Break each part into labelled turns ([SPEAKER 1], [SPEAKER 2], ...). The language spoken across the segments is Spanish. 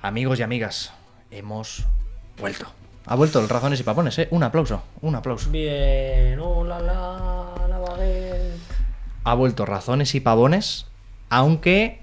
[SPEAKER 1] Amigos y amigas, hemos vuelto. Ha vuelto el Razones y Papones, ¿eh? Un aplauso, un aplauso.
[SPEAKER 2] Bien, hola, la, la baguette.
[SPEAKER 1] Ha vuelto Razones y Pavones, aunque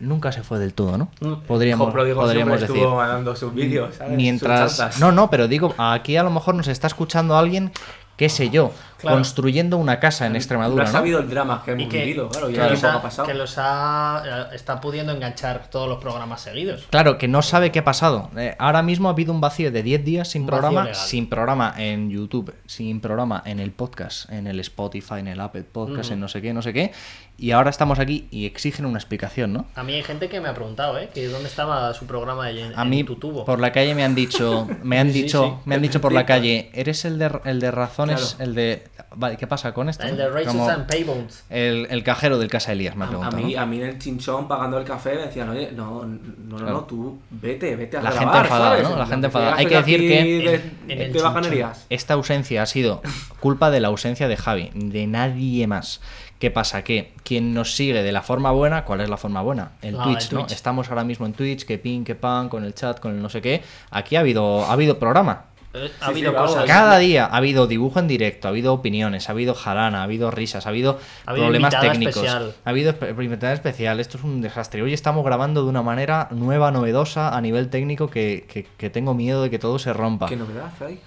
[SPEAKER 1] nunca se fue del todo, ¿no? Podríamos,
[SPEAKER 3] Jo, Pródigo
[SPEAKER 1] podríamos
[SPEAKER 3] siempre
[SPEAKER 1] decir.
[SPEAKER 3] estuvo mandando sus vídeos, ¿sabes? Sus
[SPEAKER 1] Mientras...
[SPEAKER 3] chanzas.
[SPEAKER 1] No, no, pero digo, aquí a lo mejor nos está escuchando alguien, qué sé yo,
[SPEAKER 2] Claro.
[SPEAKER 1] construyendo una casa en
[SPEAKER 3] No
[SPEAKER 1] Extremadura,
[SPEAKER 3] ha
[SPEAKER 1] ¿no?
[SPEAKER 3] sabido el drama que hemos
[SPEAKER 2] que,
[SPEAKER 3] vivido, claro,
[SPEAKER 2] que
[SPEAKER 3] ya el
[SPEAKER 2] los
[SPEAKER 3] tiempo que
[SPEAKER 2] ha,
[SPEAKER 3] ha pasado.
[SPEAKER 2] que los ha- eh, está pudiendo enganchar todos los programas seguidos.
[SPEAKER 1] Claro, que no sabe qué ha pasado. Eh, ahora mismo ha habido un vacío de 10 días sin
[SPEAKER 2] Un vacío
[SPEAKER 1] programa,
[SPEAKER 2] legal.
[SPEAKER 1] sin programa en YouTube, sin programa en el podcast, en el Spotify, en el Apple Podcast, en no sé qué, no sé qué. Y ahora estamos aquí y exigen una explicación, ¿no?
[SPEAKER 2] A mí hay gente que me ha preguntado, ¿eh? Que dónde estaba su programa en,
[SPEAKER 1] A
[SPEAKER 2] en
[SPEAKER 1] mí
[SPEAKER 2] tu tubo.
[SPEAKER 1] por la calle me han dicho, me han
[SPEAKER 3] Sí,
[SPEAKER 1] dicho,
[SPEAKER 3] sí,
[SPEAKER 1] me han
[SPEAKER 3] te
[SPEAKER 1] dicho por la
[SPEAKER 3] felicitan.
[SPEAKER 1] calle, eres el de el de razones,
[SPEAKER 3] Claro.
[SPEAKER 1] el de vale, ¿qué pasa con esto?
[SPEAKER 2] Eh, El de Rachel
[SPEAKER 1] Como
[SPEAKER 2] and Paybones.
[SPEAKER 1] el, el cajero del Casa Elías me ha
[SPEAKER 3] A, a
[SPEAKER 1] preguntado.
[SPEAKER 3] mí,
[SPEAKER 1] ¿no?
[SPEAKER 3] a mí en el chinchón pagando el café me decían, oye, no, no, no,
[SPEAKER 1] Claro.
[SPEAKER 3] no tú vete, vete a
[SPEAKER 1] La gente
[SPEAKER 3] grabar,
[SPEAKER 1] enfadada,
[SPEAKER 3] ¿sabes?
[SPEAKER 1] ¿no? La gente
[SPEAKER 3] te
[SPEAKER 1] enfadada.
[SPEAKER 3] llegas
[SPEAKER 1] Hay que
[SPEAKER 3] aquí
[SPEAKER 1] decir que-
[SPEAKER 3] de-
[SPEAKER 2] En- en el
[SPEAKER 3] de
[SPEAKER 2] chinchón.
[SPEAKER 3] bacanerías.
[SPEAKER 1] Esta ausencia ha sido culpa de la ausencia de Javi, de nadie más. ¿Qué pasa? Que quien nos sigue de la forma buena, ¿cuál es la forma buena? El
[SPEAKER 2] La
[SPEAKER 1] Twitch,
[SPEAKER 2] de
[SPEAKER 1] ¿no?
[SPEAKER 2] Ah, Twitch.
[SPEAKER 1] Estamos ahora mismo en Twitch, que ping, que pan, con el chat, con el no sé qué. Aquí ha habido, ha habido programa.
[SPEAKER 2] Eh, ha
[SPEAKER 3] sí,
[SPEAKER 2] habido
[SPEAKER 3] vamos.
[SPEAKER 2] cosas.
[SPEAKER 1] Cada día ha habido dibujo en directo, ha habido opiniones, ha habido jarana, ha habido risas, ha habido,
[SPEAKER 2] Ha habido
[SPEAKER 1] problemas
[SPEAKER 2] invitada
[SPEAKER 1] técnicos.
[SPEAKER 2] especial.
[SPEAKER 1] Ha habido espe- invitada especial. Esto es un desastre. Hoy estamos grabando de una manera nueva, novedosa, a nivel técnico, que, que- que tengo miedo de que todo se rompa.
[SPEAKER 3] Qué novedad, Fray.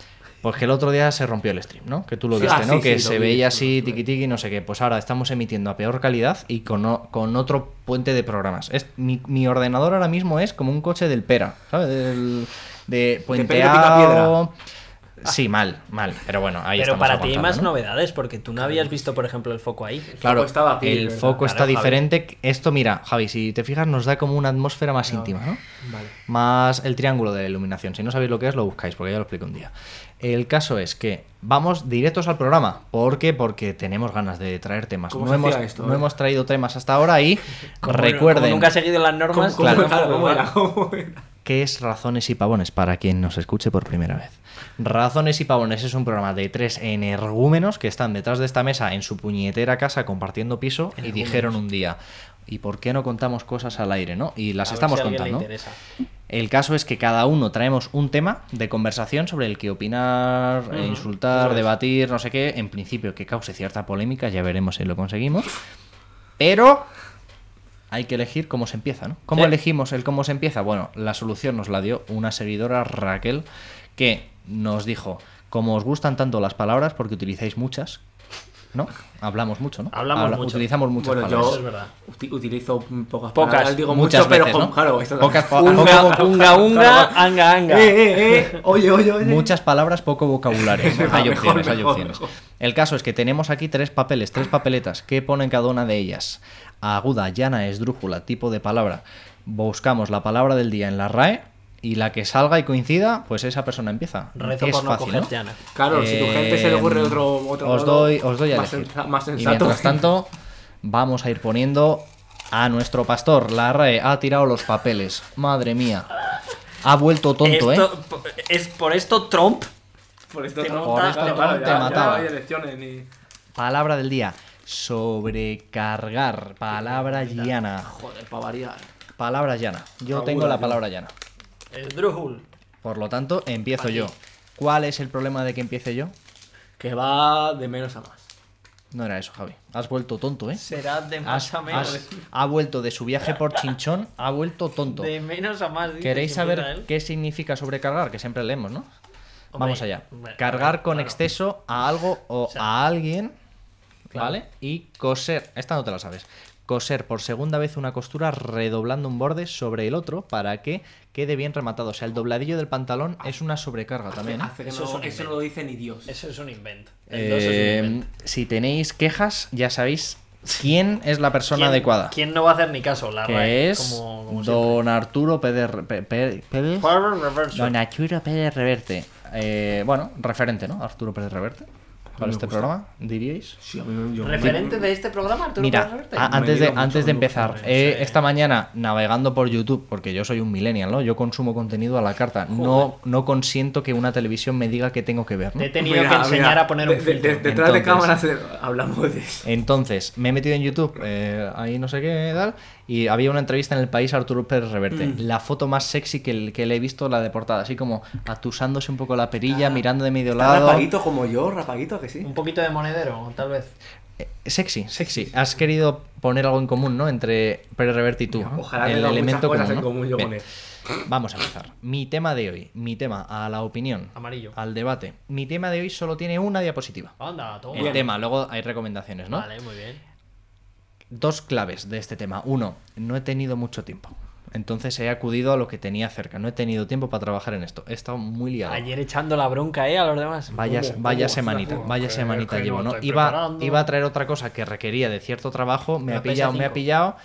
[SPEAKER 1] Pues que el otro día se rompió el stream, ¿no? Que tú lo
[SPEAKER 3] Sí,
[SPEAKER 1] viste,
[SPEAKER 3] ah,
[SPEAKER 1] ¿no?
[SPEAKER 3] sí,
[SPEAKER 1] que
[SPEAKER 3] sí, lo
[SPEAKER 1] se
[SPEAKER 3] vi,
[SPEAKER 1] veía
[SPEAKER 3] sí,
[SPEAKER 1] así,
[SPEAKER 3] lo vi.
[SPEAKER 1] tiqui tiqui, no sé qué. Pues ahora estamos emitiendo a peor calidad y con, o- con otro puente de programas. Es, mi, mi ordenador ahora mismo es como un coche del Pera, ¿sabes? Del- de puenteado... Ah. Sí, mal, mal. Pero bueno, ahí
[SPEAKER 2] Pero
[SPEAKER 1] estamos
[SPEAKER 2] para ti hay
[SPEAKER 1] aguantando,
[SPEAKER 2] más
[SPEAKER 1] ¿no?
[SPEAKER 2] novedades, porque tú no habías visto, por ejemplo, el foco ahí.
[SPEAKER 1] Claro,
[SPEAKER 3] foco estaba aquí,
[SPEAKER 1] el
[SPEAKER 3] ¿verdad?
[SPEAKER 1] foco
[SPEAKER 2] Claro,
[SPEAKER 1] está
[SPEAKER 2] Javi.
[SPEAKER 1] diferente. Esto, mira, Javi, si te fijas, nos da como una atmósfera más íntima, ¿no?
[SPEAKER 3] Vale.
[SPEAKER 1] más el triángulo de la iluminación. Si no sabéis lo que es, lo buscáis, porque ya lo explico un día. El caso es que vamos directos al programa. ¿Por qué? Porque tenemos ganas de traer temas.
[SPEAKER 3] ¿Cómo
[SPEAKER 1] No
[SPEAKER 3] se
[SPEAKER 1] hemos,
[SPEAKER 3] hacía esto,
[SPEAKER 1] no
[SPEAKER 3] eh?
[SPEAKER 1] hemos traído temas hasta ahora y
[SPEAKER 2] Como-
[SPEAKER 1] recuerden
[SPEAKER 2] como nunca has seguido las
[SPEAKER 3] ¿Cómo,
[SPEAKER 2] normas.
[SPEAKER 3] cómo-
[SPEAKER 1] claro.
[SPEAKER 3] claro, cómo era? ¿Cómo era?
[SPEAKER 1] qué es Razones y Pavones para quien nos escuche por primera vez. Razones y Pavones es un programa de tres energúmenos que están detrás de esta mesa en su puñetera casa compartiendo piso y dijeron un día, ¿y por qué no contamos cosas al aire, no? Y las
[SPEAKER 2] A ver
[SPEAKER 1] estamos
[SPEAKER 2] si a alguien le
[SPEAKER 1] contando.
[SPEAKER 2] interesa.
[SPEAKER 1] El caso es que cada uno traemos un tema de conversación sobre el que opinar, eh, insultar,
[SPEAKER 3] eso es.
[SPEAKER 1] debatir, no sé qué. En principio que cause cierta polémica, ya veremos si lo conseguimos. Pero hay que elegir cómo se empieza, ¿no? ¿Cómo
[SPEAKER 2] Sí.
[SPEAKER 1] elegimos el cómo se empieza? Bueno, la solución nos la dio una seguidora, Raquel, que nos dijo, como os gustan tanto las palabras, porque utilizáis muchas, ¿no? Hablamos mucho, ¿no?
[SPEAKER 2] Hablamos mucho.
[SPEAKER 1] Utilizamos muchas
[SPEAKER 3] Bueno,
[SPEAKER 1] palabras.
[SPEAKER 2] Eso
[SPEAKER 3] yo
[SPEAKER 2] es verdad.
[SPEAKER 3] uti- utilizo pocas,
[SPEAKER 2] Pocas,
[SPEAKER 3] palabras, digo
[SPEAKER 1] muchas
[SPEAKER 3] mucho, pero
[SPEAKER 1] veces,
[SPEAKER 3] con-
[SPEAKER 1] ¿no?
[SPEAKER 3] claro, esto
[SPEAKER 1] Pocas pa-
[SPEAKER 3] Unga,
[SPEAKER 1] pocas-
[SPEAKER 3] unga,
[SPEAKER 2] Unga,
[SPEAKER 3] claro.
[SPEAKER 2] unga, anga, anga.
[SPEAKER 3] Eh, eh, eh. Oye, oye, oye.
[SPEAKER 1] Muchas palabras, poco vocabulario.
[SPEAKER 3] Mejor,
[SPEAKER 1] hay opciones, hay
[SPEAKER 3] mejor,
[SPEAKER 1] opciones.
[SPEAKER 3] mejor.
[SPEAKER 1] El caso es que tenemos aquí tres papeles, tres papeletas. ¿Qué pone cada una de ellas? Aguda, llana, esdrújula, tipo de palabra. Buscamos la palabra del día en la RAE y la que salga y coincida, pues esa persona empieza.
[SPEAKER 2] Rezo
[SPEAKER 1] es
[SPEAKER 2] por no
[SPEAKER 1] fácil,
[SPEAKER 2] coger
[SPEAKER 1] ¿no? Em,
[SPEAKER 2] llana.
[SPEAKER 3] Claro, si tu gente se le ocurre otro, otro
[SPEAKER 1] os
[SPEAKER 3] modo
[SPEAKER 1] doy, os doy a
[SPEAKER 3] más,
[SPEAKER 1] elegir.
[SPEAKER 3] sensa- más
[SPEAKER 1] y
[SPEAKER 3] sensato.
[SPEAKER 1] mientras tanto, vamos a ir poniendo a nuestro pastor. La RAE ha tirado los papeles. Madre mía. Ha vuelto tonto, ¿eh?
[SPEAKER 2] Esto- po- Es por esto Trump.
[SPEAKER 3] Por esto
[SPEAKER 2] Te
[SPEAKER 3] no-
[SPEAKER 2] montas,
[SPEAKER 3] claro,
[SPEAKER 2] te
[SPEAKER 3] claro,
[SPEAKER 1] montas,
[SPEAKER 3] ya-
[SPEAKER 1] te
[SPEAKER 3] ya
[SPEAKER 1] mataba.
[SPEAKER 3] hay elecciones ni-
[SPEAKER 1] Palabra del día. Sobrecargar. Palabra llana.
[SPEAKER 3] Joder, para variar.
[SPEAKER 1] Palabra llana. Yo
[SPEAKER 3] Aguda,
[SPEAKER 1] tengo la
[SPEAKER 3] yo.
[SPEAKER 1] palabra llana.
[SPEAKER 2] Esdrújul.
[SPEAKER 1] Por lo tanto, empiezo yo. ¿Cuál es el problema de que empiece yo?
[SPEAKER 3] Que va de menos a más.
[SPEAKER 1] No era eso, Javi. Has vuelto tonto, ¿eh?
[SPEAKER 2] Será de
[SPEAKER 1] Has- has- ha vuelto de su viaje por Chinchón, ha vuelto tonto.
[SPEAKER 2] De menos a más. dice,
[SPEAKER 1] ¿Queréis
[SPEAKER 2] que empieza
[SPEAKER 1] saber
[SPEAKER 2] él.
[SPEAKER 1] qué significa sobrecargar? Que siempre leemos, ¿no?
[SPEAKER 2] ¿eh? Hombre,
[SPEAKER 1] Vamos allá.
[SPEAKER 2] bueno,
[SPEAKER 1] Cargar con
[SPEAKER 2] claro.
[SPEAKER 1] exceso a algo o
[SPEAKER 2] sea,
[SPEAKER 1] a alguien,
[SPEAKER 2] claro.
[SPEAKER 1] ¿vale? Y coser, esta no te la sabes. Coser por segunda vez una costura redoblando un borde sobre el otro para que quede bien rematado. O sea, el dobladillo del pantalón es una sobrecarga también. ¿eh?
[SPEAKER 3] Hace que
[SPEAKER 2] Eso
[SPEAKER 3] no-
[SPEAKER 2] es un
[SPEAKER 3] eso no
[SPEAKER 2] nivel.
[SPEAKER 3] lo dice ni Dios.
[SPEAKER 2] Eso es un invento. El dos es un
[SPEAKER 1] Eh,
[SPEAKER 2] invento.
[SPEAKER 1] si tenéis quejas, ya sabéis quién es la persona
[SPEAKER 2] ¿Quién-
[SPEAKER 1] adecuada.
[SPEAKER 2] ¿Quién no va a hacer ni caso? La
[SPEAKER 1] Que
[SPEAKER 2] RAE,
[SPEAKER 1] es
[SPEAKER 2] como- como siempre.
[SPEAKER 1] Don Arturo Pérez. Pe- Pe- Pérez-
[SPEAKER 2] Power reverse.
[SPEAKER 1] Don Arturo Pérez Reverte. Eh, bueno, referente, ¿no? Arturo Pérez Reverte. Para
[SPEAKER 3] Me
[SPEAKER 1] este
[SPEAKER 3] gusta.
[SPEAKER 1] programa, diríais.
[SPEAKER 3] Sí, a mí me- yo-
[SPEAKER 2] ¿Referente de este programa, Arturo Pérez
[SPEAKER 1] Mira,
[SPEAKER 2] Reverte?
[SPEAKER 1] a-
[SPEAKER 3] Me
[SPEAKER 1] antes de,
[SPEAKER 3] miro mucho
[SPEAKER 1] antes de
[SPEAKER 3] en Google,
[SPEAKER 1] empezar,
[SPEAKER 2] no
[SPEAKER 1] eh,
[SPEAKER 2] sé.
[SPEAKER 1] esta mañana navegando por YouTube, porque yo soy un millennial, ¿no? Yo consumo contenido a la carta. No, no consiento que una televisión me diga qué tengo que ver, ¿no?
[SPEAKER 2] Te he tenido
[SPEAKER 3] Mira,
[SPEAKER 2] que enseñar
[SPEAKER 3] mira,
[SPEAKER 2] a poner
[SPEAKER 3] de-
[SPEAKER 2] un
[SPEAKER 3] de- de-
[SPEAKER 2] filtro.
[SPEAKER 3] Detrás
[SPEAKER 1] Entonces-
[SPEAKER 3] de cámaras eh, hablamos de eso.
[SPEAKER 1] Entonces, me he metido en YouTube, eh, ahí no sé qué tal, Y había una entrevista en el país a Arturo Pérez Reverte.
[SPEAKER 2] Mm.
[SPEAKER 1] La foto más sexy que, el- que le he visto, la de portada, así como atusándose un poco la
[SPEAKER 2] Ah.
[SPEAKER 1] perilla, mirando de medio
[SPEAKER 3] Tan
[SPEAKER 1] lado.
[SPEAKER 3] Rapaguito como yo, rapaguito que sí.
[SPEAKER 2] Un poquito de monedero, tal vez.
[SPEAKER 1] Eh, Sexy, sexy. Has querido poner algo en común, ¿no? Entre Pérez Reverte y tú.
[SPEAKER 3] Ojalá tengamos muchas cosas en común yo
[SPEAKER 1] Bien.
[SPEAKER 3] con él.
[SPEAKER 1] Vamos a empezar. Mi tema de hoy, mi tema a la opinión,
[SPEAKER 2] Amarillo.
[SPEAKER 1] al debate. Mi tema de hoy solo tiene una diapositiva.
[SPEAKER 2] Anda, toma.
[SPEAKER 1] El tema, luego hay recomendaciones, ¿no?
[SPEAKER 2] Vale, muy bien.
[SPEAKER 1] Dos claves de este tema. Uno, no he tenido mucho tiempo. Entonces he acudido a lo que tenía cerca. No he tenido tiempo para trabajar en esto. He estado muy liado.
[SPEAKER 4] Ayer echando la bronca, ¿eh? A los demás.
[SPEAKER 1] Vaya,
[SPEAKER 3] ¿Cómo?
[SPEAKER 1] vaya
[SPEAKER 3] ¿Cómo?
[SPEAKER 1] semanita,
[SPEAKER 3] ¿Cómo?
[SPEAKER 1] vaya
[SPEAKER 2] Que-
[SPEAKER 1] semanita
[SPEAKER 2] que
[SPEAKER 1] llevo,
[SPEAKER 2] no
[SPEAKER 1] ¿no?
[SPEAKER 2] Eh, estoy
[SPEAKER 1] Iba,
[SPEAKER 2] preparando.
[SPEAKER 1] iba a traer otra cosa que requería de cierto trabajo, me
[SPEAKER 2] La
[SPEAKER 1] ha pillado, me ha
[SPEAKER 2] PS5.
[SPEAKER 1] pillado.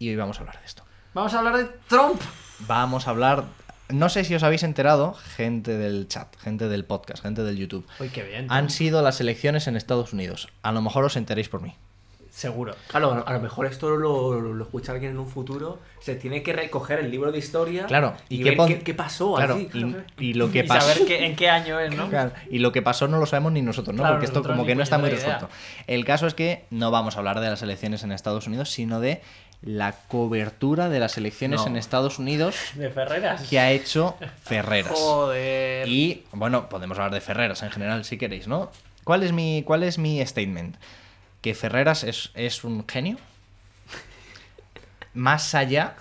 [SPEAKER 1] Y hoy vamos a hablar de esto.
[SPEAKER 2] Vamos a hablar de Trump.
[SPEAKER 1] Vamos a hablar. No sé si os habéis enterado, gente del chat, gente del podcast, gente del YouTube.
[SPEAKER 2] Uy, qué bien.
[SPEAKER 1] Han sido las elecciones en Estados Unidos. A lo mejor os enteréis por mí.
[SPEAKER 2] Seguro.
[SPEAKER 3] Claro, a lo mejor esto lo, lo, lo escucha alguien en un futuro. Se tiene que recoger el libro de historia.
[SPEAKER 1] Claro.
[SPEAKER 3] Y,
[SPEAKER 1] qué
[SPEAKER 3] ver
[SPEAKER 1] pon-
[SPEAKER 3] qué, qué pasó.
[SPEAKER 1] Claro,
[SPEAKER 3] así,
[SPEAKER 1] y,
[SPEAKER 3] claro.
[SPEAKER 1] y lo que
[SPEAKER 4] y
[SPEAKER 1] pasó.
[SPEAKER 4] saber qué- en qué año es, ¿no?
[SPEAKER 1] Claro, Y lo que pasó no lo sabemos ni nosotros, ¿no?
[SPEAKER 2] Claro,
[SPEAKER 1] Porque esto
[SPEAKER 2] nosotros
[SPEAKER 1] como
[SPEAKER 2] ni
[SPEAKER 1] que no está muy
[SPEAKER 2] puñetera idea.
[SPEAKER 1] resuelto. El caso es que no vamos a hablar de las elecciones en Estados Unidos, sino de la cobertura de las elecciones
[SPEAKER 3] No.
[SPEAKER 1] en Estados Unidos
[SPEAKER 2] De Ferreras.
[SPEAKER 1] que ha hecho Ferreras.
[SPEAKER 4] Joder.
[SPEAKER 1] Y bueno, podemos hablar de Ferreras en general si queréis, ¿no? ¿Cuál es mi, cuál es mi statement? Que Ferreras es, es un genio. Más allá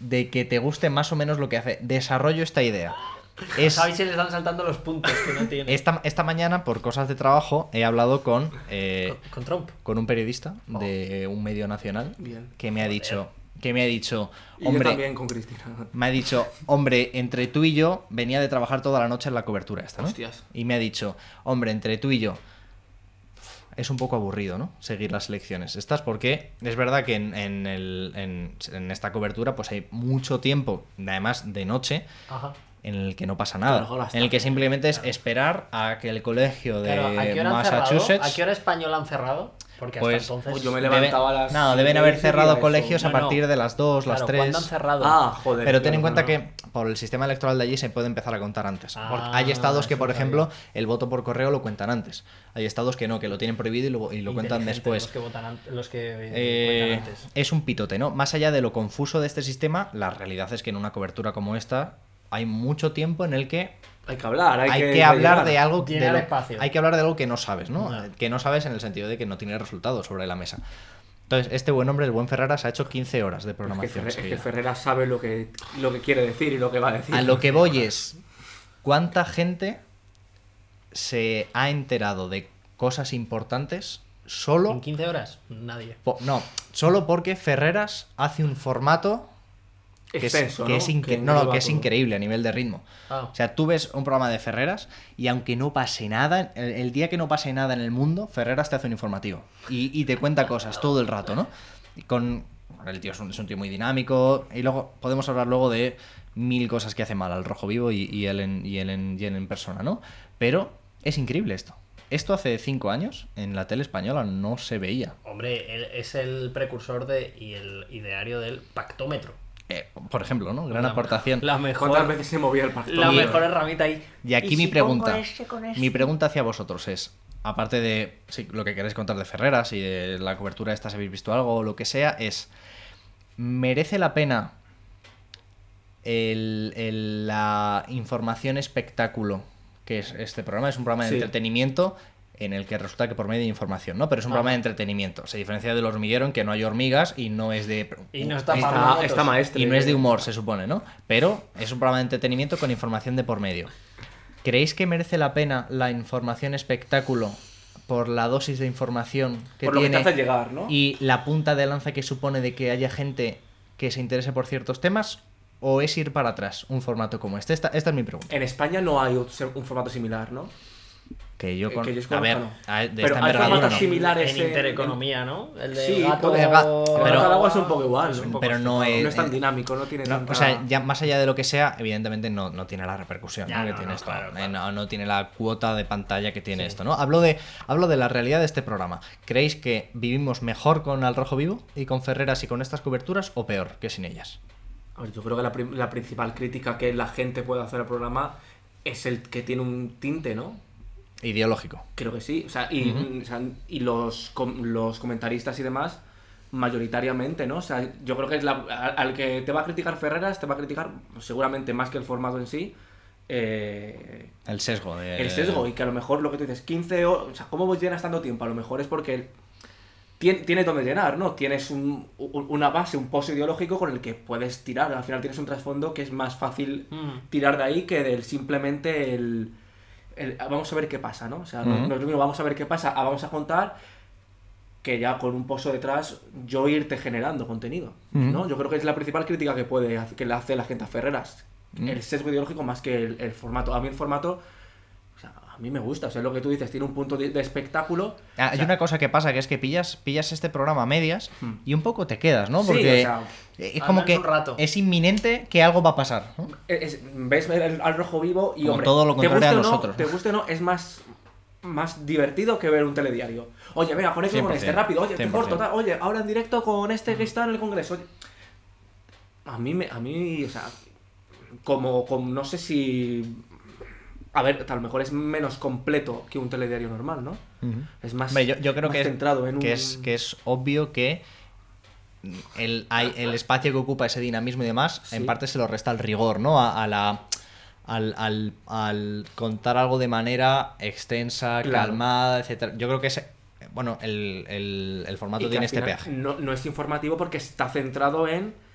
[SPEAKER 1] de que te guste más o menos lo que hace. Desarrollo esta idea. Es, este.
[SPEAKER 2] ¿Sabéis si le están saltando los puntos que no tiene?
[SPEAKER 1] esta, esta mañana, por cosas de trabajo, he hablado con, eh,
[SPEAKER 2] Con, con Trump.
[SPEAKER 1] con un periodista de un medio nacional
[SPEAKER 3] Oh. Bien.
[SPEAKER 1] que me ha dicho. Que me ha dicho.
[SPEAKER 3] Y yo
[SPEAKER 1] Hombre,
[SPEAKER 3] también con Cristina.
[SPEAKER 1] me ha dicho, hombre, entre tú y yo, venía de trabajar toda la noche en la cobertura esta, ¿no?
[SPEAKER 3] Hostias.
[SPEAKER 1] Y me ha dicho, hombre, entre tú y yo, es un poco aburrido, ¿no? Seguir las elecciones estas, porque es verdad que en, en el- en- en esta cobertura pues hay mucho tiempo, además de noche,
[SPEAKER 2] Ajá.
[SPEAKER 1] en el que no pasa nada.
[SPEAKER 3] Claro, hasta-
[SPEAKER 1] en el que simplemente es esperar a que el colegio de
[SPEAKER 2] Claro, ¿a qué hora han cerrado? ¿A
[SPEAKER 1] Massachusetts...
[SPEAKER 2] qué hora española han cerrado? Porque hasta
[SPEAKER 1] Pues,
[SPEAKER 2] entonces.
[SPEAKER 3] yo me
[SPEAKER 1] debe-
[SPEAKER 3] levantaba a las
[SPEAKER 1] No, deben haber
[SPEAKER 3] seis y a
[SPEAKER 1] cerrado
[SPEAKER 3] eso.
[SPEAKER 1] colegios a
[SPEAKER 4] No, no.
[SPEAKER 1] partir de las 2,
[SPEAKER 2] Claro,
[SPEAKER 1] las 3.
[SPEAKER 2] ¿Cuándo han cerrado?
[SPEAKER 3] Ah, joder.
[SPEAKER 1] Pero ten en
[SPEAKER 3] claro,
[SPEAKER 1] cuenta
[SPEAKER 3] no, no.
[SPEAKER 1] que por el sistema electoral de allí se puede empezar a contar antes.
[SPEAKER 2] Ah,
[SPEAKER 1] Porque hay estados que,
[SPEAKER 2] eso
[SPEAKER 1] por
[SPEAKER 2] está
[SPEAKER 1] ejemplo, el voto por correo lo cuentan antes. Hay estados que no, que lo tienen prohibido y lo, y lo cuentan
[SPEAKER 2] Inteligente,
[SPEAKER 1] después.
[SPEAKER 2] Los que votan antes. Los que eh,
[SPEAKER 1] Eh,
[SPEAKER 2] cuentan antes.
[SPEAKER 1] es un pitote, ¿no? Más allá de lo confuso de este sistema, la realidad es que en una cobertura como esta hay mucho tiempo en el que
[SPEAKER 3] Hay que hablar, hay,
[SPEAKER 1] hay, que, hablar de
[SPEAKER 3] rellenar.
[SPEAKER 1] algo de
[SPEAKER 2] Llenar
[SPEAKER 1] lo-
[SPEAKER 2] espacio.
[SPEAKER 1] hay que hablar de algo que no sabes no
[SPEAKER 2] Ya.
[SPEAKER 1] que no sabes en el sentido de que no tiene resultados sobre la mesa entonces este buen hombre el buen Ferraras ha hecho 15 horas de
[SPEAKER 3] Es que,
[SPEAKER 1] programación
[SPEAKER 3] Ferre- es que
[SPEAKER 1] seguida.
[SPEAKER 3] Ferreras sabe lo que, lo que quiere decir y lo que va a decir.
[SPEAKER 1] a lo que voy es cuánta gente se ha enterado de cosas importantes
[SPEAKER 2] ¿En
[SPEAKER 1] solo
[SPEAKER 2] 15 horas? Nadie.
[SPEAKER 1] po- no solo porque Ferreras hace un formato que es,
[SPEAKER 3] Extenso,
[SPEAKER 1] que
[SPEAKER 3] ¿no?
[SPEAKER 1] es incre-
[SPEAKER 3] Que
[SPEAKER 1] no, no,
[SPEAKER 3] engloba
[SPEAKER 1] que es
[SPEAKER 3] todo.
[SPEAKER 1] increíble a nivel de ritmo.
[SPEAKER 2] Ah.
[SPEAKER 1] O sea, tú ves un programa de Ferreras y aunque no pase nada, el, el día que no pase nada en el mundo, Ferreras te hace un informativo y, y te cuenta cosas todo el rato, ¿no? Y con el tío es un, es un tío muy dinámico y luego podemos hablar luego de mil cosas que hace mal al rojo vivo y, y él, en, y él en- y él en persona, ¿no? Pero es increíble esto. Esto hace cinco años en la tele española no se veía.
[SPEAKER 2] Hombre, él es el precursor de, y el ideario del pactómetro.
[SPEAKER 1] Eh, por ejemplo, ¿no? Gran
[SPEAKER 2] La-
[SPEAKER 1] aportación.
[SPEAKER 4] La
[SPEAKER 3] ¿Cuántas
[SPEAKER 4] mejor.
[SPEAKER 3] veces se movía el pacto?
[SPEAKER 4] La
[SPEAKER 1] Y-
[SPEAKER 4] mejor herramienta ahí.
[SPEAKER 1] Y aquí mi pregunta. Mi pregunta hacia vosotros es, aparte de sí, lo que queréis contar de Ferreras y de la cobertura esta, si habéis visto algo o lo que sea, es, ¿merece la pena el- el- la información espectáculo que es este programa? Es un programa de
[SPEAKER 3] Sí.
[SPEAKER 1] entretenimiento en el que resulta que por medio de información, ¿no? Pero es un
[SPEAKER 2] Ah.
[SPEAKER 1] programa de entretenimiento. Se diferencia del hormiguero en que no hay hormigas y no es de...
[SPEAKER 2] Y no está Pablo
[SPEAKER 3] Está,
[SPEAKER 2] Motos.
[SPEAKER 3] está maestra.
[SPEAKER 1] Y no es de humor, se supone, ¿no? Pero es un programa de entretenimiento con información de por medio. ¿Creéis que merece la pena la información espectáculo por la dosis de información que
[SPEAKER 3] Por lo que
[SPEAKER 1] tiene
[SPEAKER 3] te hace llegar, ¿no?
[SPEAKER 1] y la punta de lanza que supone de que haya gente que se interese por ciertos temas? ¿O es ir para atrás un formato como este? Esta, esta es mi pregunta.
[SPEAKER 3] En España no hay otro- un formato similar, ¿no?
[SPEAKER 1] Que yo
[SPEAKER 3] eh,
[SPEAKER 1] con...
[SPEAKER 3] que yo
[SPEAKER 1] a ver,
[SPEAKER 3] conozco, no.
[SPEAKER 1] a- de
[SPEAKER 3] Pero
[SPEAKER 1] esta
[SPEAKER 3] hay
[SPEAKER 1] envergadura
[SPEAKER 3] formatos
[SPEAKER 1] no.
[SPEAKER 3] similares. similares
[SPEAKER 2] en
[SPEAKER 3] en-
[SPEAKER 2] intereconomía, ¿no? El de
[SPEAKER 3] Sí,
[SPEAKER 2] gato,
[SPEAKER 1] porque va-
[SPEAKER 2] gato
[SPEAKER 1] pero-
[SPEAKER 2] al agua
[SPEAKER 3] es un poco igual, ¿no?
[SPEAKER 1] Pero no
[SPEAKER 3] No es
[SPEAKER 1] es...
[SPEAKER 3] tan dinámico, no tiene
[SPEAKER 1] No,
[SPEAKER 3] tanta...
[SPEAKER 1] o sea, ya más allá de lo que sea, evidentemente no, no tiene la repercusión
[SPEAKER 2] Ya,
[SPEAKER 1] ¿no? que
[SPEAKER 2] no,
[SPEAKER 1] tiene
[SPEAKER 2] no,
[SPEAKER 1] esto.
[SPEAKER 2] claro,
[SPEAKER 1] eh,
[SPEAKER 2] claro.
[SPEAKER 1] No, no tiene la cuota de pantalla que tiene esto, ¿no? Hablo de, hablo de la realidad de este programa. ¿Creéis que vivimos mejor con Al Rojo Vivo y con Ferreras y con estas coberturas o peor que sin ellas?
[SPEAKER 3] A ver, yo creo que la, prim- la principal crítica que la gente puede hacer al programa es el que tiene un tinte, ¿no?
[SPEAKER 1] Ideológico.
[SPEAKER 3] Creo que sí. O sea, y, o sea, y los, com- los comentaristas y demás mayoritariamente, ¿no? O sea, yo creo que es la- al, al que te va a criticar Ferreras, te va a criticar seguramente más que el formato en sí, eh,
[SPEAKER 1] El sesgo. De...
[SPEAKER 3] el sesgo y que a lo mejor lo que tú dices, 15 o, o sea, ¿cómo llenas tanto tiempo? A lo mejor es porque tien- tienes donde llenar, ¿no? Tienes un- u- una base, un pozo ideológico con el que puedes tirar, al final tienes un trasfondo que es más fácil
[SPEAKER 4] Mm.
[SPEAKER 3] tirar de ahí que del simplemente el, el- ah, vamos a ver qué pasa, ¿no? O sea, no-
[SPEAKER 1] Ujú.
[SPEAKER 3] no es lo mismo vamos a ver qué pasa, ah, vamos a contar que ya con un pozo detrás yo irte generando contenido,
[SPEAKER 1] Ujú.
[SPEAKER 3] ¿no? Yo creo que es la principal crítica que puede hace- que le hace la gente a Ferreras,
[SPEAKER 1] Ujú.
[SPEAKER 3] el sesgo ideológico más que el, el formato. A mí el formato o sea, a mí me gusta, o sea, lo que tú dices, tiene un punto de, de espectáculo.
[SPEAKER 1] Ah, hay
[SPEAKER 3] O sea,
[SPEAKER 1] una cosa que pasa que es que pillas, pillas este programa a medias
[SPEAKER 3] Hmm.
[SPEAKER 1] y un poco te quedas, ¿no?
[SPEAKER 3] Sí,
[SPEAKER 1] Porque
[SPEAKER 3] o sea,
[SPEAKER 1] es como
[SPEAKER 2] andas
[SPEAKER 1] que
[SPEAKER 2] un rato.
[SPEAKER 1] es inminente que algo va a pasar. ¿no?
[SPEAKER 3] es- es- ves el- al rojo vivo y
[SPEAKER 1] Como
[SPEAKER 3] hombre,
[SPEAKER 1] todo lo
[SPEAKER 3] te
[SPEAKER 1] contrario a
[SPEAKER 3] guste o no,
[SPEAKER 1] nosotros.
[SPEAKER 3] te guste o no, es más más divertido que ver un telediario. Oye, venga, con esto con
[SPEAKER 1] 100%,
[SPEAKER 3] este, rápido, oye, te
[SPEAKER 1] 100%.
[SPEAKER 3] corto, tal, oye, ahora en directo con este que está en el Congreso. oye. A mí me, a mí, o sea, como, como no sé si a ver, a lo mejor es menos completo que un telediario normal, ¿no? Es más,
[SPEAKER 1] Hombre, yo, yo creo
[SPEAKER 3] más
[SPEAKER 1] que, es-
[SPEAKER 3] centrado en
[SPEAKER 1] que
[SPEAKER 3] un...
[SPEAKER 1] es, que es obvio que el, hay- el espacio que ocupa ese dinamismo y demás, en
[SPEAKER 3] Sí.
[SPEAKER 1] parte se lo resta el rigor, ¿no? A, a la. Al, al- al contar algo de manera extensa,
[SPEAKER 3] Claro.
[SPEAKER 1] calmada, etcétera. Yo creo que es. Bueno, el, el- el
[SPEAKER 3] Y
[SPEAKER 1] formato
[SPEAKER 3] que
[SPEAKER 1] tiene
[SPEAKER 3] al
[SPEAKER 1] este
[SPEAKER 3] final
[SPEAKER 1] peaje.
[SPEAKER 3] No, no es informativo porque está centrado en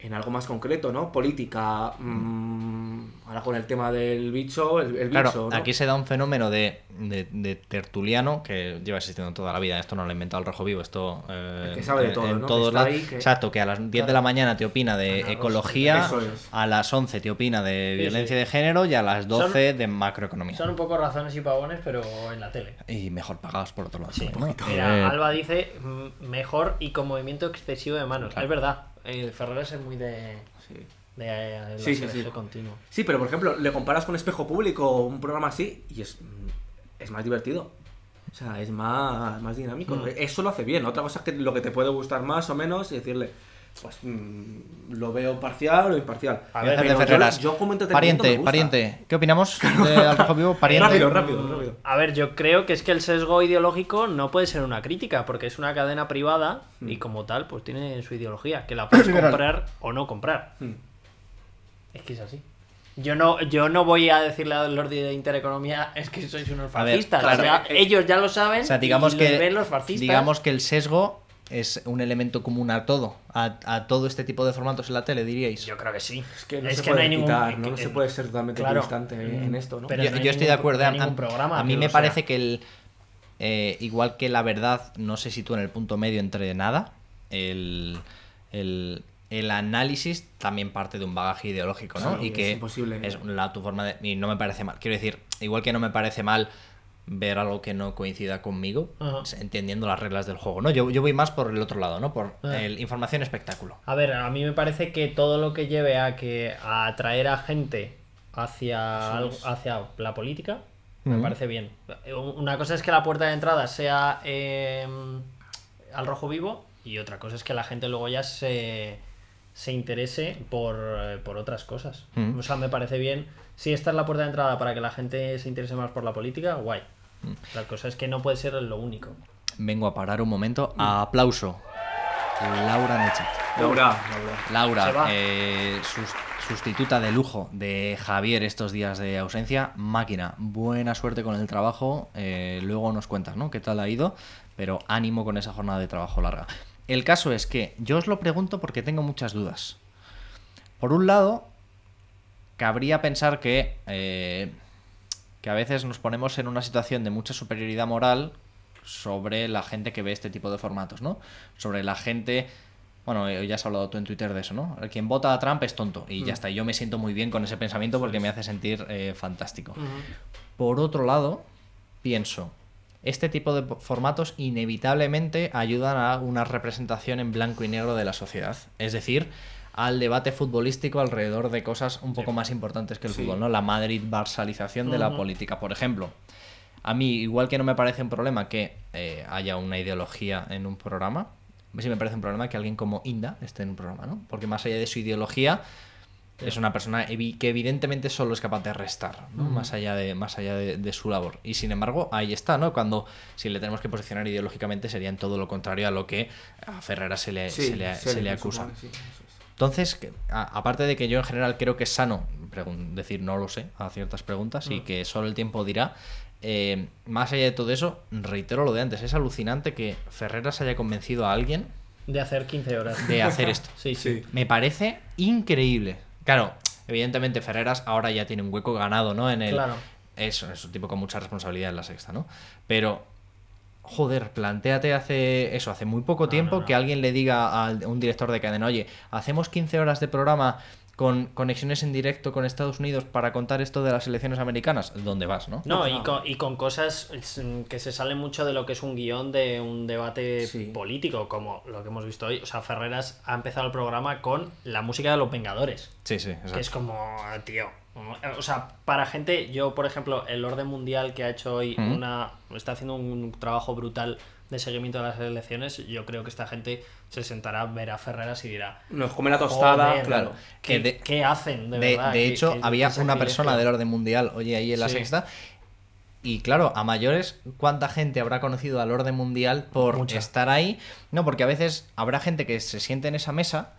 [SPEAKER 3] en algo más concreto, ¿no? Política. mm, ahora con el tema del bicho, el, el
[SPEAKER 1] Claro,
[SPEAKER 3] bicho. ¿no?
[SPEAKER 1] aquí se da un fenómeno de, de- de tertuliano que lleva existiendo toda la vida. Esto no lo ha inventado el Rojo Vivo, esto. eh,
[SPEAKER 3] El que sabe de
[SPEAKER 1] en-
[SPEAKER 3] todo,
[SPEAKER 1] en
[SPEAKER 3] ¿no?
[SPEAKER 1] todos
[SPEAKER 3] Que está
[SPEAKER 1] lados.
[SPEAKER 3] ahí, que-
[SPEAKER 1] Exacto, que a las 10 de la mañana te opina de
[SPEAKER 2] Ana Rosa,
[SPEAKER 1] ecología,
[SPEAKER 3] eso es.
[SPEAKER 1] a las 11 te opina de
[SPEAKER 2] Sí,
[SPEAKER 1] violencia
[SPEAKER 2] sí.
[SPEAKER 1] de género y a las 12 de macroeconomía.
[SPEAKER 2] Son un poco razones y pavones, pero en la tele.
[SPEAKER 1] Y mejor pagados por otro lado.
[SPEAKER 2] Sí,
[SPEAKER 1] ¿no?
[SPEAKER 2] Mira,
[SPEAKER 1] Eh,
[SPEAKER 2] Alba dice mm, mejor y con movimiento excesivo de manos.
[SPEAKER 1] Claro.
[SPEAKER 2] Es verdad. El Ferreras es muy de.
[SPEAKER 3] Sí.
[SPEAKER 2] de, eh, los
[SPEAKER 3] Sí, sí, sí.
[SPEAKER 2] ejes continuo.
[SPEAKER 3] Sí, pero por ejemplo, le comparas con Espejo Público o un programa así y es, mm, es más divertido. O sea, es más, más dinámico.
[SPEAKER 1] Mm.
[SPEAKER 3] Eso lo hace bien. Otra cosa es que lo que te puede gustar más o menos y decirle, pues mm, lo veo parcial o imparcial.
[SPEAKER 1] A ver,
[SPEAKER 3] Pero
[SPEAKER 1] de
[SPEAKER 3] yo-
[SPEAKER 1] Ferreras.
[SPEAKER 3] yo como entretenimiento
[SPEAKER 1] pariente,
[SPEAKER 3] me gusta.
[SPEAKER 1] pariente. ¿Qué opinamos de Al Rojo Vivo? Pariente.
[SPEAKER 3] Rápido, rápido, rápido.
[SPEAKER 2] Mm, A ver, yo creo que es que el sesgo ideológico no puede ser una crítica, porque es una cadena privada y como tal, pues tiene su ideología, que la puedes
[SPEAKER 1] Mm. Liberal.
[SPEAKER 2] comprar o no comprar.
[SPEAKER 3] Mm.
[SPEAKER 2] Es que es así. Yo no, yo no voy a decirle a los de Intereconomía, es que sois unos
[SPEAKER 1] A ver,
[SPEAKER 2] fascistas.
[SPEAKER 1] claro,
[SPEAKER 2] o sea,
[SPEAKER 3] eh,
[SPEAKER 2] ellos ya lo saben.
[SPEAKER 1] O sea, digamos
[SPEAKER 2] y lo
[SPEAKER 1] que,
[SPEAKER 2] ven los fascistas.
[SPEAKER 1] digamos que el sesgo es un elemento común a todo, a, a todo este tipo de formatos en la tele, diríais. Yo,
[SPEAKER 2] Yo creo que sí.
[SPEAKER 3] Es que no se puede
[SPEAKER 2] hay ningún-
[SPEAKER 3] quitar,
[SPEAKER 2] es
[SPEAKER 3] no,
[SPEAKER 2] que-
[SPEAKER 3] No se puede ser totalmente
[SPEAKER 2] claro. Mm.
[SPEAKER 3] distante en esto, ¿no?
[SPEAKER 2] Pero no hay
[SPEAKER 1] yo estoy de
[SPEAKER 2] ningún-
[SPEAKER 1] acuerdo.
[SPEAKER 2] no hay
[SPEAKER 1] a- a-
[SPEAKER 2] ningún programa
[SPEAKER 1] a mí
[SPEAKER 2] que
[SPEAKER 1] me
[SPEAKER 2] lo sea.
[SPEAKER 1] parece que el eh, igual que la verdad no se sitúa en el punto medio entre nada, el, el- el análisis también parte de un bagaje ideológico, ¿no?
[SPEAKER 3] Sí,
[SPEAKER 1] y
[SPEAKER 3] es
[SPEAKER 1] que
[SPEAKER 3] imposible.
[SPEAKER 1] es la tu forma de y no me parece mal. Quiero decir, igual que no me parece mal ver algo que no coincida conmigo,
[SPEAKER 2] Ajá.
[SPEAKER 1] entendiendo las reglas del juego, ¿no? Yo, yo voy más por el otro lado, ¿no? Por
[SPEAKER 2] Ah.
[SPEAKER 1] el información espectáculo.
[SPEAKER 2] A ver, a mí me parece que todo lo que lleve a que a atraer a gente hacia, algo- hacia la política me
[SPEAKER 1] Ujú.
[SPEAKER 2] parece bien. Una cosa es que la puerta de entrada sea eh, al rojo vivo y otra cosa es que la gente luego ya se, se interese por, eh, por otras cosas.
[SPEAKER 1] Ujú.
[SPEAKER 2] O sea, me parece bien. Si esta es la puerta de entrada para que la gente se interese más por la política, guay. La cosa es que no puede ser lo único.
[SPEAKER 1] Vengo a parar un momento. Aplauso. Laura en el chat.
[SPEAKER 3] Laura, Laura.
[SPEAKER 2] Se
[SPEAKER 1] Laura,
[SPEAKER 2] va.
[SPEAKER 1] eh, sus- sustituta de lujo de Javier estos días de ausencia. Máquina, buena suerte con el trabajo. Eh, luego nos cuentas, ¿no? ¿Qué tal ha ido? Pero ánimo con esa jornada de trabajo larga. El caso es que yo os lo pregunto porque tengo muchas dudas. Por un lado, cabría pensar que, eh, que a veces nos ponemos en una situación de mucha superioridad moral sobre la gente que ve este tipo de formatos, ¿no? Sobre la gente... Bueno, eh, ya has hablado tú en Twitter de eso, ¿no? Quien vota a Trump es tonto y ya está. Y Yo me siento muy bien con ese pensamiento porque me hace sentir eh, fantástico. Por otro lado, pienso, este tipo de po- formatos inevitablemente ayudan a una representación en blanco y negro de la sociedad. Es decir, al debate futbolístico alrededor de cosas un poco más importantes que el
[SPEAKER 3] Sí.
[SPEAKER 1] fútbol, ¿no? La Madrid-Barsalización de la política, por ejemplo. A mí, igual que no me parece un problema que eh, haya una ideología en un programa, sí me parece un problema que alguien como Inda esté en un programa, ¿no? Porque más allá de su ideología, Es una persona evi- que evidentemente solo es capaz de restar, ¿no? más allá, de, más allá de, de su labor. Y sin embargo, ahí está, ¿no? Cuando si le tenemos que posicionar ideológicamente sería en todo lo contrario a lo que a Ferrera se le,
[SPEAKER 3] Sí,
[SPEAKER 1] Eh, se le- se le acusa.
[SPEAKER 3] supone, sí, eso es.
[SPEAKER 1] Entonces, que- a- aparte de que yo en general creo que es sano pregun- decir no lo sé a ciertas preguntas y que solo el tiempo dirá, eh, más allá de todo eso, reitero lo de antes, es alucinante que Ferreras haya convencido a alguien
[SPEAKER 2] De hacer 15 horas.
[SPEAKER 1] de hacer esto.
[SPEAKER 2] Sí, sí.
[SPEAKER 3] Sí.
[SPEAKER 1] Me parece increíble. Claro, evidentemente Ferreras ahora ya tiene un hueco ganado, ¿no? En el,
[SPEAKER 2] Claro.
[SPEAKER 1] Es, es un tipo con mucha responsabilidad en la sexta, ¿no? Pero, joder, planteate hace eso, hace muy poco tiempo
[SPEAKER 2] no, no.
[SPEAKER 1] que alguien le diga a un director de cadena, oye, hacemos 15 horas de programa con conexiones en directo con Estados Unidos para contar esto de las elecciones americanas. ¿Dónde vas, no?
[SPEAKER 2] No, y con, y con cosas mm, que se salen mucho de lo que es un guión de un debate
[SPEAKER 3] Sí.
[SPEAKER 2] político, como lo que hemos visto hoy. O sea, Ferreras ha empezado el programa con la música de los Vengadores.
[SPEAKER 1] Sí, sí, exacto.
[SPEAKER 2] Que es como, tío. O sea, para gente, yo, por ejemplo, el orden mundial que ha hecho hoy,
[SPEAKER 1] Ujú.
[SPEAKER 2] una está haciendo un trabajo brutal de seguimiento de las elecciones. Yo creo que esta gente se sentará a ver a Ferreras y dirá.
[SPEAKER 3] Nos come la tostada,
[SPEAKER 2] "Joder,
[SPEAKER 3] claro.
[SPEAKER 2] ¿Qué,
[SPEAKER 1] Que de-
[SPEAKER 2] qué hacen? De,
[SPEAKER 1] De,
[SPEAKER 2] verdad?
[SPEAKER 1] de
[SPEAKER 2] ¿Qué-
[SPEAKER 1] hecho,
[SPEAKER 2] qué-
[SPEAKER 1] había
[SPEAKER 2] qué
[SPEAKER 1] una
[SPEAKER 2] sacrilegio?".
[SPEAKER 1] persona del orden mundial, oye, ahí en la
[SPEAKER 2] Sí.
[SPEAKER 1] sexta. Y claro, a mayores, ¿cuánta gente habrá conocido al orden mundial por
[SPEAKER 2] Mucha.
[SPEAKER 1] estar ahí? No, porque a veces habrá gente que se siente en esa mesa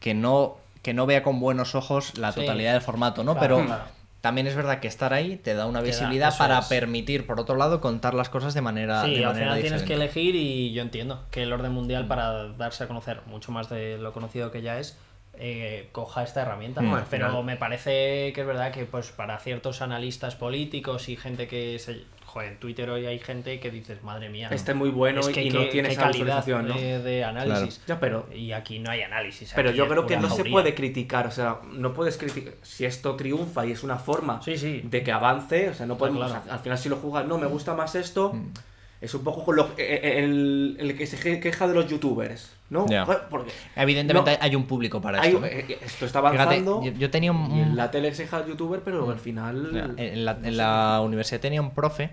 [SPEAKER 1] que no, que no vea con buenos ojos la
[SPEAKER 2] Sí.
[SPEAKER 1] totalidad del formato, ¿no?
[SPEAKER 2] Claro,
[SPEAKER 1] Pero
[SPEAKER 2] claro.
[SPEAKER 1] también es verdad que estar ahí te da una
[SPEAKER 2] Te da,
[SPEAKER 1] visibilidad
[SPEAKER 2] eso
[SPEAKER 1] para
[SPEAKER 2] es.
[SPEAKER 1] permitir, por otro lado, contar las cosas de manera,
[SPEAKER 2] Sí,
[SPEAKER 1] de
[SPEAKER 2] al
[SPEAKER 1] manera
[SPEAKER 2] final tienes que
[SPEAKER 1] diferente. Mm.
[SPEAKER 2] elegir y yo entiendo que el orden mundial para darse a conocer mucho más de lo conocido que ya es eh, coja esta herramienta.
[SPEAKER 1] Mm,
[SPEAKER 3] al
[SPEAKER 2] Pero
[SPEAKER 3] final.
[SPEAKER 2] me parece que es verdad que pues para ciertos analistas políticos y gente que se... Joder, en Twitter hoy hay gente que dices, madre mía.
[SPEAKER 3] Este es muy bueno
[SPEAKER 2] es
[SPEAKER 3] y-
[SPEAKER 2] que
[SPEAKER 3] y no
[SPEAKER 2] qué-
[SPEAKER 3] tiene
[SPEAKER 2] qué
[SPEAKER 3] esa
[SPEAKER 2] calidad
[SPEAKER 3] autorización, ¿no?
[SPEAKER 1] eh,
[SPEAKER 2] de, de análisis.
[SPEAKER 3] Ya, pero-
[SPEAKER 2] Y aquí no hay análisis.
[SPEAKER 3] Pero
[SPEAKER 2] aquí
[SPEAKER 3] yo
[SPEAKER 2] es
[SPEAKER 3] creo que
[SPEAKER 2] pura
[SPEAKER 3] no se
[SPEAKER 2] jauría.
[SPEAKER 3] puede criticar, o sea, no puedes criticar. Si esto triunfa y es una forma
[SPEAKER 2] Sí, sí.
[SPEAKER 3] de que avance, o sea, no podemos.
[SPEAKER 2] claro.
[SPEAKER 3] o sea, al final, si lo juegas, no, me gusta más esto.
[SPEAKER 1] Mm.
[SPEAKER 3] Es un poco con lo- eh, eh, el, el que se que- queja de los youtubers, ¿no?
[SPEAKER 1] Ya.
[SPEAKER 3] Joder, Porque
[SPEAKER 1] Evidentemente
[SPEAKER 3] No.
[SPEAKER 1] hay un público para
[SPEAKER 3] hay-
[SPEAKER 1] esto. ¿no?
[SPEAKER 3] eh, eh, esto está
[SPEAKER 1] Fíjate,
[SPEAKER 3] avanzando.
[SPEAKER 1] yo, yo tenía un, Mm.
[SPEAKER 3] y en la tele se queja de youtuber, pero al final.
[SPEAKER 1] Ya, En la, en la universidad tenía un profe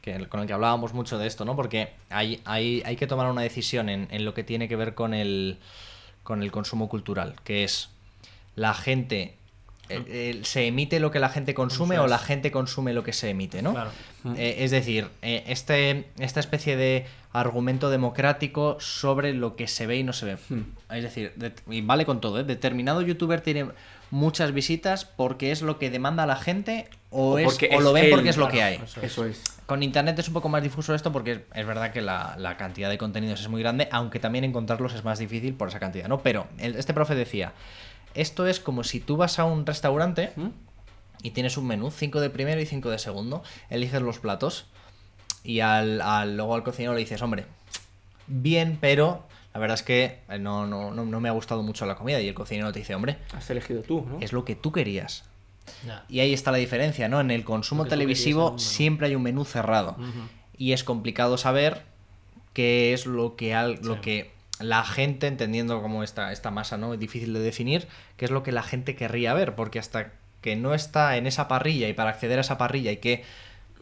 [SPEAKER 1] que, el- con el que hablábamos mucho de esto, ¿no? Porque hay, hay, hay que tomar una decisión en, en lo que tiene que ver con el, con el consumo cultural, que es la gente... eh, eh, ¿Se emite lo que la gente consume o la gente consume lo que se emite, no?
[SPEAKER 2] Claro.
[SPEAKER 1] Eh, es decir, eh, este, esta especie de argumento democrático sobre lo que se ve y no se ve.
[SPEAKER 3] Hmm.
[SPEAKER 1] Es decir, det- y vale con todo, ¿eh? Determinado youtuber tiene muchas visitas porque es lo que demanda la gente o,
[SPEAKER 3] O
[SPEAKER 1] es-
[SPEAKER 3] porque
[SPEAKER 1] o
[SPEAKER 3] es
[SPEAKER 1] lo ven
[SPEAKER 3] él,
[SPEAKER 1] porque es lo
[SPEAKER 3] claro,
[SPEAKER 1] que hay.
[SPEAKER 3] Eso es.
[SPEAKER 1] Con internet es un poco más difuso esto porque es, es verdad que la, la cantidad de contenidos es muy grande, aunque también encontrarlos es más difícil por esa cantidad, ¿no? Pero el- este profe decía, esto es como si tú vas a un restaurante
[SPEAKER 3] ¿Mm?
[SPEAKER 1] y tienes un menú, 5 de primero y 5 de segundo, eliges los platos y al, al- luego al cocinero le dices, hombre, bien, pero la verdad es que eh, no, no, no, no me ha gustado mucho la comida y el cocinero te dice, hombre,
[SPEAKER 3] Has elegido tú, ¿no?
[SPEAKER 1] es lo que tú querías,
[SPEAKER 2] Ya.
[SPEAKER 1] y ahí está la diferencia, ¿no? En el consumo
[SPEAKER 2] Lo que tú
[SPEAKER 1] televisivo
[SPEAKER 2] querías en un menú.
[SPEAKER 1] siempre hay un menú cerrado. Y es complicado saber qué es lo que, al- lo que la gente, entendiendo como esta, esta masa, ¿no? Es difícil de definir, qué es lo que la gente querría ver, porque hasta que no está en esa parrilla y para acceder a esa parrilla hay que...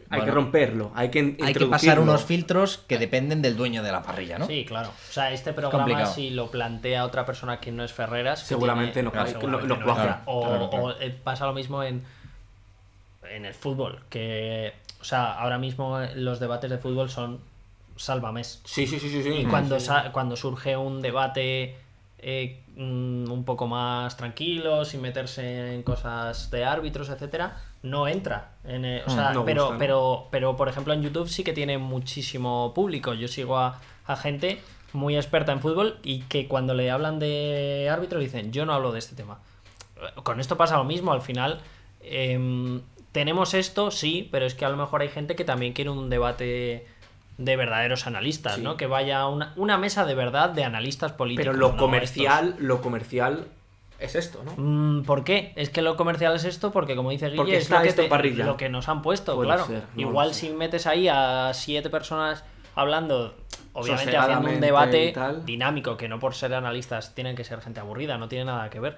[SPEAKER 3] Hay
[SPEAKER 1] bueno,
[SPEAKER 3] que romperlo, hay que in-
[SPEAKER 1] hay que pasar
[SPEAKER 3] introducirlo.
[SPEAKER 1] unos filtros que dependen del dueño de la parrilla, ¿no?
[SPEAKER 2] Sí, claro. O sea, este programa,
[SPEAKER 1] complicado.
[SPEAKER 2] si lo plantea otra persona que no es Ferreras, que
[SPEAKER 3] Seguramente
[SPEAKER 2] tiene-
[SPEAKER 3] no
[SPEAKER 2] claro,
[SPEAKER 3] cae,
[SPEAKER 2] seguramente
[SPEAKER 3] lo- lo
[SPEAKER 2] no
[SPEAKER 3] cuaja.
[SPEAKER 2] entra. O,
[SPEAKER 1] Claro, claro.
[SPEAKER 2] o, eh, pasa lo mismo en, en el fútbol, que, o sea, ahora mismo eh, los debates de fútbol son sálvames.
[SPEAKER 3] Sí, sí, sí, sí. sí.
[SPEAKER 1] Mm.
[SPEAKER 2] Y cuando, sa- cuando surge un debate eh, mm, un poco más tranquilo, sin meterse en cosas de árbitros, etcétera, no entra. en, eh, o sea,
[SPEAKER 3] no
[SPEAKER 2] pero,
[SPEAKER 3] gusta, ¿no?
[SPEAKER 2] pero, pero por ejemplo en YouTube sí que tiene muchísimo público. Yo sigo a, a gente muy experta en fútbol y que cuando le hablan de árbitros dicen, yo no hablo de este tema. Con esto pasa lo mismo, al final em, tenemos esto, sí, pero es que a lo mejor hay gente que también quiere un debate de verdaderos analistas,
[SPEAKER 3] Sí.
[SPEAKER 2] ¿no? Que vaya a una, una mesa de verdad de analistas políticos.
[SPEAKER 3] Pero lo
[SPEAKER 2] no
[SPEAKER 3] comercial, lo comercial es esto, ¿no?
[SPEAKER 2] estos. Mm, ¿Por qué? Es que lo comercial es esto porque, como dice Guille,
[SPEAKER 3] Porque
[SPEAKER 2] es
[SPEAKER 3] está
[SPEAKER 2] lo que,
[SPEAKER 3] esto en parrilla.
[SPEAKER 2] lo que nos han puesto,
[SPEAKER 3] Puede
[SPEAKER 2] claro.
[SPEAKER 3] ser, no
[SPEAKER 2] Igual
[SPEAKER 3] lo sé.
[SPEAKER 2] si metes ahí a siete personas hablando, obviamente haciendo un
[SPEAKER 3] Sosegadamente y
[SPEAKER 2] debate
[SPEAKER 3] tal.
[SPEAKER 2] dinámico, que no por ser analistas tienen que ser gente aburrida, no tiene nada que ver.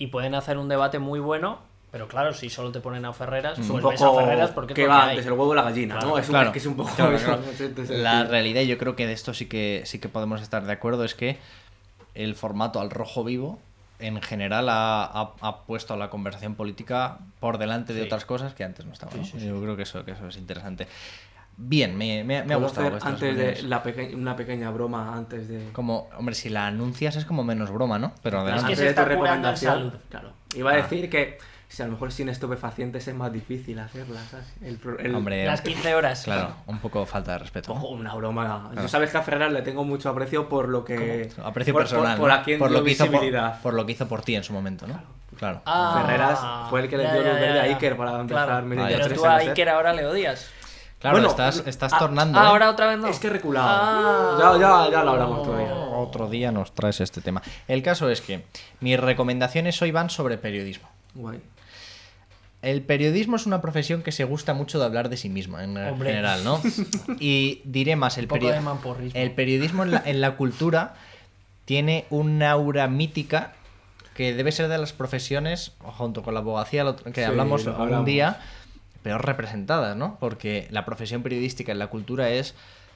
[SPEAKER 2] Y pueden hacer un debate muy bueno, pero claro, si solo te ponen a Ferreras, pues
[SPEAKER 3] un
[SPEAKER 2] ves a
[SPEAKER 3] poco
[SPEAKER 2] Ferreras porque es
[SPEAKER 3] que
[SPEAKER 2] lo
[SPEAKER 3] va
[SPEAKER 2] hay.
[SPEAKER 3] antes el huevo o la gallina,
[SPEAKER 2] Claro,
[SPEAKER 3] ¿no? Es, un-
[SPEAKER 1] claro.
[SPEAKER 3] que es un poco Este,
[SPEAKER 1] Claro, claro. La realidad, yo creo que de esto sí que sí que podemos estar de acuerdo, es que el formato al rojo vivo en general ha, ha- ha puesto la conversación política por delante de
[SPEAKER 2] Sí.
[SPEAKER 1] otras cosas que antes no estaban.
[SPEAKER 2] Sí,
[SPEAKER 1] ¿no?
[SPEAKER 2] sí, sí.
[SPEAKER 1] Yo creo que eso, que eso es interesante. Bien, me, me- me ha
[SPEAKER 3] Puedo
[SPEAKER 1] gustado.
[SPEAKER 3] hacer
[SPEAKER 1] vuestras
[SPEAKER 3] antes de
[SPEAKER 1] opiniones.
[SPEAKER 3] la peque- una pequeña broma antes de
[SPEAKER 1] Como, hombre, si la anuncias es como menos broma, ¿no? Pero
[SPEAKER 2] Es
[SPEAKER 1] adelante.
[SPEAKER 2] que
[SPEAKER 3] antes
[SPEAKER 2] se
[SPEAKER 3] de
[SPEAKER 2] está
[SPEAKER 3] tu
[SPEAKER 2] curando en
[SPEAKER 3] recomendación.
[SPEAKER 2] salud.
[SPEAKER 3] Claro. Iba a
[SPEAKER 1] Ah.
[SPEAKER 3] decir que si a lo mejor sin estupefacientes es más difícil hacerla, ¿sabes? El, pro- el-
[SPEAKER 1] Hombre,
[SPEAKER 4] Las 15 horas.
[SPEAKER 1] claro, un poco falta de respeto. ¿no?
[SPEAKER 3] Ojo, una broma. Yo sabes que a Ferrar le tengo mucho aprecio por lo que.
[SPEAKER 1] Aprecio
[SPEAKER 3] por,
[SPEAKER 1] personal.
[SPEAKER 3] Por, por
[SPEAKER 1] ¿no?
[SPEAKER 3] aquí en
[SPEAKER 1] Por lo que hizo por,
[SPEAKER 3] visibilidad.
[SPEAKER 1] por lo que hizo por ti en su momento, ¿no? Claro.
[SPEAKER 2] Ah,
[SPEAKER 3] Ferreras fue el que le
[SPEAKER 2] ya,
[SPEAKER 3] dio
[SPEAKER 2] ya,
[SPEAKER 3] luz
[SPEAKER 2] ya,
[SPEAKER 3] verde a
[SPEAKER 2] ya.
[SPEAKER 3] Iker para empezar
[SPEAKER 2] Claro.
[SPEAKER 3] Mini
[SPEAKER 1] Vaya.
[SPEAKER 3] Día
[SPEAKER 4] Pero
[SPEAKER 3] 3
[SPEAKER 4] tú
[SPEAKER 3] en
[SPEAKER 4] a
[SPEAKER 3] hacer.
[SPEAKER 4] Iker ahora le odias.
[SPEAKER 1] Claro,
[SPEAKER 3] Bueno,
[SPEAKER 1] estás, estás tornando.
[SPEAKER 4] Ah,
[SPEAKER 1] ¿eh?
[SPEAKER 4] ahora otra vez no.
[SPEAKER 3] Es que reculado.
[SPEAKER 4] Ah.
[SPEAKER 3] Ya, ya, ya lo
[SPEAKER 1] Oh.
[SPEAKER 3] hablamos todavía.
[SPEAKER 1] Otro día nos traes este tema. El caso es que mis recomendaciones hoy van sobre periodismo.
[SPEAKER 3] Guay.
[SPEAKER 1] El periodismo es una profesión que se gusta mucho de hablar de sí misma en
[SPEAKER 2] Hombre.
[SPEAKER 1] general, ¿no? Y diré más, el,
[SPEAKER 2] Un poco
[SPEAKER 1] perio-
[SPEAKER 2] de mamporrismo.
[SPEAKER 1] el periodismo en la, en la cultura tiene una aura mítica que debe ser de las profesiones, junto con la abogacía lo- que
[SPEAKER 3] Sí,
[SPEAKER 1] hablamos
[SPEAKER 3] lo
[SPEAKER 1] algún
[SPEAKER 3] hablamos.
[SPEAKER 1] día, peor representadas, ¿no? Porque la profesión periodística en la cultura es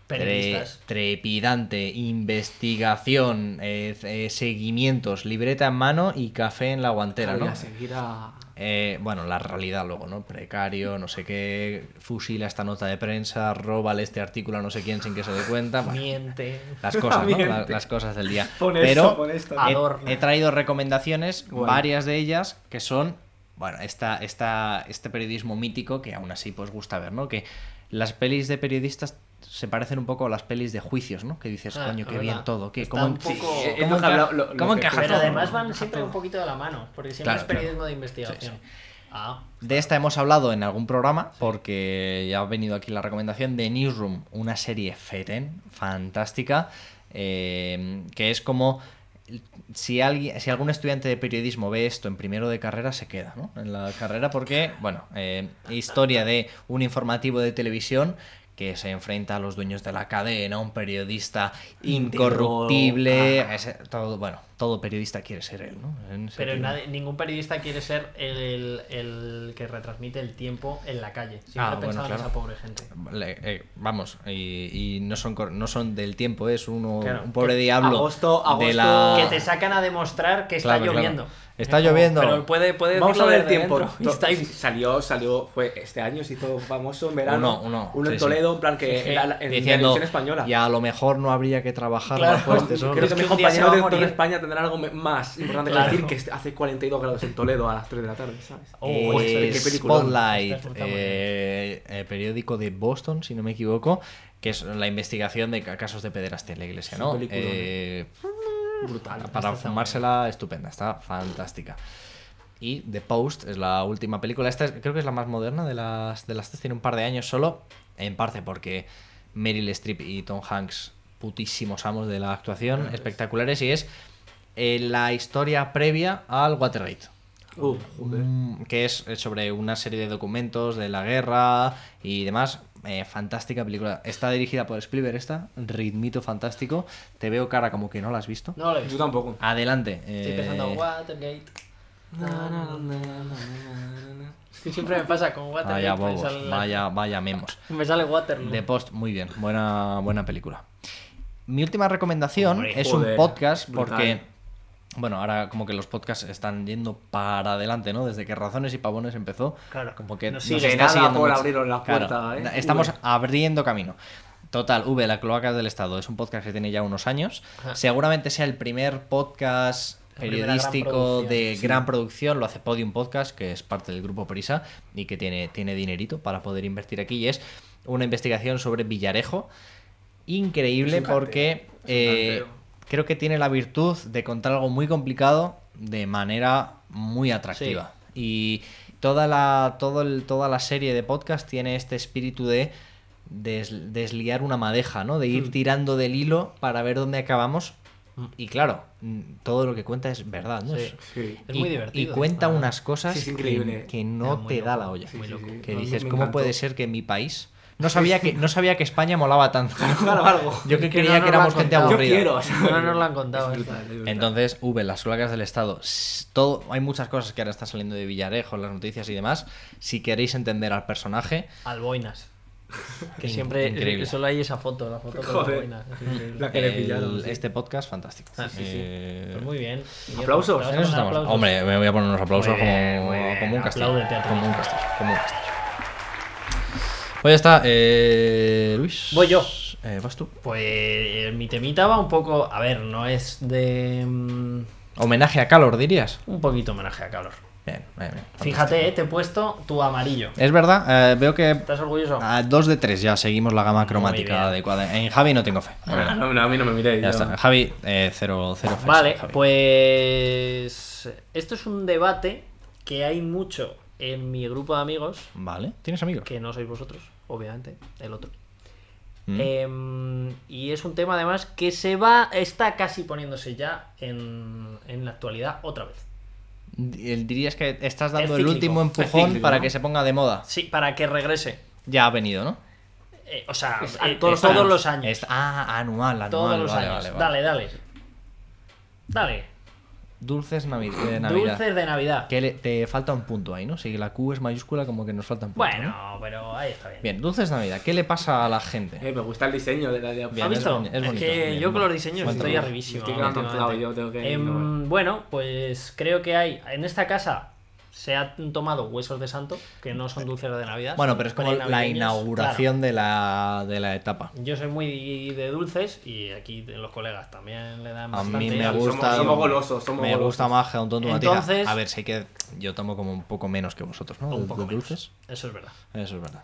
[SPEAKER 1] tre-
[SPEAKER 2] Periodistas.
[SPEAKER 1] trepidante, investigación, eh, eh, seguimientos, libreta en mano y café en la guantera,
[SPEAKER 3] Voy
[SPEAKER 1] ¿no?
[SPEAKER 3] a seguir a.
[SPEAKER 1] Eh, bueno, la realidad luego, ¿no? Precario, no sé qué, fusila esta nota de prensa, róbale este artículo a no sé quién sin que se dé cuenta. bueno,
[SPEAKER 2] Miente.
[SPEAKER 1] las cosas, ¿no?
[SPEAKER 3] Miente.
[SPEAKER 1] La- las cosas del día.
[SPEAKER 3] Pon esto,
[SPEAKER 1] Pero
[SPEAKER 3] pon esto.
[SPEAKER 1] he-
[SPEAKER 2] Adorno.
[SPEAKER 1] He, traído recomendaciones,
[SPEAKER 3] Guay.
[SPEAKER 1] varias de ellas, que son, bueno, esta, esta, este periodismo mítico que aún así pues gusta ver, ¿no? Que las pelis de periodistas se parecen un poco a las pelis de juicios, ¿no? Que dices,
[SPEAKER 2] Ah,
[SPEAKER 1] coño,
[SPEAKER 2] es
[SPEAKER 1] qué
[SPEAKER 2] verdad.
[SPEAKER 1] bien todo, que
[SPEAKER 2] Está
[SPEAKER 1] cómo,
[SPEAKER 2] un poco-
[SPEAKER 1] cómo
[SPEAKER 3] es lo que
[SPEAKER 1] enca-
[SPEAKER 3] habla- lo- lo
[SPEAKER 1] cómo
[SPEAKER 3] que-
[SPEAKER 1] encaja
[SPEAKER 2] Pero
[SPEAKER 1] todo,
[SPEAKER 2] además
[SPEAKER 1] ¿no?
[SPEAKER 2] van siempre un poquito de la mano, porque siempre
[SPEAKER 1] Claro,
[SPEAKER 2] es periodismo de investigación.
[SPEAKER 1] Sí,
[SPEAKER 2] Ah,
[SPEAKER 1] De esta hemos hablado en algún programa porque ya ha venido aquí la recomendación de Newsroom, una serie feten, fantástica, eh, que es como si alguien, si algún estudiante de periodismo ve esto en primero de carrera se queda, ¿no? En la carrera porque, bueno, eh, historia de un informativo de televisión que se enfrenta a los dueños de la cadena, un periodista
[SPEAKER 3] Íntegro,
[SPEAKER 1] incorruptible,
[SPEAKER 3] ah.
[SPEAKER 1] ese- todo, bueno, todo periodista quiere ser él, ¿no? En ese
[SPEAKER 2] pero
[SPEAKER 1] tipo.
[SPEAKER 2] nadie- ningún periodista quiere ser el, el que retransmite el tiempo en la calle. Siempre
[SPEAKER 1] Ah,
[SPEAKER 2] he
[SPEAKER 1] bueno,
[SPEAKER 2] pensado en
[SPEAKER 1] claro.
[SPEAKER 2] esa pobre gente.
[SPEAKER 1] Le- eh, vamos, y, y no, son, cor- no son del tiempo, es uno,
[SPEAKER 2] Claro,
[SPEAKER 1] un pobre
[SPEAKER 2] que-
[SPEAKER 1] diablo.
[SPEAKER 3] agosto-
[SPEAKER 1] de
[SPEAKER 3] agosto-
[SPEAKER 1] la...
[SPEAKER 2] Pues Que te sacan a demostrar que está
[SPEAKER 1] Claro, claro.
[SPEAKER 2] lloviendo.
[SPEAKER 1] Está
[SPEAKER 2] Es como-
[SPEAKER 1] lloviendo.
[SPEAKER 2] Pero puede, puede
[SPEAKER 3] Vamos
[SPEAKER 2] decirlo
[SPEAKER 3] a ver el
[SPEAKER 2] desde
[SPEAKER 3] tiempo.
[SPEAKER 2] dentro.
[SPEAKER 3] To-
[SPEAKER 2] Está ahí.
[SPEAKER 3] sí, Salió, salió, fue este año, se hizo famoso en verano.
[SPEAKER 1] Uno, uno,
[SPEAKER 3] en
[SPEAKER 1] sí,
[SPEAKER 3] Toledo, en plan que
[SPEAKER 2] Sí, sí.
[SPEAKER 3] era la- en
[SPEAKER 1] diciendo,
[SPEAKER 3] televisión española.
[SPEAKER 1] y a lo mejor no habría que trabajar
[SPEAKER 2] Claro.
[SPEAKER 1] bajo este sol.
[SPEAKER 3] Creo
[SPEAKER 2] Es
[SPEAKER 3] que
[SPEAKER 2] que
[SPEAKER 3] mis
[SPEAKER 2] un día se va a
[SPEAKER 3] compañeros de toda
[SPEAKER 2] morir.
[SPEAKER 3] España tendrán algo me- más importante
[SPEAKER 2] Claro.
[SPEAKER 3] que decir que este- hace 42 grados en Toledo a las 3 de la tarde, ¿sabes?
[SPEAKER 2] Oh,
[SPEAKER 1] Eh,
[SPEAKER 2] pues, qué
[SPEAKER 3] peliculón.
[SPEAKER 1] Spotlight,
[SPEAKER 2] Está- está muy
[SPEAKER 1] eh, eh, periódico de Boston, si no me equivoco, que es la investigación de ca- casos de pederastia en la iglesia,
[SPEAKER 3] Es
[SPEAKER 1] ¿no?
[SPEAKER 3] un peliculón.
[SPEAKER 1] Eh,
[SPEAKER 3] Brutal.
[SPEAKER 1] para fumársela, estupenda, está fantástica. Y The Post es la última película. Esta es- creo que es la más moderna de las, de las tres. Tiene un par de años solo. En parte porque Meryl Streep y Tom Hanks, putísimos amos de la actuación, espectaculares. Y es eh, la historia previa al Watergate.
[SPEAKER 3] Uh, joder.
[SPEAKER 1] Mm, que es eh, sobre una serie de documentos de la guerra y demás. Eh, fantástica película. Está dirigida por Spielberg esta, ritmito fantástico. Te veo cara como que no la has visto.
[SPEAKER 2] No lo he
[SPEAKER 3] Yo
[SPEAKER 2] visto.
[SPEAKER 3] tampoco.
[SPEAKER 1] Adelante.
[SPEAKER 2] Estoy
[SPEAKER 1] eh,
[SPEAKER 2] pensando Watergate.
[SPEAKER 3] Na, na, na, na, na, na.
[SPEAKER 2] Es que siempre me pasa con Watergate.
[SPEAKER 1] Vaya
[SPEAKER 2] me
[SPEAKER 1] bobos,
[SPEAKER 2] sale la-
[SPEAKER 1] vaya, vaya memos.
[SPEAKER 2] Me sale Waterloo.
[SPEAKER 1] De Post, muy bien, buena, buena película. Mi última recomendación
[SPEAKER 3] Hombre,
[SPEAKER 1] es
[SPEAKER 3] joder,
[SPEAKER 1] un podcast
[SPEAKER 3] brutal.
[SPEAKER 1] porque, bueno, ahora como que los podcasts están yendo para adelante, ¿no? Desde que Razones y Pavones empezó,
[SPEAKER 2] Claro,
[SPEAKER 1] como que
[SPEAKER 2] nos
[SPEAKER 1] nos
[SPEAKER 2] sigue.
[SPEAKER 1] está
[SPEAKER 3] Nada
[SPEAKER 1] siguiendo
[SPEAKER 3] por
[SPEAKER 1] mucho.
[SPEAKER 3] abriros la
[SPEAKER 1] Claro,
[SPEAKER 3] puerta, ¿eh?
[SPEAKER 1] Estamos
[SPEAKER 3] V.
[SPEAKER 1] abriendo camino. Total, V, La Cloaca del Estado, es un podcast que tiene ya unos años.
[SPEAKER 2] Ajá.
[SPEAKER 1] Seguramente sea el primer podcast
[SPEAKER 2] La primera gran
[SPEAKER 1] periodístico
[SPEAKER 2] producción.
[SPEAKER 1] de de gran producción, lo hace Podium Podcast, que es parte del grupo Prisa y que tiene, tiene dinerito para poder invertir aquí. Y es una investigación sobre Villarejo increíble
[SPEAKER 3] Es un
[SPEAKER 1] porque
[SPEAKER 3] canteo, es un
[SPEAKER 1] eh,
[SPEAKER 3] canteo.
[SPEAKER 1] creo que tiene la virtud de contar algo muy complicado de manera muy atractiva. Y toda la, todo el- toda la serie de podcast tiene este espíritu de des- desliar una madeja, ¿no? De ir
[SPEAKER 2] Mm.
[SPEAKER 1] tirando del hilo para ver dónde acabamos. Y claro, mm, todo lo que cuenta es verdad, ¿no?
[SPEAKER 2] Sí.
[SPEAKER 1] Es-
[SPEAKER 3] Sí.
[SPEAKER 2] Es
[SPEAKER 1] y,
[SPEAKER 2] muy divertido.
[SPEAKER 1] y cuenta
[SPEAKER 2] Ah.
[SPEAKER 1] unas cosas
[SPEAKER 3] Sí, es
[SPEAKER 1] que,
[SPEAKER 3] increíble.
[SPEAKER 1] que no
[SPEAKER 2] Era muy
[SPEAKER 1] te da
[SPEAKER 2] loco,
[SPEAKER 1] la olla.
[SPEAKER 2] sí,
[SPEAKER 3] Muy sí, loco. sí.
[SPEAKER 1] Que
[SPEAKER 3] No, me-
[SPEAKER 1] dices,
[SPEAKER 3] me
[SPEAKER 1] ¿cómo
[SPEAKER 3] encantó.
[SPEAKER 1] puede ser que en mi país? No sabía que, no sabía que España molaba tanto.
[SPEAKER 3] Claro, algo.
[SPEAKER 1] Yo que
[SPEAKER 2] Es que
[SPEAKER 1] creía
[SPEAKER 2] no
[SPEAKER 1] que
[SPEAKER 2] nos lo
[SPEAKER 1] éramos
[SPEAKER 2] han
[SPEAKER 1] gente
[SPEAKER 2] contado.
[SPEAKER 3] Yo
[SPEAKER 1] aburrida.
[SPEAKER 3] quiero.
[SPEAKER 2] No nos lo han contado.
[SPEAKER 3] Es
[SPEAKER 2] esto.
[SPEAKER 3] brutal, es brutal.
[SPEAKER 1] Entonces, V, las cloacas del Estado. s- Todo, hay muchas cosas que ahora están saliendo de Villarejo, las noticias y demás. Si queréis entender al personaje,
[SPEAKER 2] Alboinas. eh,
[SPEAKER 4] Que
[SPEAKER 1] In-
[SPEAKER 4] siempre
[SPEAKER 1] increíble.
[SPEAKER 4] solo hay esa foto, la foto con
[SPEAKER 3] Joder.
[SPEAKER 4] la boina. Es increíble.
[SPEAKER 3] La que le
[SPEAKER 1] El-
[SPEAKER 3] pillaron. sí.
[SPEAKER 1] Este podcast, fantástico.
[SPEAKER 4] Ah, sí, sí.
[SPEAKER 1] Eh,
[SPEAKER 2] Pues muy bien. Guillermo,
[SPEAKER 3] Aplausos.
[SPEAKER 2] te vas a
[SPEAKER 1] en eso
[SPEAKER 2] poner
[SPEAKER 1] estamos.
[SPEAKER 2] aplausos.
[SPEAKER 1] Hombre, me voy a poner unos aplausos
[SPEAKER 2] Muy bien,
[SPEAKER 1] como,
[SPEAKER 2] muy bien.
[SPEAKER 1] como un castillo.
[SPEAKER 2] Apláudete a ti
[SPEAKER 1] Como un
[SPEAKER 2] mismo.
[SPEAKER 1] castillo. Como un castillo. Pues ya está, eh, Luis.
[SPEAKER 2] Voy yo.
[SPEAKER 1] Eh, ¿Vas tú?
[SPEAKER 2] Pues mi temita va un poco. A ver, no es de. mm,
[SPEAKER 1] Homenaje a Calor, dirías.
[SPEAKER 2] Un poquito homenaje a calor.
[SPEAKER 1] Bien, bien, bien.
[SPEAKER 2] Fíjate, eh, te he puesto tu amarillo.
[SPEAKER 1] Es verdad, eh, veo que
[SPEAKER 2] ¿Estás orgulloso?
[SPEAKER 1] a 2 de 3 ya seguimos la gama
[SPEAKER 2] bien.
[SPEAKER 1] cromática adecuada. En Javi no tengo fe. la
[SPEAKER 3] Ah,
[SPEAKER 1] verdad.
[SPEAKER 3] no, no, a mí no me miréis.
[SPEAKER 1] Ya
[SPEAKER 3] yo-
[SPEAKER 1] está. Javi, eh, 0 0
[SPEAKER 2] Vale, pues esto es un debate que hay mucho en mi grupo de amigos,
[SPEAKER 1] Vale, ¿tienes amigos?
[SPEAKER 2] que no sois vosotros, obviamente, el otro.
[SPEAKER 1] Mm.
[SPEAKER 2] Em, y es un tema además que se va, está casi poniéndose ya en, en la actualidad otra vez.
[SPEAKER 1] Di- Dirías que estás dando
[SPEAKER 2] Es
[SPEAKER 1] el
[SPEAKER 2] cíclico.
[SPEAKER 1] último empujón
[SPEAKER 3] Es cíclico,
[SPEAKER 1] para
[SPEAKER 3] ¿no?
[SPEAKER 1] que se ponga de moda.
[SPEAKER 2] Sí, para que regrese.
[SPEAKER 1] Ya ha venido, ¿no?
[SPEAKER 2] Eh, o sea,
[SPEAKER 3] Es a-
[SPEAKER 2] eh,
[SPEAKER 3] todos
[SPEAKER 2] todos,
[SPEAKER 3] los
[SPEAKER 2] los años.
[SPEAKER 1] Está- ah, anual, anual.
[SPEAKER 2] todos los
[SPEAKER 1] vale,
[SPEAKER 2] años.
[SPEAKER 1] vale, vale.
[SPEAKER 2] Dale, dale. Dale.
[SPEAKER 1] Dulces navi- de Navidad.
[SPEAKER 2] Dulces de Navidad.
[SPEAKER 1] Que le- te falta un punto ahí, ¿no? Si la Q es mayúscula, como que nos falta un punto. ¿no?
[SPEAKER 2] Bueno, pero ahí está bien.
[SPEAKER 1] Bien, dulces de Navidad. ¿Qué le pasa a la gente?
[SPEAKER 3] Eh, me gusta el diseño de la de la-
[SPEAKER 1] Bien,
[SPEAKER 2] ¿Has
[SPEAKER 1] es
[SPEAKER 2] visto?
[SPEAKER 1] boni-
[SPEAKER 2] Es,
[SPEAKER 1] es bonito,
[SPEAKER 2] que
[SPEAKER 1] bien,
[SPEAKER 2] yo con
[SPEAKER 1] bueno.
[SPEAKER 2] los diseños
[SPEAKER 1] Buen
[SPEAKER 2] estoy
[SPEAKER 1] trabajo.
[SPEAKER 2] arribísimo.
[SPEAKER 3] Estoy quedando
[SPEAKER 2] últimamente.
[SPEAKER 3] inflado, yo tengo que-
[SPEAKER 2] Em, bueno, pues creo que hay. En esta casa se han tomado huesos de santo, que no son dulces de Navidad.
[SPEAKER 1] Bueno,
[SPEAKER 2] son
[SPEAKER 1] pero es como la
[SPEAKER 2] prenavideños.
[SPEAKER 1] inauguración de, la, de la etapa.
[SPEAKER 2] Claro, Yo soy muy de dulces y aquí los colegas también le dan
[SPEAKER 1] A
[SPEAKER 2] bastante.
[SPEAKER 1] mí me
[SPEAKER 2] al-
[SPEAKER 3] somos-
[SPEAKER 1] gusta.
[SPEAKER 3] somos golosos, somos
[SPEAKER 1] me
[SPEAKER 3] golosos.
[SPEAKER 1] gusta más que un tonto una tija.
[SPEAKER 2] Entonces-
[SPEAKER 1] A ver, sé que yo tomo como un poco menos que vosotros, ¿no?
[SPEAKER 2] Un
[SPEAKER 1] De-
[SPEAKER 2] poco
[SPEAKER 1] de
[SPEAKER 2] menos.
[SPEAKER 1] dulces.
[SPEAKER 2] Eso es verdad.
[SPEAKER 1] Eso es verdad.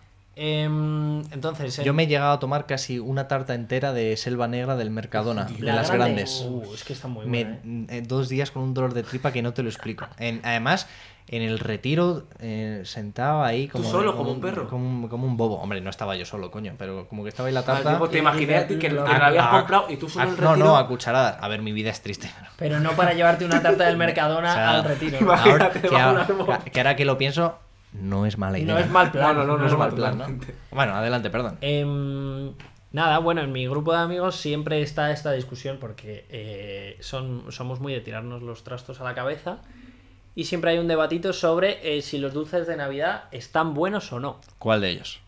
[SPEAKER 2] Em, entonces. eh,
[SPEAKER 1] Yo me he llegado a tomar casi una tarta entera de selva negra del Mercadona, de
[SPEAKER 2] la
[SPEAKER 1] las
[SPEAKER 2] grande-
[SPEAKER 1] grandes.
[SPEAKER 2] Uh, es que está muy
[SPEAKER 1] Me-
[SPEAKER 2] buena, eh.
[SPEAKER 1] eh, Dos días con un dolor de tripa que no te lo explico. En- además, en el retiro, eh, sentado ahí como.
[SPEAKER 3] solo, como un perro?
[SPEAKER 1] Como un, como un bobo. Hombre, no estaba yo solo, coño, pero como que estaba ahí la
[SPEAKER 3] Ah,
[SPEAKER 1] tarta.
[SPEAKER 3] digo, te imaginé a ti que la
[SPEAKER 1] Ah,
[SPEAKER 3] habías
[SPEAKER 1] ah,
[SPEAKER 3] comprado y tú solo
[SPEAKER 1] ah,
[SPEAKER 3] el
[SPEAKER 1] No,
[SPEAKER 3] retiro.
[SPEAKER 1] no, a cucharadas. A ver, mi vida es triste.
[SPEAKER 2] Pero no para llevarte una tarta del
[SPEAKER 1] O sea,
[SPEAKER 2] Mercadona al retiro. ¿no?
[SPEAKER 3] Imagínate
[SPEAKER 1] Ahora, que,
[SPEAKER 3] bajo un
[SPEAKER 1] ahora-
[SPEAKER 3] árbol.
[SPEAKER 1] que ahora que lo pienso, no es mala idea.
[SPEAKER 2] No es mal plan.
[SPEAKER 3] No, no, no,
[SPEAKER 1] No es mal plan, ¿no?
[SPEAKER 3] totalmente.
[SPEAKER 1] Bueno, adelante, perdón.
[SPEAKER 2] Em, nada, bueno, en mi grupo de amigos siempre está esta discusión porque eh, son, somos muy de tirarnos los trastos a la cabeza y siempre hay un debatito sobre eh, si los dulces de Navidad están buenos o no.
[SPEAKER 1] ¿Cuál de ellos?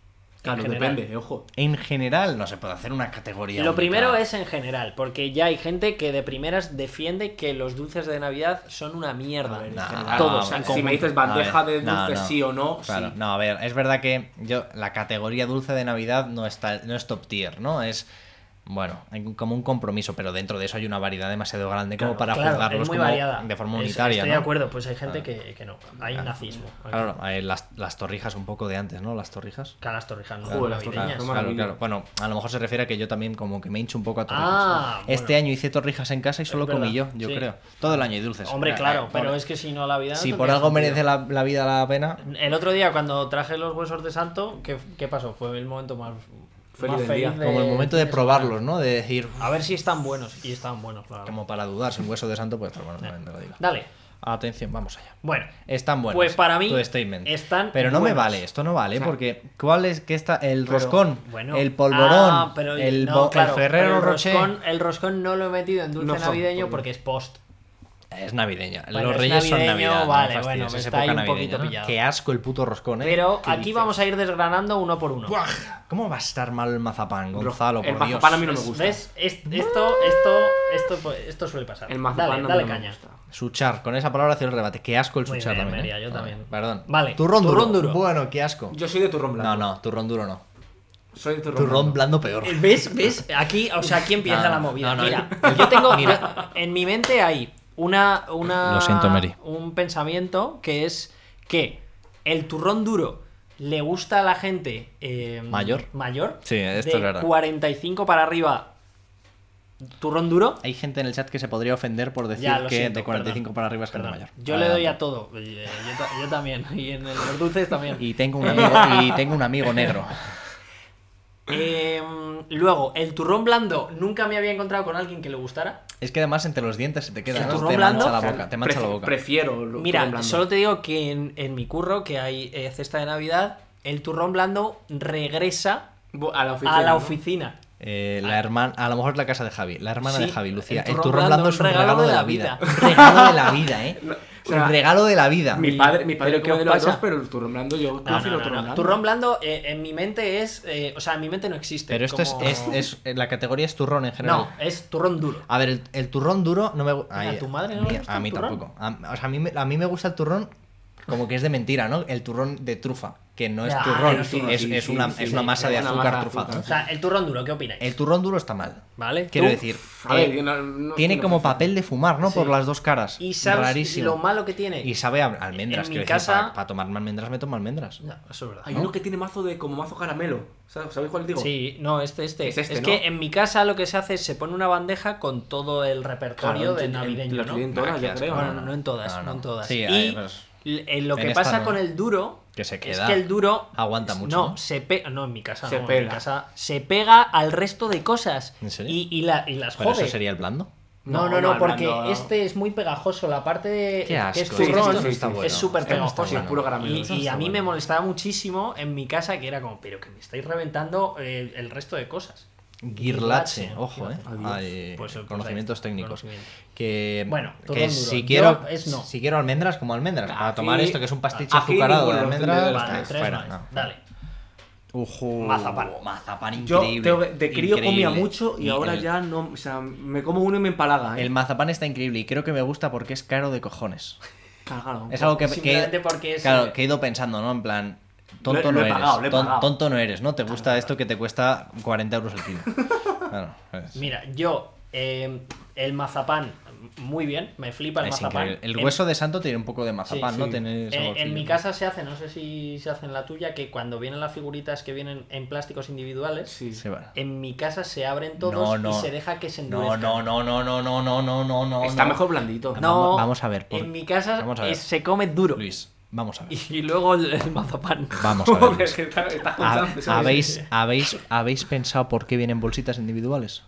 [SPEAKER 3] Claro,
[SPEAKER 2] en general.
[SPEAKER 3] depende, eh, ojo.
[SPEAKER 1] En general, no se puede hacer una categoría.
[SPEAKER 2] Lo
[SPEAKER 1] única.
[SPEAKER 2] primero es en general, porque ya hay gente que de primeras defiende que los dulces de Navidad son una mierda.
[SPEAKER 3] A ver,
[SPEAKER 1] Nah,
[SPEAKER 3] en general,
[SPEAKER 2] todos,
[SPEAKER 3] o sea,
[SPEAKER 2] en
[SPEAKER 3] si
[SPEAKER 2] conjunto.
[SPEAKER 3] me dices
[SPEAKER 1] A
[SPEAKER 3] bandeja de
[SPEAKER 1] ver, no,
[SPEAKER 3] dulce
[SPEAKER 1] no.
[SPEAKER 3] sí o no,
[SPEAKER 1] Claro,
[SPEAKER 3] sí.
[SPEAKER 1] no, a ver, es verdad que yo la categoría dulce de Navidad no está no es top tier, ¿no? Es bueno, hay un- como un compromiso, pero dentro de eso hay una variedad demasiado grande como para
[SPEAKER 2] Claro,
[SPEAKER 1] juzgarlos
[SPEAKER 2] es muy
[SPEAKER 1] como
[SPEAKER 2] variada.
[SPEAKER 1] de forma
[SPEAKER 2] Es-
[SPEAKER 1] unitaria,
[SPEAKER 2] Estoy
[SPEAKER 1] ¿no?
[SPEAKER 2] de acuerdo, pues hay gente que, que no. Hay nazismo.
[SPEAKER 1] Claro, eh, las, las torrijas un poco de antes, ¿no? Las torrijas.
[SPEAKER 2] Calas torrijas, no
[SPEAKER 3] Joder, las
[SPEAKER 2] navideñas.
[SPEAKER 3] torrijas.
[SPEAKER 1] Claro,
[SPEAKER 3] maravilla.
[SPEAKER 1] claro. Bueno, a lo mejor se refiere a que yo también como que me hincho un poco a torrijas.
[SPEAKER 2] Ah,
[SPEAKER 1] ¿no?
[SPEAKER 2] bueno.
[SPEAKER 1] Este año hice torrijas en casa y solo comí yo,
[SPEAKER 2] verdad,
[SPEAKER 1] yo
[SPEAKER 2] sí.
[SPEAKER 1] creo. Todo el año hay dulces.
[SPEAKER 2] Hombre,
[SPEAKER 1] Eh,
[SPEAKER 2] claro,
[SPEAKER 1] eh,
[SPEAKER 2] pero
[SPEAKER 1] por-
[SPEAKER 2] es que si no la vida. no
[SPEAKER 1] si por
[SPEAKER 2] tendría
[SPEAKER 1] algo
[SPEAKER 2] sentido.
[SPEAKER 1] merece la, la vida la pena,
[SPEAKER 2] El otro día cuando traje los huesos de santo, ¿qué, qué pasó? Fue el momento más
[SPEAKER 3] Feliz
[SPEAKER 2] más
[SPEAKER 3] del
[SPEAKER 2] feliz
[SPEAKER 3] día.
[SPEAKER 2] de-
[SPEAKER 1] como el momento de
[SPEAKER 2] de-
[SPEAKER 1] probarlos, ¿no? De decir, "Ah,
[SPEAKER 2] A ver si están buenos. Y están buenos, claro.
[SPEAKER 1] como para dudar si un hueso de santo, pues pero bueno, también te lo digo.
[SPEAKER 2] Dale.
[SPEAKER 1] Atención, vamos allá.
[SPEAKER 2] Bueno,
[SPEAKER 1] Están buenos.
[SPEAKER 2] Pues para mí
[SPEAKER 1] tu statement.
[SPEAKER 2] están
[SPEAKER 1] Pero no me
[SPEAKER 2] buenos.
[SPEAKER 1] vale, esto no vale, porque ¿cuál es que está? El roscón,
[SPEAKER 2] bueno.
[SPEAKER 1] el polvorón,
[SPEAKER 2] Ah, pero-
[SPEAKER 1] el,
[SPEAKER 2] no,
[SPEAKER 1] bo- el
[SPEAKER 2] claro,
[SPEAKER 1] Ferrero
[SPEAKER 2] pero el
[SPEAKER 1] Rocher.
[SPEAKER 2] Roscón, el roscón no lo he metido en dulce
[SPEAKER 3] No son,
[SPEAKER 2] navideño
[SPEAKER 3] porque-
[SPEAKER 2] porque es post.
[SPEAKER 1] Es navideña.
[SPEAKER 2] Bueno,
[SPEAKER 1] Los
[SPEAKER 2] es
[SPEAKER 1] reyes son
[SPEAKER 2] navideño,
[SPEAKER 1] navidad. no me
[SPEAKER 2] vale,
[SPEAKER 1] fastidies,
[SPEAKER 2] bueno, me
[SPEAKER 1] es
[SPEAKER 2] está
[SPEAKER 1] época
[SPEAKER 2] ahí un
[SPEAKER 1] navideña,
[SPEAKER 2] poquito
[SPEAKER 1] ¿no?
[SPEAKER 2] pillado.
[SPEAKER 1] Qué asco el puto roscón, ¿eh?
[SPEAKER 2] Pero
[SPEAKER 1] ¿Qué
[SPEAKER 2] aquí
[SPEAKER 1] dices?
[SPEAKER 2] vamos a ir desgranando uno por uno.
[SPEAKER 1] Buah, ¿Cómo va a estar mal el mazapán, Gonzalo?
[SPEAKER 3] el
[SPEAKER 1] por Dios?
[SPEAKER 3] mazapán a mí no me gusta.
[SPEAKER 2] ¿Ves? Es- esto, esto, esto, pues, esto suele pasar.
[SPEAKER 3] El mazapán
[SPEAKER 2] dale,
[SPEAKER 3] no
[SPEAKER 2] dale
[SPEAKER 3] me
[SPEAKER 2] caña.
[SPEAKER 3] gusta.
[SPEAKER 1] Suchar, con esa palabra hacia el rebate. Qué asco el
[SPEAKER 2] Muy
[SPEAKER 1] suchar
[SPEAKER 2] bien,
[SPEAKER 1] también.
[SPEAKER 2] María,
[SPEAKER 1] ¿eh?
[SPEAKER 2] yo
[SPEAKER 1] Vale,
[SPEAKER 2] también.
[SPEAKER 1] Perdón.
[SPEAKER 2] Vale,
[SPEAKER 1] Turrón,
[SPEAKER 2] turrón
[SPEAKER 1] duro.
[SPEAKER 2] duro.
[SPEAKER 1] Bueno, qué asco.
[SPEAKER 3] Yo soy de turrón
[SPEAKER 1] No,
[SPEAKER 3] blanco.
[SPEAKER 1] no, turrón duro no.
[SPEAKER 3] Soy de turrón,
[SPEAKER 1] Turrón
[SPEAKER 3] blanco.
[SPEAKER 1] blando peor.
[SPEAKER 2] Eh, ¿Ves? ¿Ves? Aquí, o sea, aquí empieza
[SPEAKER 1] No,
[SPEAKER 2] la movida.
[SPEAKER 1] Ah, no, no,
[SPEAKER 2] mira,
[SPEAKER 1] el-
[SPEAKER 2] yo tengo.
[SPEAKER 1] mira.
[SPEAKER 2] En mi mente hay una, una.
[SPEAKER 1] Lo siento, Mary.
[SPEAKER 2] Un pensamiento que es que el turrón duro le gusta a la gente. eh,
[SPEAKER 1] Mayor.
[SPEAKER 2] Mayor.
[SPEAKER 1] Sí, esto
[SPEAKER 2] de
[SPEAKER 1] es verdad.
[SPEAKER 2] 45 para arriba. Turrón duro.
[SPEAKER 1] Hay gente en el chat que se podría ofender por decir
[SPEAKER 2] Ya, lo
[SPEAKER 1] que
[SPEAKER 2] siento,
[SPEAKER 1] de 45
[SPEAKER 2] perdón,
[SPEAKER 1] para arriba es gente
[SPEAKER 2] perdón.
[SPEAKER 1] mayor.
[SPEAKER 2] Yo le doy a todo. eh, Yo, ta- yo también. Y en el- los dulces también.
[SPEAKER 1] Y tengo un amigo, y tengo un amigo negro.
[SPEAKER 2] Eh, luego, el turrón blando. Nunca me había encontrado con alguien que le gustara.
[SPEAKER 1] Es que además entre los dientes se te queda,
[SPEAKER 2] ¿El
[SPEAKER 1] ¿no?
[SPEAKER 2] turrón
[SPEAKER 1] Te mancha
[SPEAKER 2] blando?
[SPEAKER 1] la
[SPEAKER 3] O sea,
[SPEAKER 1] boca, te mancha la
[SPEAKER 3] prefi-
[SPEAKER 1] boca.
[SPEAKER 3] Prefiero lo- turrón
[SPEAKER 2] Mira,
[SPEAKER 3] blando.
[SPEAKER 2] solo te digo que en, en mi curro, que hay eh, cesta de Navidad, el turrón blando regresa
[SPEAKER 3] Bu- a la oficina.
[SPEAKER 2] a la
[SPEAKER 3] ¿no?
[SPEAKER 2] oficina.
[SPEAKER 1] Eh, la hermana, a lo mejor es la casa de Javi, la hermana
[SPEAKER 4] Sí,
[SPEAKER 1] de Javi, Lucía.
[SPEAKER 4] el
[SPEAKER 1] El
[SPEAKER 4] turrón
[SPEAKER 1] turrón blando
[SPEAKER 4] blando,
[SPEAKER 1] es
[SPEAKER 4] un
[SPEAKER 1] un regalo, de la vida. Regalo de la vida, ¿eh?
[SPEAKER 3] o sea,
[SPEAKER 1] un regalo de la vida.
[SPEAKER 3] Mi padre, mi padre
[SPEAKER 4] ¿Pero qué
[SPEAKER 3] come
[SPEAKER 4] os
[SPEAKER 3] de los
[SPEAKER 4] pasa?
[SPEAKER 3] dos, pero el turrón blando yo
[SPEAKER 2] No,
[SPEAKER 3] prefiero
[SPEAKER 2] no, no,
[SPEAKER 3] turrón
[SPEAKER 2] no.
[SPEAKER 3] blando.
[SPEAKER 2] Turrón blando eh, en mi mente es. eh, o sea, en mi mente no existe.
[SPEAKER 1] Pero esto es-
[SPEAKER 2] como-
[SPEAKER 1] es, es, eh, La categoría es turrón en general.
[SPEAKER 2] No, es turrón duro.
[SPEAKER 1] A ver, el, el turrón duro no me gusta.
[SPEAKER 2] Mira, ¿a tu madre no le gusta
[SPEAKER 1] A
[SPEAKER 2] el
[SPEAKER 1] mí
[SPEAKER 2] turrón?
[SPEAKER 1] tampoco. A, o sea, a mí, me- a mí me gusta el turrón como que es de mentira, ¿no? El turrón de trufa, que no es
[SPEAKER 2] Ah,
[SPEAKER 1] turrón,
[SPEAKER 2] pero sí,
[SPEAKER 1] es,
[SPEAKER 3] sí,
[SPEAKER 1] es
[SPEAKER 3] sí,
[SPEAKER 1] una,
[SPEAKER 3] sí,
[SPEAKER 1] es una
[SPEAKER 3] sí,
[SPEAKER 1] masa de
[SPEAKER 3] es una
[SPEAKER 1] azúcar
[SPEAKER 3] masa de
[SPEAKER 1] trufada.
[SPEAKER 3] azúcar.
[SPEAKER 2] O sea, el turrón duro, ¿qué opináis?
[SPEAKER 1] El turrón duro está mal.
[SPEAKER 2] ¿Vale?
[SPEAKER 1] Quiero
[SPEAKER 2] Tú-
[SPEAKER 1] decir,
[SPEAKER 3] A ver,
[SPEAKER 1] eh,
[SPEAKER 3] yo no- no-
[SPEAKER 1] tiene
[SPEAKER 3] no-
[SPEAKER 1] como papel de fumar, ¿no? Por
[SPEAKER 2] Sí.
[SPEAKER 1] las dos caras.
[SPEAKER 2] ¿Y sabes
[SPEAKER 1] Rarísimo.
[SPEAKER 2] lo malo que tiene?
[SPEAKER 1] Y sabe a almendras.
[SPEAKER 2] Eh, En
[SPEAKER 1] quiero
[SPEAKER 2] mi
[SPEAKER 1] decir,
[SPEAKER 2] casa-
[SPEAKER 1] Para, tomarme almendras me tomo almendras.
[SPEAKER 2] No, eso es verdad.
[SPEAKER 3] Hay uno que tiene mazo de como mazo caramelo. ¿Sabes sabéis cuál digo?
[SPEAKER 2] Sí, no, este, este. Es,
[SPEAKER 3] Es este,
[SPEAKER 2] que
[SPEAKER 3] ¿no?
[SPEAKER 2] en mi casa lo que se hace es se pone una bandeja con todo el repertorio
[SPEAKER 3] Claro,
[SPEAKER 2] de
[SPEAKER 3] en- en-
[SPEAKER 2] navideño,
[SPEAKER 3] lo
[SPEAKER 2] ¿no?
[SPEAKER 3] tiene en todas,
[SPEAKER 1] Ah,
[SPEAKER 3] yo
[SPEAKER 1] qué asco.
[SPEAKER 3] creo.
[SPEAKER 2] Bueno,
[SPEAKER 3] ¿no?
[SPEAKER 2] no en todas,
[SPEAKER 1] No,
[SPEAKER 2] no,
[SPEAKER 1] no.
[SPEAKER 2] en todas.
[SPEAKER 1] Sí,
[SPEAKER 2] y
[SPEAKER 1] hay, pues,
[SPEAKER 2] l- lo
[SPEAKER 1] en
[SPEAKER 2] que
[SPEAKER 1] esta
[SPEAKER 2] pasa
[SPEAKER 1] no.
[SPEAKER 2] con el duro
[SPEAKER 1] Que se
[SPEAKER 2] es
[SPEAKER 1] queda.
[SPEAKER 2] que el duro
[SPEAKER 1] Aguanta mucho,
[SPEAKER 2] No,
[SPEAKER 1] ¿no?
[SPEAKER 2] se pega. No, en mi casa.
[SPEAKER 3] Se
[SPEAKER 2] no, en
[SPEAKER 3] pega.
[SPEAKER 2] mi casa se pega al resto de cosas.
[SPEAKER 1] ¿En serio?
[SPEAKER 2] Y, y la- y las
[SPEAKER 1] Pero
[SPEAKER 2] jode.
[SPEAKER 1] eso sería el blando.
[SPEAKER 2] No, no,
[SPEAKER 3] No,
[SPEAKER 2] no,
[SPEAKER 3] no,
[SPEAKER 2] porque
[SPEAKER 3] no, no.
[SPEAKER 2] este es muy pegajoso. La parte de
[SPEAKER 1] Qué
[SPEAKER 2] que es
[SPEAKER 1] asco.
[SPEAKER 3] Sí,
[SPEAKER 2] turrón
[SPEAKER 3] sí, sí, sí, sí.
[SPEAKER 2] es
[SPEAKER 1] bueno.
[SPEAKER 2] súper
[SPEAKER 1] Eso no está
[SPEAKER 2] pegajoso.
[SPEAKER 1] bueno.
[SPEAKER 3] Puro caramelo,
[SPEAKER 2] Y,
[SPEAKER 3] eso
[SPEAKER 2] y
[SPEAKER 3] está
[SPEAKER 2] a mí
[SPEAKER 3] bueno.
[SPEAKER 2] me molestaba muchísimo en mi casa que era como, pero que me estáis reventando eh, el resto de cosas.
[SPEAKER 1] Guirlache, ojo, eh.
[SPEAKER 3] Adiós.
[SPEAKER 1] Hay
[SPEAKER 2] Pues, pues,
[SPEAKER 1] conocimientos
[SPEAKER 2] ahí,
[SPEAKER 1] técnicos.
[SPEAKER 2] conocimiento.
[SPEAKER 1] Que,
[SPEAKER 2] Bueno,
[SPEAKER 1] que
[SPEAKER 2] turrón duro.
[SPEAKER 1] si
[SPEAKER 2] Yo
[SPEAKER 1] quiero
[SPEAKER 2] es no.
[SPEAKER 1] si quiero almendras como almendras, para
[SPEAKER 3] Aquí-
[SPEAKER 1] tomar esto que es un pastiche
[SPEAKER 3] aquí
[SPEAKER 1] azucarado de
[SPEAKER 3] ninguno de los
[SPEAKER 1] almendras,
[SPEAKER 3] primeros
[SPEAKER 1] está
[SPEAKER 2] Vale, tres
[SPEAKER 1] fuera,
[SPEAKER 2] más.
[SPEAKER 1] no.
[SPEAKER 2] Dale.
[SPEAKER 1] Ujú,
[SPEAKER 2] Mazapán.
[SPEAKER 1] mazapán
[SPEAKER 3] Yo
[SPEAKER 1] increíble.
[SPEAKER 3] tengo que- de crío comía
[SPEAKER 1] increíble.
[SPEAKER 3] mucho y, ahora
[SPEAKER 1] el-
[SPEAKER 3] ya no. O sea, me como uno y me empalaga. ¿eh?
[SPEAKER 1] El mazapán está increíble y creo que me gusta porque es caro de cojones.
[SPEAKER 3] Cagado.
[SPEAKER 1] Es algo que, que-
[SPEAKER 2] Simplemente porque es- eh,
[SPEAKER 1] claro, que he ido pensando, ¿no? En plan, tonto
[SPEAKER 3] Lo- lo
[SPEAKER 1] no
[SPEAKER 3] he
[SPEAKER 1] eres.
[SPEAKER 3] pagado, lo he
[SPEAKER 1] ton-
[SPEAKER 3] pagado.
[SPEAKER 1] tonto no eres, ¿no? Te gusta esto que te cuesta 40 euros el kilo. Claro, es-
[SPEAKER 2] Mira, yo, eh, el mazapán, muy bien, me flipa el
[SPEAKER 1] es
[SPEAKER 2] mazapán.
[SPEAKER 1] increíble. El
[SPEAKER 2] En-
[SPEAKER 1] hueso de santo tiene un poco de mazapán,
[SPEAKER 3] Sí,
[SPEAKER 1] ¿no?
[SPEAKER 3] sí.
[SPEAKER 1] Tiene
[SPEAKER 2] en,
[SPEAKER 1] saborcillo.
[SPEAKER 2] en mi casa se hace, no sé si se hace en la tuya, que cuando vienen las figuritas que vienen en plásticos individuales,
[SPEAKER 3] Sí.
[SPEAKER 1] Sí, va.
[SPEAKER 2] en mi casa se abren todos
[SPEAKER 1] No, no.
[SPEAKER 2] y se deja que se
[SPEAKER 1] No,
[SPEAKER 2] endurezcan.
[SPEAKER 1] no, no, no, no, no, no, no, no, no.
[SPEAKER 3] Está mejor blandito.
[SPEAKER 1] No. Vamos- vamos a ver, por-
[SPEAKER 2] En mi casa
[SPEAKER 1] vamos a ver.
[SPEAKER 2] es- se come duro.
[SPEAKER 1] Luis, vamos a ver.
[SPEAKER 2] Y, y luego el, el mazapán.
[SPEAKER 1] Vamos a ver.
[SPEAKER 3] Joder,
[SPEAKER 1] Luis.
[SPEAKER 3] que está- está
[SPEAKER 1] Ha-
[SPEAKER 3] juntando, ¿sabes?
[SPEAKER 1] ¿Habéis, habéis, ¿Habéis pensado por qué vienen bolsitas individuales?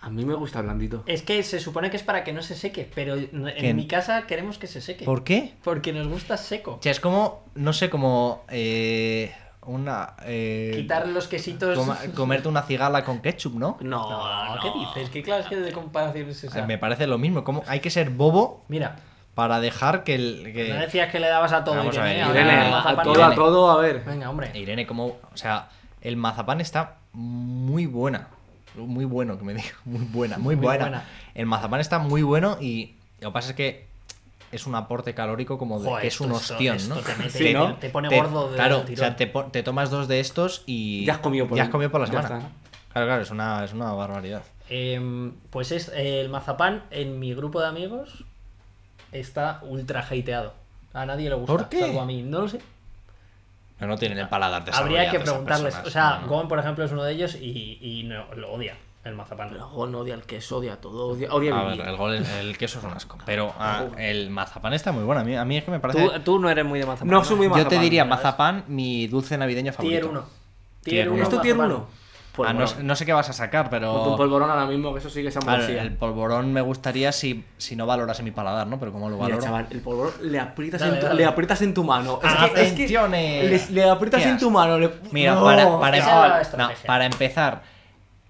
[SPEAKER 3] A mí me gusta blandito.
[SPEAKER 2] Es que se supone que es para que no se seque, pero en
[SPEAKER 1] ¿Quién?
[SPEAKER 2] mi casa queremos que se seque.
[SPEAKER 1] ¿Por qué?
[SPEAKER 2] Porque nos gusta seco.
[SPEAKER 1] O sea, es como, no sé, como eh, una... eh,
[SPEAKER 2] Quitar los quesitos.
[SPEAKER 1] coma- comerte una cigala con ketchup, ¿no? Eh,
[SPEAKER 3] No,
[SPEAKER 2] No, ¿qué dices? Que claro, es que de comparación es esa.
[SPEAKER 1] Me parece lo mismo. Como, hay que ser bobo
[SPEAKER 2] Mira,
[SPEAKER 1] para dejar que... el- que-
[SPEAKER 2] Pues no decías que le dabas a todo.
[SPEAKER 1] eh, Vamos
[SPEAKER 2] y
[SPEAKER 1] a
[SPEAKER 2] que,
[SPEAKER 1] ver,
[SPEAKER 2] mira,
[SPEAKER 1] Irene,
[SPEAKER 2] ahora
[SPEAKER 3] Irene,
[SPEAKER 2] el
[SPEAKER 3] a
[SPEAKER 2] mazapán
[SPEAKER 3] todo,
[SPEAKER 2] viene.
[SPEAKER 3] a todo, a ver.
[SPEAKER 2] Venga, hombre.
[SPEAKER 1] Irene, como... O sea, el mazapán está muy buena. Muy bueno, que me diga. Muy buena, muy,
[SPEAKER 2] Muy
[SPEAKER 1] buena.
[SPEAKER 2] buena.
[SPEAKER 1] El mazapán está muy bueno y lo que pasa es que es un aporte calórico como de
[SPEAKER 2] Joder,
[SPEAKER 1] que es un
[SPEAKER 2] esto- esto-
[SPEAKER 1] hostión,
[SPEAKER 2] esto
[SPEAKER 1] ¿no?
[SPEAKER 2] te mete-
[SPEAKER 3] Sí, ¿no?
[SPEAKER 2] te pone
[SPEAKER 1] Te-
[SPEAKER 2] gordo de
[SPEAKER 1] Claro,
[SPEAKER 2] del
[SPEAKER 1] o
[SPEAKER 2] tirón.
[SPEAKER 1] sea, te, po- te tomas dos de estos y.
[SPEAKER 3] Ya has comido por
[SPEAKER 1] ya
[SPEAKER 3] el-
[SPEAKER 1] has comido por la
[SPEAKER 3] ya
[SPEAKER 1] semana.
[SPEAKER 3] está, ¿no?
[SPEAKER 1] Claro, claro, es una, es una barbaridad.
[SPEAKER 2] Em, pues es eh, el mazapán en mi grupo de amigos está ultra hateado. A nadie le gusta,
[SPEAKER 1] ¿Por qué?
[SPEAKER 2] salvo a mí. No lo sé.
[SPEAKER 1] Pero no tienen el paladar de
[SPEAKER 2] Ah, Habría que preguntarles. O sea, Gon, por ejemplo, es uno de ellos y, y no, lo odia el mazapán.
[SPEAKER 3] Pero Gon odia el queso, odia todo, odia, odia
[SPEAKER 1] A
[SPEAKER 3] vivir.
[SPEAKER 1] ver, el, gol- el queso es un asco. Pero ah, el mazapán está muy bueno. A mí, a mí es que me parece.
[SPEAKER 4] Tú, tú no eres muy de mazapán.
[SPEAKER 3] No soy muy
[SPEAKER 1] Yo te
[SPEAKER 3] mazapán.
[SPEAKER 1] diría mazapán, mi dulce navideño favorito.
[SPEAKER 2] Tier 1.
[SPEAKER 1] Tier uno.
[SPEAKER 3] ¿Esto tiene uno?
[SPEAKER 1] Ah, no,
[SPEAKER 3] Polvorón.
[SPEAKER 1] sé- no sé qué vas a sacar,
[SPEAKER 3] pues Ponte un
[SPEAKER 1] pero.
[SPEAKER 3] polvorón ahora mismo, que eso sí que es
[SPEAKER 1] Claro,
[SPEAKER 3] hamburguesía.
[SPEAKER 1] el polvorón me gustaría si, si no valorase mi paladar, ¿no? Pero como lo
[SPEAKER 3] Mira,
[SPEAKER 1] valoro.
[SPEAKER 3] chaval, el polvorón le aprietas,
[SPEAKER 2] Dale,
[SPEAKER 3] en, tu,
[SPEAKER 2] dale.
[SPEAKER 3] le aprietas en tu mano.
[SPEAKER 1] Atenciones.
[SPEAKER 3] le, le aprietas
[SPEAKER 1] Qué
[SPEAKER 3] en tu mano. le-
[SPEAKER 1] Mira,
[SPEAKER 3] No,
[SPEAKER 1] para, para,
[SPEAKER 2] esa era la
[SPEAKER 1] no,
[SPEAKER 2] estrategia.
[SPEAKER 1] para empezar,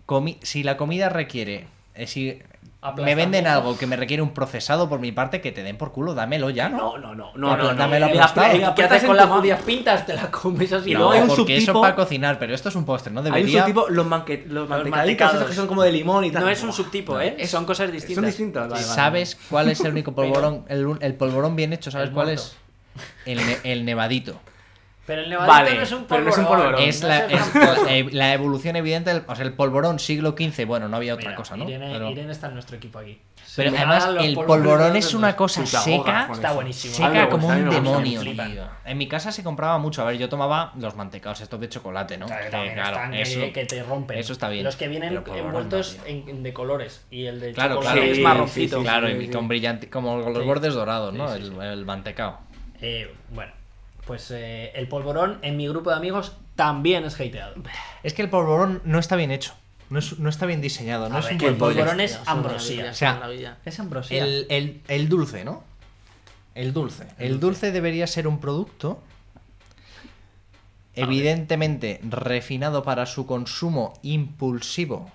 [SPEAKER 1] comi- si la comida requiere, eh, si me
[SPEAKER 2] Aplastamiento.
[SPEAKER 1] venden algo que me requiere un procesado por mi parte, que te den por culo, dámelo ya, ¿no?
[SPEAKER 3] No, no, no, no,
[SPEAKER 1] Pero
[SPEAKER 3] no, no.
[SPEAKER 1] dámelo
[SPEAKER 3] Le
[SPEAKER 1] aplastado.
[SPEAKER 3] apri-
[SPEAKER 1] ¿Y
[SPEAKER 3] le
[SPEAKER 2] ¿Qué
[SPEAKER 3] aprietas
[SPEAKER 2] haces
[SPEAKER 3] en
[SPEAKER 2] con
[SPEAKER 3] tu
[SPEAKER 2] las
[SPEAKER 3] mano.
[SPEAKER 2] judías pintas? Te las comes así.
[SPEAKER 3] Y
[SPEAKER 1] No,
[SPEAKER 3] luego hay un
[SPEAKER 1] porque eso
[SPEAKER 3] subtipo-
[SPEAKER 1] para cocinar, pero esto es un postre, no
[SPEAKER 3] Hay un
[SPEAKER 1] debería.
[SPEAKER 3] subtipo, los, manque, los mantecaditos, esos
[SPEAKER 2] mantecados.
[SPEAKER 3] que son como de limón y tal.
[SPEAKER 2] No es un
[SPEAKER 3] Buah,
[SPEAKER 2] subtipo,
[SPEAKER 3] no.
[SPEAKER 2] ¿eh?
[SPEAKER 3] Es-
[SPEAKER 2] Son cosas distintas.
[SPEAKER 3] Son distintas, vale, vale.
[SPEAKER 1] ¿Sabes cuál es el único polvorón, el, un- el polvorón bien hecho? ¿Sabes
[SPEAKER 2] El
[SPEAKER 1] cuál
[SPEAKER 2] muerto.
[SPEAKER 1] es? El, ne- el nevadito.
[SPEAKER 2] Pero el nevadito
[SPEAKER 3] Vale,
[SPEAKER 2] no es un
[SPEAKER 3] pero no
[SPEAKER 2] polvorón.
[SPEAKER 3] es un polvorón.
[SPEAKER 1] Es, la, es la- eh, la evolución evidente, del, o sea, el polvorón siglo XV, bueno, no había otra
[SPEAKER 2] Mira,
[SPEAKER 1] cosa, ¿no?
[SPEAKER 2] Irene,
[SPEAKER 1] pero
[SPEAKER 2] Irene está en nuestro equipo aquí.
[SPEAKER 1] pero
[SPEAKER 2] Se
[SPEAKER 1] además,
[SPEAKER 2] regalan los
[SPEAKER 1] el
[SPEAKER 2] polvorones
[SPEAKER 1] polvorón
[SPEAKER 2] de
[SPEAKER 1] es
[SPEAKER 2] otros.
[SPEAKER 1] una cosa
[SPEAKER 3] Puta,
[SPEAKER 1] seca.
[SPEAKER 3] ahogas con
[SPEAKER 2] Está
[SPEAKER 3] eso.
[SPEAKER 2] buenísimo.
[SPEAKER 3] A mí me
[SPEAKER 1] Seca
[SPEAKER 3] gusta,
[SPEAKER 1] como
[SPEAKER 3] a mí
[SPEAKER 1] un
[SPEAKER 3] me gusta,
[SPEAKER 1] demonio,
[SPEAKER 3] me flipa.
[SPEAKER 1] tío. En mi casa se compraba mucho. A ver, yo tomaba los mantecados estos de chocolate, ¿no?
[SPEAKER 2] Claro, que
[SPEAKER 1] Que,
[SPEAKER 2] también
[SPEAKER 1] claro,
[SPEAKER 2] están, eh,
[SPEAKER 1] eso-
[SPEAKER 2] que te rompen.
[SPEAKER 1] eso está bien.
[SPEAKER 2] Los que vienen
[SPEAKER 1] Pero polvorón no,
[SPEAKER 2] envueltos
[SPEAKER 1] tío.
[SPEAKER 2] en- en- de colores. Y el de
[SPEAKER 1] Claro,
[SPEAKER 2] chocolate
[SPEAKER 1] claro.
[SPEAKER 2] es
[SPEAKER 3] Sí,
[SPEAKER 2] marroncito.
[SPEAKER 3] sí, sí,
[SPEAKER 1] claro,
[SPEAKER 3] sí,
[SPEAKER 1] y
[SPEAKER 3] sí.
[SPEAKER 1] con brillante, como con los
[SPEAKER 2] Sí.
[SPEAKER 1] bordes dorados, ¿no?
[SPEAKER 2] Sí, sí,
[SPEAKER 1] El, el mantecado.
[SPEAKER 2] Eh, bueno, pues eh, el polvorón en mi grupo de amigos también es hateado.
[SPEAKER 1] Es que el polvorón no está bien hecho. No, es- no está bien diseñado. No
[SPEAKER 2] A
[SPEAKER 1] es
[SPEAKER 2] ver,
[SPEAKER 1] un
[SPEAKER 2] que el
[SPEAKER 1] buen pollo.
[SPEAKER 2] polvorón es
[SPEAKER 4] Hostia,
[SPEAKER 2] ambrosía.
[SPEAKER 1] O sea,
[SPEAKER 2] Es ambrosía.
[SPEAKER 1] el, el- el dulce, ¿no? El dulce. El dulce debería ser un producto evidentemente refinado para su consumo impulsivo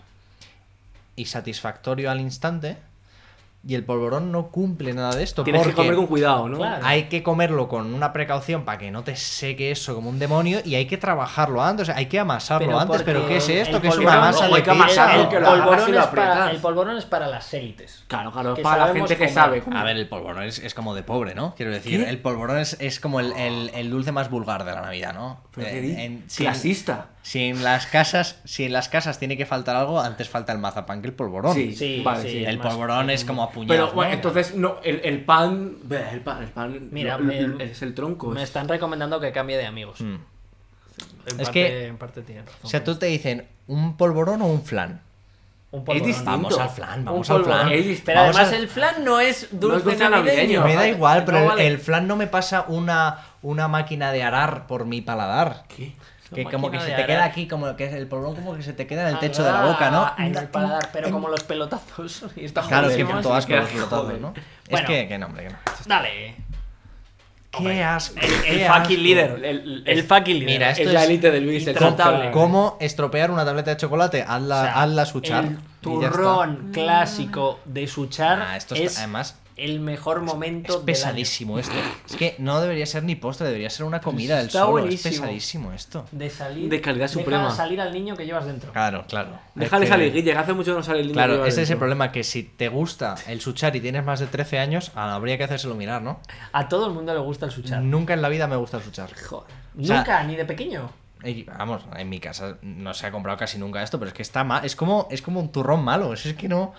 [SPEAKER 1] y satisfactorio al instante. Y el polvorón no cumple nada de esto.
[SPEAKER 3] Tienes que
[SPEAKER 1] porque
[SPEAKER 3] comer con cuidado, ¿no?
[SPEAKER 2] Claro.
[SPEAKER 1] Hay que comerlo con una precaución para que no te seque eso como un demonio y hay que trabajarlo antes, o sea, hay que amasarlo
[SPEAKER 2] Pero
[SPEAKER 1] antes. Pero
[SPEAKER 2] porque
[SPEAKER 1] ¿qué es
[SPEAKER 2] el
[SPEAKER 1] esto? Que es una
[SPEAKER 2] polvorón-
[SPEAKER 1] masa
[SPEAKER 3] ojo,
[SPEAKER 1] de
[SPEAKER 3] hay que amasarlo,
[SPEAKER 1] pizza.
[SPEAKER 3] que
[SPEAKER 2] el,
[SPEAKER 3] lo agarras
[SPEAKER 2] polvorón
[SPEAKER 3] y lo
[SPEAKER 2] es para,
[SPEAKER 3] aprietas.
[SPEAKER 2] el polvorón es para las élites.
[SPEAKER 3] Claro, claro,
[SPEAKER 2] Que
[SPEAKER 3] para la
[SPEAKER 2] sabemos
[SPEAKER 3] gente que
[SPEAKER 2] comer.
[SPEAKER 3] sabe.
[SPEAKER 1] A ver, el polvorón es, es como de pobre, ¿no? Quiero decir, el polvorón es, es como el, el- el dulce más vulgar de la Navidad, ¿no?
[SPEAKER 3] Pero qué
[SPEAKER 1] En-
[SPEAKER 3] di-
[SPEAKER 1] en- sin-
[SPEAKER 3] Clasista.
[SPEAKER 1] Si en las casas, si en las casas tiene que faltar algo, antes falta el mazapán que el polvorón.
[SPEAKER 3] Sí,
[SPEAKER 2] Sí,
[SPEAKER 3] vale,
[SPEAKER 2] sí.
[SPEAKER 3] sí.
[SPEAKER 1] el
[SPEAKER 2] más-
[SPEAKER 1] polvorón es como apuñado.
[SPEAKER 3] Pero bueno, entonces, no, el, el pan. bleh, El pan, el pan.
[SPEAKER 2] Mira,
[SPEAKER 3] lo- lo-
[SPEAKER 2] me-
[SPEAKER 3] es el tronco.
[SPEAKER 2] Me
[SPEAKER 3] es-
[SPEAKER 2] están recomendando que cambie de amigos. En
[SPEAKER 1] Mm. Es
[SPEAKER 2] parte,
[SPEAKER 1] que-
[SPEAKER 2] en parte tienen razón.
[SPEAKER 1] O sea, tú te dicen un polvorón o un flan.
[SPEAKER 2] Un polvorón.
[SPEAKER 3] distinto.
[SPEAKER 1] Vamos al flan, vamos al
[SPEAKER 2] polvorón.
[SPEAKER 1] flan.
[SPEAKER 3] Es distinto.
[SPEAKER 2] Pero
[SPEAKER 1] Vamos
[SPEAKER 2] además
[SPEAKER 1] al-
[SPEAKER 2] el flan no es dulce, navideño.
[SPEAKER 3] dulce navideño.
[SPEAKER 1] Me da igual, pero
[SPEAKER 2] No
[SPEAKER 1] el,
[SPEAKER 2] vale.
[SPEAKER 1] el flan no me pasa una, una máquina de arar por mi paladar.
[SPEAKER 3] ¿Qué?
[SPEAKER 1] Que
[SPEAKER 2] Una
[SPEAKER 1] como que
[SPEAKER 2] máquina
[SPEAKER 1] se
[SPEAKER 2] de
[SPEAKER 1] te queda
[SPEAKER 2] arar.
[SPEAKER 1] aquí, como que es el polvorón como que se te queda en el techo de la boca, ¿no?
[SPEAKER 2] Ah, En el paladar, pero como los pelotazos. Y está
[SPEAKER 1] Claro,
[SPEAKER 2] jodido.
[SPEAKER 1] que
[SPEAKER 3] más
[SPEAKER 1] todo asco
[SPEAKER 3] que
[SPEAKER 1] los
[SPEAKER 3] joder.
[SPEAKER 1] flotazos, ¿no? Es
[SPEAKER 2] Bueno.
[SPEAKER 1] que, que no, hombre, que no.
[SPEAKER 2] Dale.
[SPEAKER 1] Qué asco.
[SPEAKER 2] El,
[SPEAKER 1] qué
[SPEAKER 2] el
[SPEAKER 1] asco.
[SPEAKER 2] fucking líder.
[SPEAKER 3] El-
[SPEAKER 2] El,
[SPEAKER 3] el-
[SPEAKER 2] fucking líder.
[SPEAKER 1] Mira, esto
[SPEAKER 3] es la
[SPEAKER 1] es
[SPEAKER 3] élite del Luis, el
[SPEAKER 1] ¿Cómo-
[SPEAKER 2] Tratable.
[SPEAKER 3] tronco.
[SPEAKER 1] ¿Cómo estropear una tableta de chocolate? Hazla,
[SPEAKER 2] O sea,
[SPEAKER 1] hazla suchar.
[SPEAKER 2] El
[SPEAKER 1] y ya está.
[SPEAKER 2] turrón clásico de suchar
[SPEAKER 1] Ah, esto
[SPEAKER 2] es
[SPEAKER 1] está- además
[SPEAKER 2] el mejor
[SPEAKER 1] Es
[SPEAKER 2] momento
[SPEAKER 1] pesadísimo esto. Es que no debería ser ni postre, debería ser una comida del
[SPEAKER 2] Está
[SPEAKER 1] solo.
[SPEAKER 2] buenísimo.
[SPEAKER 1] Es pesadísimo esto.
[SPEAKER 2] del año. de salir.
[SPEAKER 3] De calidad
[SPEAKER 2] deja
[SPEAKER 3] suprema.
[SPEAKER 2] salir al niño que llevas dentro.
[SPEAKER 1] Claro, claro.
[SPEAKER 3] Déjale
[SPEAKER 1] Es que-
[SPEAKER 3] salir, Guille, que hace mucho que no sale el niño que
[SPEAKER 1] Claro,
[SPEAKER 3] lleva
[SPEAKER 1] ese es el
[SPEAKER 3] dentro.
[SPEAKER 1] problema, que si te gusta el suchar y tienes más de 13 años, habría que hacérselo mirar, ¿no?
[SPEAKER 2] A todo el mundo le gusta el suchar.
[SPEAKER 1] Nunca en la vida me gusta el suchar.
[SPEAKER 2] Joder.
[SPEAKER 1] Mm. O sea-
[SPEAKER 2] Nunca, ni de pequeño.
[SPEAKER 1] Y, vamos, en mi casa no se ha comprado casi nunca esto, pero es que está mal. Es como, es como un turrón malo. Es que no.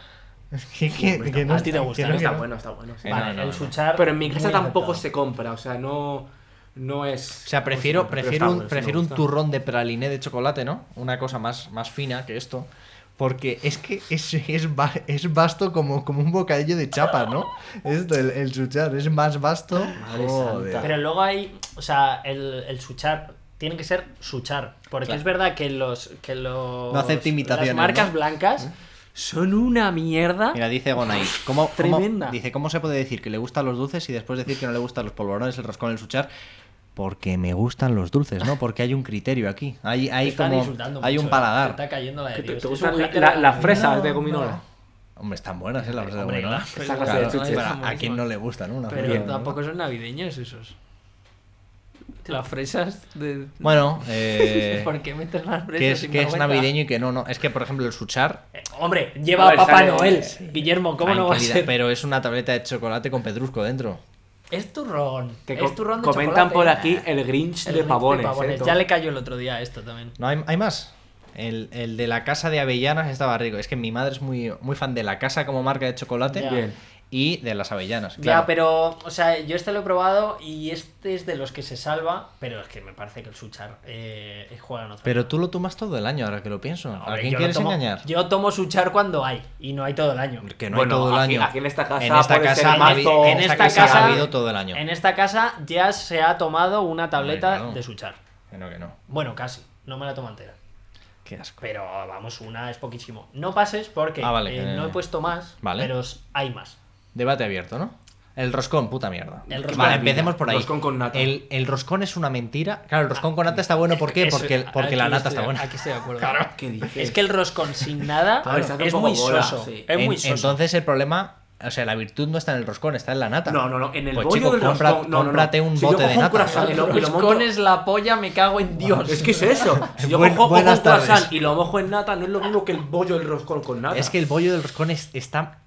[SPEAKER 1] Es que, que- que no
[SPEAKER 2] a ti
[SPEAKER 1] que
[SPEAKER 2] te gusta,
[SPEAKER 1] no-
[SPEAKER 2] ¿no?
[SPEAKER 1] que
[SPEAKER 3] Está
[SPEAKER 1] no.
[SPEAKER 3] bueno, está bueno. sí.
[SPEAKER 1] Eh,
[SPEAKER 2] vale,
[SPEAKER 1] no, no,
[SPEAKER 2] el
[SPEAKER 1] no.
[SPEAKER 2] suchar.
[SPEAKER 3] Pero en mi casa
[SPEAKER 2] muy
[SPEAKER 3] tampoco
[SPEAKER 2] aceptado.
[SPEAKER 3] se compra, o sea, no, Pues no es.
[SPEAKER 1] O sea, prefiero, prefiero, un, prefiero un
[SPEAKER 3] turno
[SPEAKER 1] turrón de praliné de chocolate, ¿no? Una cosa más, más fina que esto. Porque es que es, es, va- es vasto como, como un bocadillo de chapa, ¿no? Esto, el, el chuchar, es más vasto.
[SPEAKER 3] Madre
[SPEAKER 1] Joder.
[SPEAKER 3] santa.
[SPEAKER 2] Pero luego hay, o sea, el, el suchar tiene que ser suchar, porque
[SPEAKER 1] Claro.
[SPEAKER 2] es verdad que los que los
[SPEAKER 1] No acepta imitaciones,
[SPEAKER 2] las marcas
[SPEAKER 1] ¿no?
[SPEAKER 2] blancas son una mierda.
[SPEAKER 1] Mira, dice Gonay, ¿cómo, cómo-
[SPEAKER 2] Tremenda.
[SPEAKER 1] dice, ¿cómo se puede decir que le gustan los dulces y después decir que no le gustan los polvorones, el roscón, el suchar? Porque me gustan los dulces, ¿no? Porque hay un criterio aquí. Hay,
[SPEAKER 2] Te
[SPEAKER 1] hay
[SPEAKER 2] están
[SPEAKER 1] como,
[SPEAKER 2] insultando
[SPEAKER 1] hay
[SPEAKER 2] mucho,
[SPEAKER 1] un
[SPEAKER 2] te
[SPEAKER 1] paladar.
[SPEAKER 2] Está cayendo la de
[SPEAKER 3] ¿Te,
[SPEAKER 2] Dios.
[SPEAKER 3] te
[SPEAKER 2] Es
[SPEAKER 3] gustan
[SPEAKER 2] un
[SPEAKER 3] la-
[SPEAKER 2] hater
[SPEAKER 3] la-
[SPEAKER 2] de
[SPEAKER 3] las fresas
[SPEAKER 1] No,
[SPEAKER 3] de gominola?
[SPEAKER 1] no. Hombre, están buenas, ¿eh? Las fresas de
[SPEAKER 2] Hombre,
[SPEAKER 1] gominola.
[SPEAKER 2] las fresas
[SPEAKER 3] de
[SPEAKER 1] Claro,
[SPEAKER 3] chuches.
[SPEAKER 1] pero
[SPEAKER 2] Son
[SPEAKER 1] ¿A quién
[SPEAKER 2] buenísimas.
[SPEAKER 1] no le gustan una fresa
[SPEAKER 4] Pero
[SPEAKER 1] de gominola?
[SPEAKER 4] tampoco son navideños esos. Las fresas de.
[SPEAKER 1] Bueno, eh,
[SPEAKER 4] ¿Por qué metes las fresas?
[SPEAKER 1] que es,
[SPEAKER 4] sin
[SPEAKER 1] que es
[SPEAKER 4] vergüenza?
[SPEAKER 1] navideño y que no, no. Es que, por ejemplo, el suchar...
[SPEAKER 2] Eh, Hombre, lleva a
[SPEAKER 3] Vale,
[SPEAKER 2] Papá
[SPEAKER 3] sale-
[SPEAKER 2] Noel.
[SPEAKER 3] sí.
[SPEAKER 2] Guillermo, ¿cómo no va a
[SPEAKER 1] tranquilidad,
[SPEAKER 2] ser?
[SPEAKER 1] Pero es una tableta de chocolate con pedrusco dentro.
[SPEAKER 2] Es turrón.
[SPEAKER 3] Que
[SPEAKER 2] es turrón de
[SPEAKER 3] comentan
[SPEAKER 2] chocolate.
[SPEAKER 3] por aquí el Grinch
[SPEAKER 2] El
[SPEAKER 3] de
[SPEAKER 2] Ritz
[SPEAKER 3] pavones. ¿eh?
[SPEAKER 2] Ya le cayó el otro día esto también.
[SPEAKER 1] No, hay, hay más. El, el de la casa de avellanas estaba rico. Es que mi madre es muy, muy fan de la casa como marca de chocolate
[SPEAKER 2] Ya.
[SPEAKER 3] Bien.
[SPEAKER 1] y de las avellanas.
[SPEAKER 2] Ya,
[SPEAKER 1] claro.
[SPEAKER 2] pero, o sea, yo este lo he probado y este es de los que se salva, pero es que me parece que el Suchar eh, juega en otra.
[SPEAKER 1] Pero tú lo tomas todo el año, ahora que lo pienso.
[SPEAKER 2] Hombre,
[SPEAKER 1] ¿A quién
[SPEAKER 2] yo lo
[SPEAKER 1] quieres
[SPEAKER 2] tomo-
[SPEAKER 1] engañar?
[SPEAKER 2] Yo tomo Suchar cuando hay y no hay todo el año.
[SPEAKER 1] Que no
[SPEAKER 3] Bueno,
[SPEAKER 1] hay todo el
[SPEAKER 3] aquí-
[SPEAKER 1] año.
[SPEAKER 3] aquí en esta casa
[SPEAKER 1] en esta
[SPEAKER 3] puede
[SPEAKER 1] casa,
[SPEAKER 3] ser
[SPEAKER 1] ha habi-
[SPEAKER 3] mazo,
[SPEAKER 1] en
[SPEAKER 3] o sea,
[SPEAKER 1] esta
[SPEAKER 3] que se
[SPEAKER 1] casa
[SPEAKER 3] ha
[SPEAKER 1] ha habido todo el año.
[SPEAKER 2] En esta casa ya se ha tomado una tableta
[SPEAKER 1] claro.
[SPEAKER 2] de Suchar.
[SPEAKER 1] Que no, que no.
[SPEAKER 2] Bueno, casi. No me la tomo entera.
[SPEAKER 1] Qué asco.
[SPEAKER 2] Pero vamos, una es poquísimo. No pases porque
[SPEAKER 1] Ah, vale,
[SPEAKER 2] eh,
[SPEAKER 1] que-
[SPEAKER 2] no he puesto más,
[SPEAKER 1] Vale.
[SPEAKER 2] pero s- hay más.
[SPEAKER 1] Debate abierto, ¿no? El roscón, puta mierda.
[SPEAKER 2] El roscón.
[SPEAKER 1] Vale, empecemos por ahí.
[SPEAKER 3] Roscón con nata.
[SPEAKER 1] El, el roscón es una mentira. Claro, el roscón con nata está bueno. ¿Por qué?
[SPEAKER 2] Eso-
[SPEAKER 1] Porque, el- porque
[SPEAKER 4] Aquí
[SPEAKER 1] la nata
[SPEAKER 4] estoy-
[SPEAKER 1] está buena.
[SPEAKER 4] Aquí estoy de acuerdo.
[SPEAKER 3] ¿Qué dices?
[SPEAKER 2] Es que el roscón sin nada
[SPEAKER 3] Claro, se hace un
[SPEAKER 2] es,
[SPEAKER 3] poco
[SPEAKER 2] muy
[SPEAKER 3] bola,
[SPEAKER 2] soso,
[SPEAKER 3] sí.
[SPEAKER 2] es
[SPEAKER 1] En-
[SPEAKER 2] muy soso.
[SPEAKER 1] Entonces el problema, o sea, la virtud no está en el roscón, está en la nata.
[SPEAKER 3] No, no, no, en el
[SPEAKER 1] Pues,
[SPEAKER 3] bollo
[SPEAKER 1] chico,
[SPEAKER 3] del
[SPEAKER 1] compra-
[SPEAKER 3] roscón. No, no, no.
[SPEAKER 1] cómprate un
[SPEAKER 3] Si yo
[SPEAKER 1] bote
[SPEAKER 3] cojo
[SPEAKER 1] de
[SPEAKER 3] un
[SPEAKER 1] nata.
[SPEAKER 3] croissant y lo- y lo
[SPEAKER 4] Los
[SPEAKER 3] monto-
[SPEAKER 4] cones, la polla, me cago en Dios.
[SPEAKER 3] Es que es eso. Si yo
[SPEAKER 1] Buen-
[SPEAKER 3] cojo, cojo
[SPEAKER 1] buenas
[SPEAKER 3] un croissant
[SPEAKER 1] tardes.
[SPEAKER 3] y lo mojo en nata, no es lo mismo que el bollo del roscón con nata.
[SPEAKER 1] Es que el bollo del roscón es- está.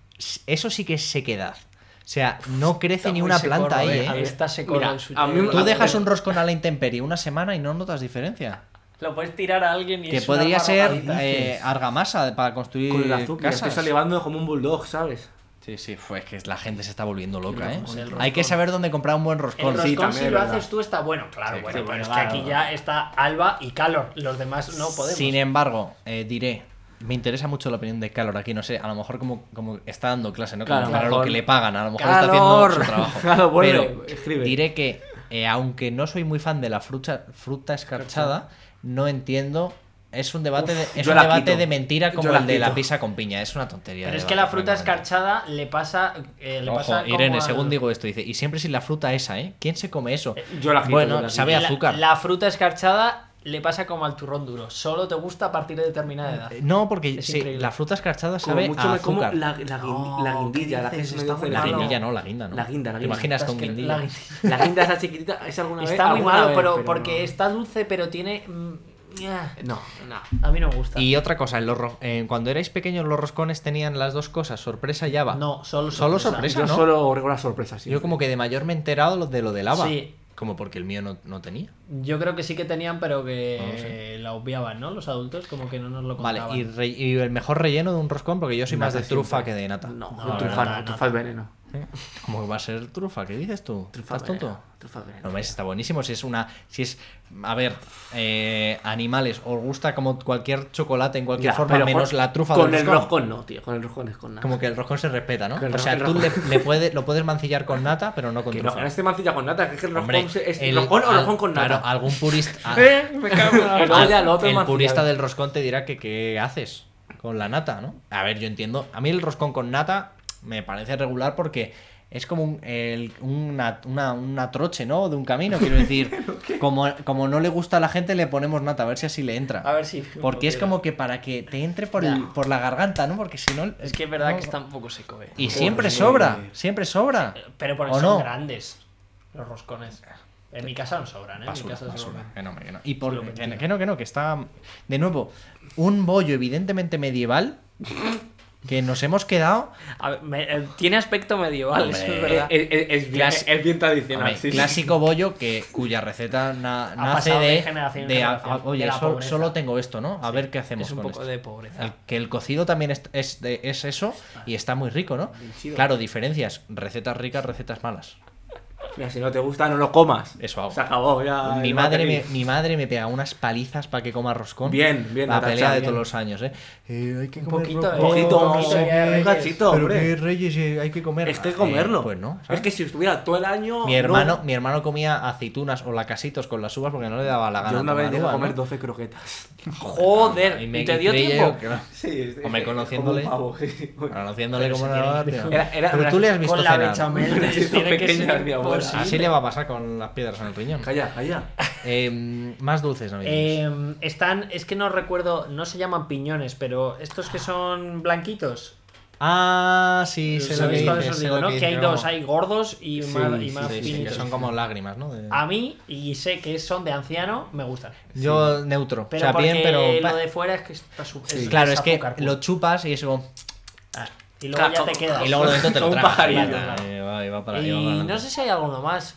[SPEAKER 1] Eso sí que es sequedad. O sea, no crece
[SPEAKER 4] Está
[SPEAKER 1] ni
[SPEAKER 4] muy
[SPEAKER 1] una
[SPEAKER 4] seco,
[SPEAKER 1] planta ahí,
[SPEAKER 4] Robert.
[SPEAKER 1] ¿eh?
[SPEAKER 4] A ver, eh, Está seco
[SPEAKER 3] Mira,
[SPEAKER 4] el suyo.
[SPEAKER 3] a mí-
[SPEAKER 1] Tú dejas un roscón a la intemperie una semana y no notas diferencia.
[SPEAKER 4] Lo puedes tirar a alguien y
[SPEAKER 1] Que
[SPEAKER 4] es una
[SPEAKER 1] podría ser
[SPEAKER 4] barbaridad.
[SPEAKER 1] eh, argamasa para construir
[SPEAKER 3] con el azúcar. Estoy
[SPEAKER 1] casas.
[SPEAKER 3] salivando como un bulldog, ¿sabes?
[SPEAKER 1] Sí, sí, fue es que la gente se está volviendo loca, ¿eh?
[SPEAKER 2] roscón, el
[SPEAKER 1] Hay que
[SPEAKER 2] roscón.
[SPEAKER 1] saber dónde comprar un buen
[SPEAKER 2] El
[SPEAKER 1] roscón.
[SPEAKER 2] roscón,
[SPEAKER 3] también,
[SPEAKER 2] si lo
[SPEAKER 3] ¿verdad?
[SPEAKER 2] haces tú, está bueno. Claro,
[SPEAKER 1] Sí,
[SPEAKER 2] bueno,
[SPEAKER 3] sí,
[SPEAKER 2] pero
[SPEAKER 3] bueno,
[SPEAKER 2] es
[SPEAKER 3] claro.
[SPEAKER 2] que aquí ya está Alba y Calor. Los demás no podemos.
[SPEAKER 1] Sin embargo, eh, diré, me interesa mucho la opinión de Calor aquí, no sé, a lo mejor como, como está dando clase, ¿no? Como
[SPEAKER 3] Claro,
[SPEAKER 1] para lo
[SPEAKER 3] mejor.
[SPEAKER 1] que le pagan, a lo mejor
[SPEAKER 3] Calor.
[SPEAKER 1] está haciendo su trabajo.
[SPEAKER 3] Claro, vuelve,
[SPEAKER 1] Pero
[SPEAKER 3] escribe.
[SPEAKER 1] diré que, eh, aunque no soy muy fan de la fruta, fruta escarchada, no entiendo... Es un debate de, es
[SPEAKER 3] yo
[SPEAKER 1] un
[SPEAKER 3] la
[SPEAKER 1] debate
[SPEAKER 3] quito.
[SPEAKER 1] de mentira
[SPEAKER 3] Yo
[SPEAKER 1] como
[SPEAKER 3] la
[SPEAKER 1] el de la
[SPEAKER 3] quito.
[SPEAKER 1] pizza con piña, es una tontería.
[SPEAKER 2] Pero
[SPEAKER 1] de
[SPEAKER 2] es que
[SPEAKER 1] debate,
[SPEAKER 2] la fruta
[SPEAKER 1] francamente.
[SPEAKER 2] escarchada le pasa. eh, le
[SPEAKER 1] Ojo,
[SPEAKER 2] pasa como
[SPEAKER 1] Irene,
[SPEAKER 2] al-
[SPEAKER 1] según digo esto, dice, y siempre sin la fruta esa, ¿eh? ¿Quién se come eso?
[SPEAKER 3] Yo la quito,
[SPEAKER 1] Bueno,
[SPEAKER 3] yo la quito.
[SPEAKER 1] sabe a
[SPEAKER 2] la-
[SPEAKER 1] azúcar.
[SPEAKER 2] La fruta escarchada le pasa como al turrón duro. Solo te gusta a partir de determinada edad.
[SPEAKER 1] Eh, No, porque
[SPEAKER 2] Es
[SPEAKER 1] sí,
[SPEAKER 2] increíble.
[SPEAKER 1] la fruta escarchada
[SPEAKER 3] Como
[SPEAKER 1] sabe
[SPEAKER 3] mucho
[SPEAKER 1] a
[SPEAKER 3] me como la,
[SPEAKER 1] azúcar.
[SPEAKER 3] la, guin-
[SPEAKER 2] No,
[SPEAKER 3] la guindilla,
[SPEAKER 2] Oh, ¿qué
[SPEAKER 3] la que
[SPEAKER 2] dices?
[SPEAKER 3] se me
[SPEAKER 2] Está
[SPEAKER 3] hace
[SPEAKER 2] muy
[SPEAKER 1] La
[SPEAKER 2] malo.
[SPEAKER 1] guindilla no, la guinda no.
[SPEAKER 3] La guinda, la
[SPEAKER 1] ¿Te
[SPEAKER 3] guinda.
[SPEAKER 1] imaginas
[SPEAKER 2] Es
[SPEAKER 1] con
[SPEAKER 2] que
[SPEAKER 1] guindilla?
[SPEAKER 2] la guindilla-
[SPEAKER 3] La guinda esa chiquitita, es alguna vez.
[SPEAKER 2] Está muy
[SPEAKER 3] alguna
[SPEAKER 2] malo,
[SPEAKER 3] vez,
[SPEAKER 2] pero, porque
[SPEAKER 3] no.
[SPEAKER 2] está dulce, pero tiene. mm, ah,
[SPEAKER 3] No, no.
[SPEAKER 2] A mí no me gusta.
[SPEAKER 1] Y otra cosa, en los ro- eh, cuando erais pequeños los roscones tenían las dos cosas, sorpresa y haba.
[SPEAKER 2] No, solo
[SPEAKER 1] Solo sorpresa.
[SPEAKER 3] Yo
[SPEAKER 1] ¿no?
[SPEAKER 3] solo regular sorpresas.
[SPEAKER 1] Yo como que de mayor me he enterado lo- de lo del haba.
[SPEAKER 2] Sí.
[SPEAKER 1] Como porque el mío no, no tenía.
[SPEAKER 2] Yo creo que sí que tenían, pero que
[SPEAKER 1] No lo
[SPEAKER 2] la obviaban, ¿no? Los adultos, como que no nos lo
[SPEAKER 1] Vale,
[SPEAKER 2] contaban.
[SPEAKER 1] y, re- y el mejor relleno de un roscón, porque yo soy más de
[SPEAKER 3] Nata
[SPEAKER 1] trufa
[SPEAKER 3] siempre.
[SPEAKER 1] que de nata.
[SPEAKER 3] No,
[SPEAKER 2] No,
[SPEAKER 3] trufa
[SPEAKER 2] no,
[SPEAKER 3] no,
[SPEAKER 2] no,
[SPEAKER 3] trufa es veneno.
[SPEAKER 1] ¿Cómo que va a ser trufa? ¿Qué dices tú?
[SPEAKER 3] Trufa
[SPEAKER 1] ¿Estás
[SPEAKER 3] es
[SPEAKER 1] tonto?
[SPEAKER 3] veneno, Trufa es veneno.
[SPEAKER 1] No, ves, está buenísimo. Si es una. Si es. A ver, eh, animales, os gusta como cualquier chocolate en cualquier
[SPEAKER 3] Ya,
[SPEAKER 1] forma,
[SPEAKER 3] pero
[SPEAKER 1] menos
[SPEAKER 3] con-
[SPEAKER 1] la trufa
[SPEAKER 3] Con
[SPEAKER 1] del
[SPEAKER 3] el roscón no, tío. Con el roscón es con nada.
[SPEAKER 1] Como que el roscón se respeta, ¿no?
[SPEAKER 3] Que el
[SPEAKER 1] O sea,
[SPEAKER 3] ro-
[SPEAKER 1] tú
[SPEAKER 3] el
[SPEAKER 1] le, le puede- lo puedes mancillar con nata, pero no con
[SPEAKER 3] Que no,
[SPEAKER 1] trufa.
[SPEAKER 3] en este mancilla con nata, que es que el roscón
[SPEAKER 1] Hombre,
[SPEAKER 3] se- es
[SPEAKER 1] el-
[SPEAKER 3] roscón o
[SPEAKER 1] al-
[SPEAKER 3] roscón con nata.
[SPEAKER 1] Claro, algún purista. a-
[SPEAKER 4] Eh, me cago en la-
[SPEAKER 3] Pero ya lo otro
[SPEAKER 1] el
[SPEAKER 3] es mancillar.
[SPEAKER 1] purista del roscón te dirá que qué haces con la nata, ¿no? A ver, yo entiendo. A mí el roscón con nata me parece regular porque es como un, el- una, una- una troche, ¿no? De un camino, quiero decir. como, como no le gusta a la gente, le ponemos nata, a ver si así le entra.
[SPEAKER 2] A ver si.
[SPEAKER 1] porque es como que para que te entre por, el- por la garganta, ¿no? Porque si no...
[SPEAKER 4] Es que es verdad
[SPEAKER 1] no-
[SPEAKER 4] que está un poco seco, eh.
[SPEAKER 1] Y siempre sobra, siempre sobra.
[SPEAKER 2] Pero porque
[SPEAKER 1] ¿O
[SPEAKER 2] son
[SPEAKER 1] no?
[SPEAKER 2] grandes los roscones. En mi casa no sobran, ¿eh?
[SPEAKER 1] Basura,
[SPEAKER 2] en mi casa se
[SPEAKER 1] basura.
[SPEAKER 2] sobran.
[SPEAKER 1] Que no, hombre, que no. Y por,
[SPEAKER 2] Lo
[SPEAKER 1] que-
[SPEAKER 2] mentira.
[SPEAKER 1] que no, que no, que está. De nuevo, un bollo evidentemente medieval que nos hemos quedado.
[SPEAKER 4] A ver, me- eh, tiene aspecto medieval,
[SPEAKER 1] Hombre.
[SPEAKER 4] eso es
[SPEAKER 3] Eh,
[SPEAKER 4] verdad.
[SPEAKER 3] eh, eh, es, bien,
[SPEAKER 1] Clas-
[SPEAKER 3] es bien tradicional.
[SPEAKER 1] hombre,
[SPEAKER 3] sí, sí.
[SPEAKER 1] clásico bollo que, cuya receta na- nace
[SPEAKER 2] pasado
[SPEAKER 1] de.
[SPEAKER 2] de generación en
[SPEAKER 1] de a-
[SPEAKER 2] generación,
[SPEAKER 1] a- oye,
[SPEAKER 2] de la
[SPEAKER 1] sol-
[SPEAKER 2] pobreza.
[SPEAKER 1] solo tengo esto, ¿no? A ver qué hacemos
[SPEAKER 4] es un
[SPEAKER 1] con
[SPEAKER 4] poco
[SPEAKER 1] esto.
[SPEAKER 4] de pobreza.
[SPEAKER 1] El- que el cocido también es, es de- es eso y está muy rico, ¿no?
[SPEAKER 3] chido.
[SPEAKER 1] Claro, diferencias. Recetas ricas, recetas malas.
[SPEAKER 3] Mira, si no te gusta, no lo comas.
[SPEAKER 1] Eso hago.
[SPEAKER 3] Se acabó ya.
[SPEAKER 1] Mi
[SPEAKER 3] el
[SPEAKER 1] madre, me,
[SPEAKER 3] batería.
[SPEAKER 1] mi madre me pega unas palizas para que coma roscón.
[SPEAKER 3] Bien, bien,
[SPEAKER 1] La
[SPEAKER 3] Natacha,
[SPEAKER 1] pelea de
[SPEAKER 3] bien.
[SPEAKER 1] todos los años, ¿eh? Eh, hay que
[SPEAKER 2] Un
[SPEAKER 1] comer
[SPEAKER 2] poquito,
[SPEAKER 1] roscón,
[SPEAKER 2] eh.
[SPEAKER 3] Ojito,
[SPEAKER 1] no
[SPEAKER 2] poquito,
[SPEAKER 1] sé
[SPEAKER 2] eh.
[SPEAKER 1] qué.
[SPEAKER 3] un gachito,
[SPEAKER 1] Pero
[SPEAKER 3] hombre.
[SPEAKER 1] qué reyes, eh, hay que comer.
[SPEAKER 3] Es que
[SPEAKER 1] Eh,
[SPEAKER 3] comerlo.
[SPEAKER 1] pues no. ¿sabes?
[SPEAKER 3] Es que si estuviera todo el año.
[SPEAKER 1] mi,
[SPEAKER 3] no.
[SPEAKER 1] hermano, mi hermano comía aceitunas o lacasitos con las uvas porque no le daba la gana.
[SPEAKER 3] Yo una vez
[SPEAKER 1] tomar
[SPEAKER 3] llegué a
[SPEAKER 1] uva,
[SPEAKER 3] comer
[SPEAKER 1] ¿no?
[SPEAKER 3] 12 croquetas.
[SPEAKER 4] Joder,
[SPEAKER 1] Y
[SPEAKER 4] ¿y
[SPEAKER 1] me
[SPEAKER 4] te dio
[SPEAKER 1] creía
[SPEAKER 4] tiempo?
[SPEAKER 1] yo que no.
[SPEAKER 3] Sí, es-
[SPEAKER 1] Hombre,
[SPEAKER 3] es-
[SPEAKER 1] conociéndole-
[SPEAKER 3] como un pavo, sí.
[SPEAKER 1] Conociéndole
[SPEAKER 2] Pero
[SPEAKER 1] como
[SPEAKER 2] si
[SPEAKER 1] era la
[SPEAKER 2] tiene-
[SPEAKER 1] tía.
[SPEAKER 3] Era- era-
[SPEAKER 1] Pero
[SPEAKER 3] era
[SPEAKER 1] tú le has
[SPEAKER 3] con
[SPEAKER 1] visto
[SPEAKER 2] Con la
[SPEAKER 1] cenar.
[SPEAKER 2] bechamel pues,
[SPEAKER 3] Hombre,
[SPEAKER 2] tiene
[SPEAKER 3] siendo
[SPEAKER 2] que
[SPEAKER 3] pequeña,
[SPEAKER 2] ser
[SPEAKER 3] mi abuela.
[SPEAKER 2] imposible.
[SPEAKER 1] Así le va a pasar con las piedras en el riñón.
[SPEAKER 3] Calla, calla.
[SPEAKER 1] Eh, más dulces, ¿no?
[SPEAKER 2] Eh, están, es que no recuerdo, no se llaman piñones, pero estos que son blanquitos.
[SPEAKER 1] ah, sí, sé lo que
[SPEAKER 2] ¿Sabéis cuáles
[SPEAKER 1] dices,
[SPEAKER 2] os
[SPEAKER 1] sé
[SPEAKER 2] digo,
[SPEAKER 1] lo
[SPEAKER 2] no?
[SPEAKER 1] que
[SPEAKER 2] Que hay
[SPEAKER 1] dices,
[SPEAKER 2] dos,
[SPEAKER 1] como-
[SPEAKER 2] hay gordos y
[SPEAKER 3] Sí,
[SPEAKER 2] más, y
[SPEAKER 3] sí,
[SPEAKER 2] más
[SPEAKER 1] Sí, sí, que
[SPEAKER 2] finitos. Ah,
[SPEAKER 1] son como lágrimas, ¿no? De-
[SPEAKER 2] A mí, y sé que son de anciano, me gustan.
[SPEAKER 1] Yo neutro.
[SPEAKER 2] Pero
[SPEAKER 1] o sea,
[SPEAKER 2] porque
[SPEAKER 1] bien, pero.
[SPEAKER 2] lo de fuera es que está su- es-
[SPEAKER 1] Claro, es que
[SPEAKER 2] azúcar pues. puro.
[SPEAKER 1] lo chupas y es como.
[SPEAKER 2] Ah, Y luego ya
[SPEAKER 3] Claro,
[SPEAKER 2] te quedas.
[SPEAKER 1] Y luego lo dentro te lo
[SPEAKER 3] Un
[SPEAKER 1] tragas.
[SPEAKER 3] pajarillo.
[SPEAKER 1] Ahí va, ahí va, ahí va para ahí va para
[SPEAKER 2] Y
[SPEAKER 1] adelante.
[SPEAKER 2] no sé si hay alguno más.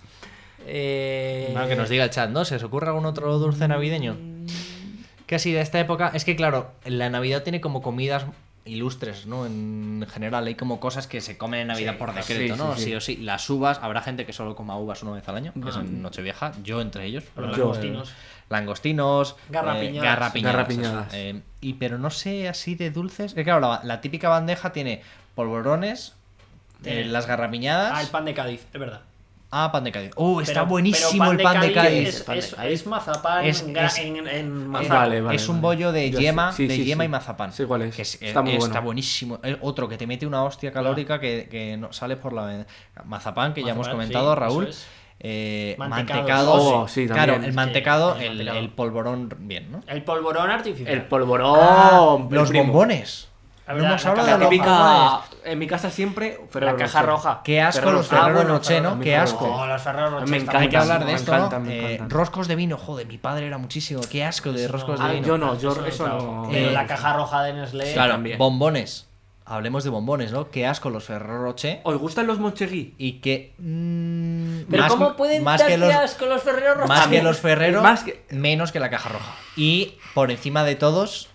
[SPEAKER 2] Eh,
[SPEAKER 1] Bueno, que nos diga el chat, ¿no? ¿Se os ocurre algún otro dulce navideño? Que así de esta época. Es que, claro, la Navidad tiene como comidas ilustres, ¿no? En general, hay como cosas que se comen en Navidad por decreto,
[SPEAKER 3] sí,
[SPEAKER 1] ¿no?
[SPEAKER 3] sí,
[SPEAKER 1] Sí,
[SPEAKER 3] sí.
[SPEAKER 1] o sí. Las uvas, habrá gente que solo coma uvas una vez al año, que es en Nochevieja, yo entre ellos.
[SPEAKER 2] Los
[SPEAKER 1] Yo,
[SPEAKER 2] langostinos.
[SPEAKER 1] eh, langostinos.
[SPEAKER 2] Garrapiñadas.
[SPEAKER 1] eh, garrapiñadas.
[SPEAKER 3] Garrapiñadas.
[SPEAKER 1] eso. Eh, y pero no sé así de dulces. Es claro, la, la típica bandeja tiene polvorones, eh,
[SPEAKER 2] Tiene-
[SPEAKER 1] las garrapiñadas.
[SPEAKER 2] Ah, el pan de Cádiz, es verdad.
[SPEAKER 1] Ah, pan de Cádiz. ¡Oh, está
[SPEAKER 2] Pero-
[SPEAKER 1] buenísimo
[SPEAKER 2] pero
[SPEAKER 1] el pan de Cádiz!
[SPEAKER 2] Es,
[SPEAKER 3] pan de
[SPEAKER 2] es-
[SPEAKER 3] Cádiz.
[SPEAKER 2] es mazapán
[SPEAKER 1] Es-
[SPEAKER 2] en, gra-
[SPEAKER 1] es-
[SPEAKER 2] en- en
[SPEAKER 1] Es-
[SPEAKER 2] mazapán.
[SPEAKER 3] Vale, vale,
[SPEAKER 1] es un
[SPEAKER 3] vale.
[SPEAKER 1] bollo de
[SPEAKER 3] Yo
[SPEAKER 1] yema,
[SPEAKER 3] sí,
[SPEAKER 1] de
[SPEAKER 3] sí,
[SPEAKER 1] yema
[SPEAKER 3] sí.
[SPEAKER 1] y mazapán.
[SPEAKER 3] Sé cuál es.
[SPEAKER 1] Que es- eh,
[SPEAKER 3] Está muy bueno.
[SPEAKER 1] buenísimo. Es otro que te mete una hostia calórica que, que no, sale por la ven- mazapán, que ya hemos
[SPEAKER 2] Mazapán,
[SPEAKER 1] comentado,
[SPEAKER 2] sí,
[SPEAKER 1] Raúl.
[SPEAKER 2] eso es.
[SPEAKER 1] Eh,
[SPEAKER 2] Mantecados.
[SPEAKER 1] mantecados.
[SPEAKER 3] Oh, sí, también.
[SPEAKER 1] claro, el
[SPEAKER 3] Sí,
[SPEAKER 1] mantecado,
[SPEAKER 2] el
[SPEAKER 1] el,
[SPEAKER 2] mantecado.
[SPEAKER 1] el polvorón bien, ¿no?
[SPEAKER 2] El polvorón artificial.
[SPEAKER 3] El polvorón. el
[SPEAKER 1] los
[SPEAKER 3] primo.
[SPEAKER 1] bombones.
[SPEAKER 2] La
[SPEAKER 1] No
[SPEAKER 2] verdad,
[SPEAKER 1] hemos
[SPEAKER 2] la
[SPEAKER 1] hablado
[SPEAKER 2] caja
[SPEAKER 1] de
[SPEAKER 3] La
[SPEAKER 1] los
[SPEAKER 3] típica.
[SPEAKER 1] bombones.
[SPEAKER 3] En mi casa siempre. Ferrero
[SPEAKER 2] la caja
[SPEAKER 3] Rocher.
[SPEAKER 2] roja.
[SPEAKER 1] Qué asco
[SPEAKER 3] Ferrero
[SPEAKER 1] los
[SPEAKER 3] Rocher.
[SPEAKER 1] Ferrero
[SPEAKER 2] Ah, bueno,
[SPEAKER 1] Rocher,
[SPEAKER 2] Ferrero
[SPEAKER 1] ¿no? Qué
[SPEAKER 3] Rocher.
[SPEAKER 1] asco.
[SPEAKER 2] Oh, los Ferrero Rocher
[SPEAKER 3] Me
[SPEAKER 2] están
[SPEAKER 1] Hay que
[SPEAKER 3] encantan,
[SPEAKER 1] hablar de
[SPEAKER 3] me
[SPEAKER 1] esto, ¿no?
[SPEAKER 3] encantan, me
[SPEAKER 1] Eh,
[SPEAKER 3] encantan.
[SPEAKER 1] roscos de vino, joder, mi padre era muchísimo. Qué asco de roscos
[SPEAKER 2] no.
[SPEAKER 1] de
[SPEAKER 3] Ah,
[SPEAKER 1] vino.
[SPEAKER 3] yo no, yo
[SPEAKER 2] Eso no
[SPEAKER 3] eso
[SPEAKER 2] trabajo.
[SPEAKER 3] no.
[SPEAKER 2] Pero
[SPEAKER 1] Eh,
[SPEAKER 2] la caja roja de Nestlé.
[SPEAKER 1] Claro,
[SPEAKER 3] también.
[SPEAKER 1] bombones. Hablemos de bombones, ¿no? Qué asco los Ferrero Rocher.
[SPEAKER 3] ¿Os gustan los Monchegui?
[SPEAKER 1] y que mm,
[SPEAKER 2] Pero
[SPEAKER 1] más-
[SPEAKER 2] ¿cómo pueden
[SPEAKER 1] más
[SPEAKER 2] darte
[SPEAKER 1] que los
[SPEAKER 2] asco los Ferrero Rocher?
[SPEAKER 1] más
[SPEAKER 3] A mí-
[SPEAKER 1] que los Ferrero
[SPEAKER 3] más que-
[SPEAKER 1] menos que la caja roja y por encima de todos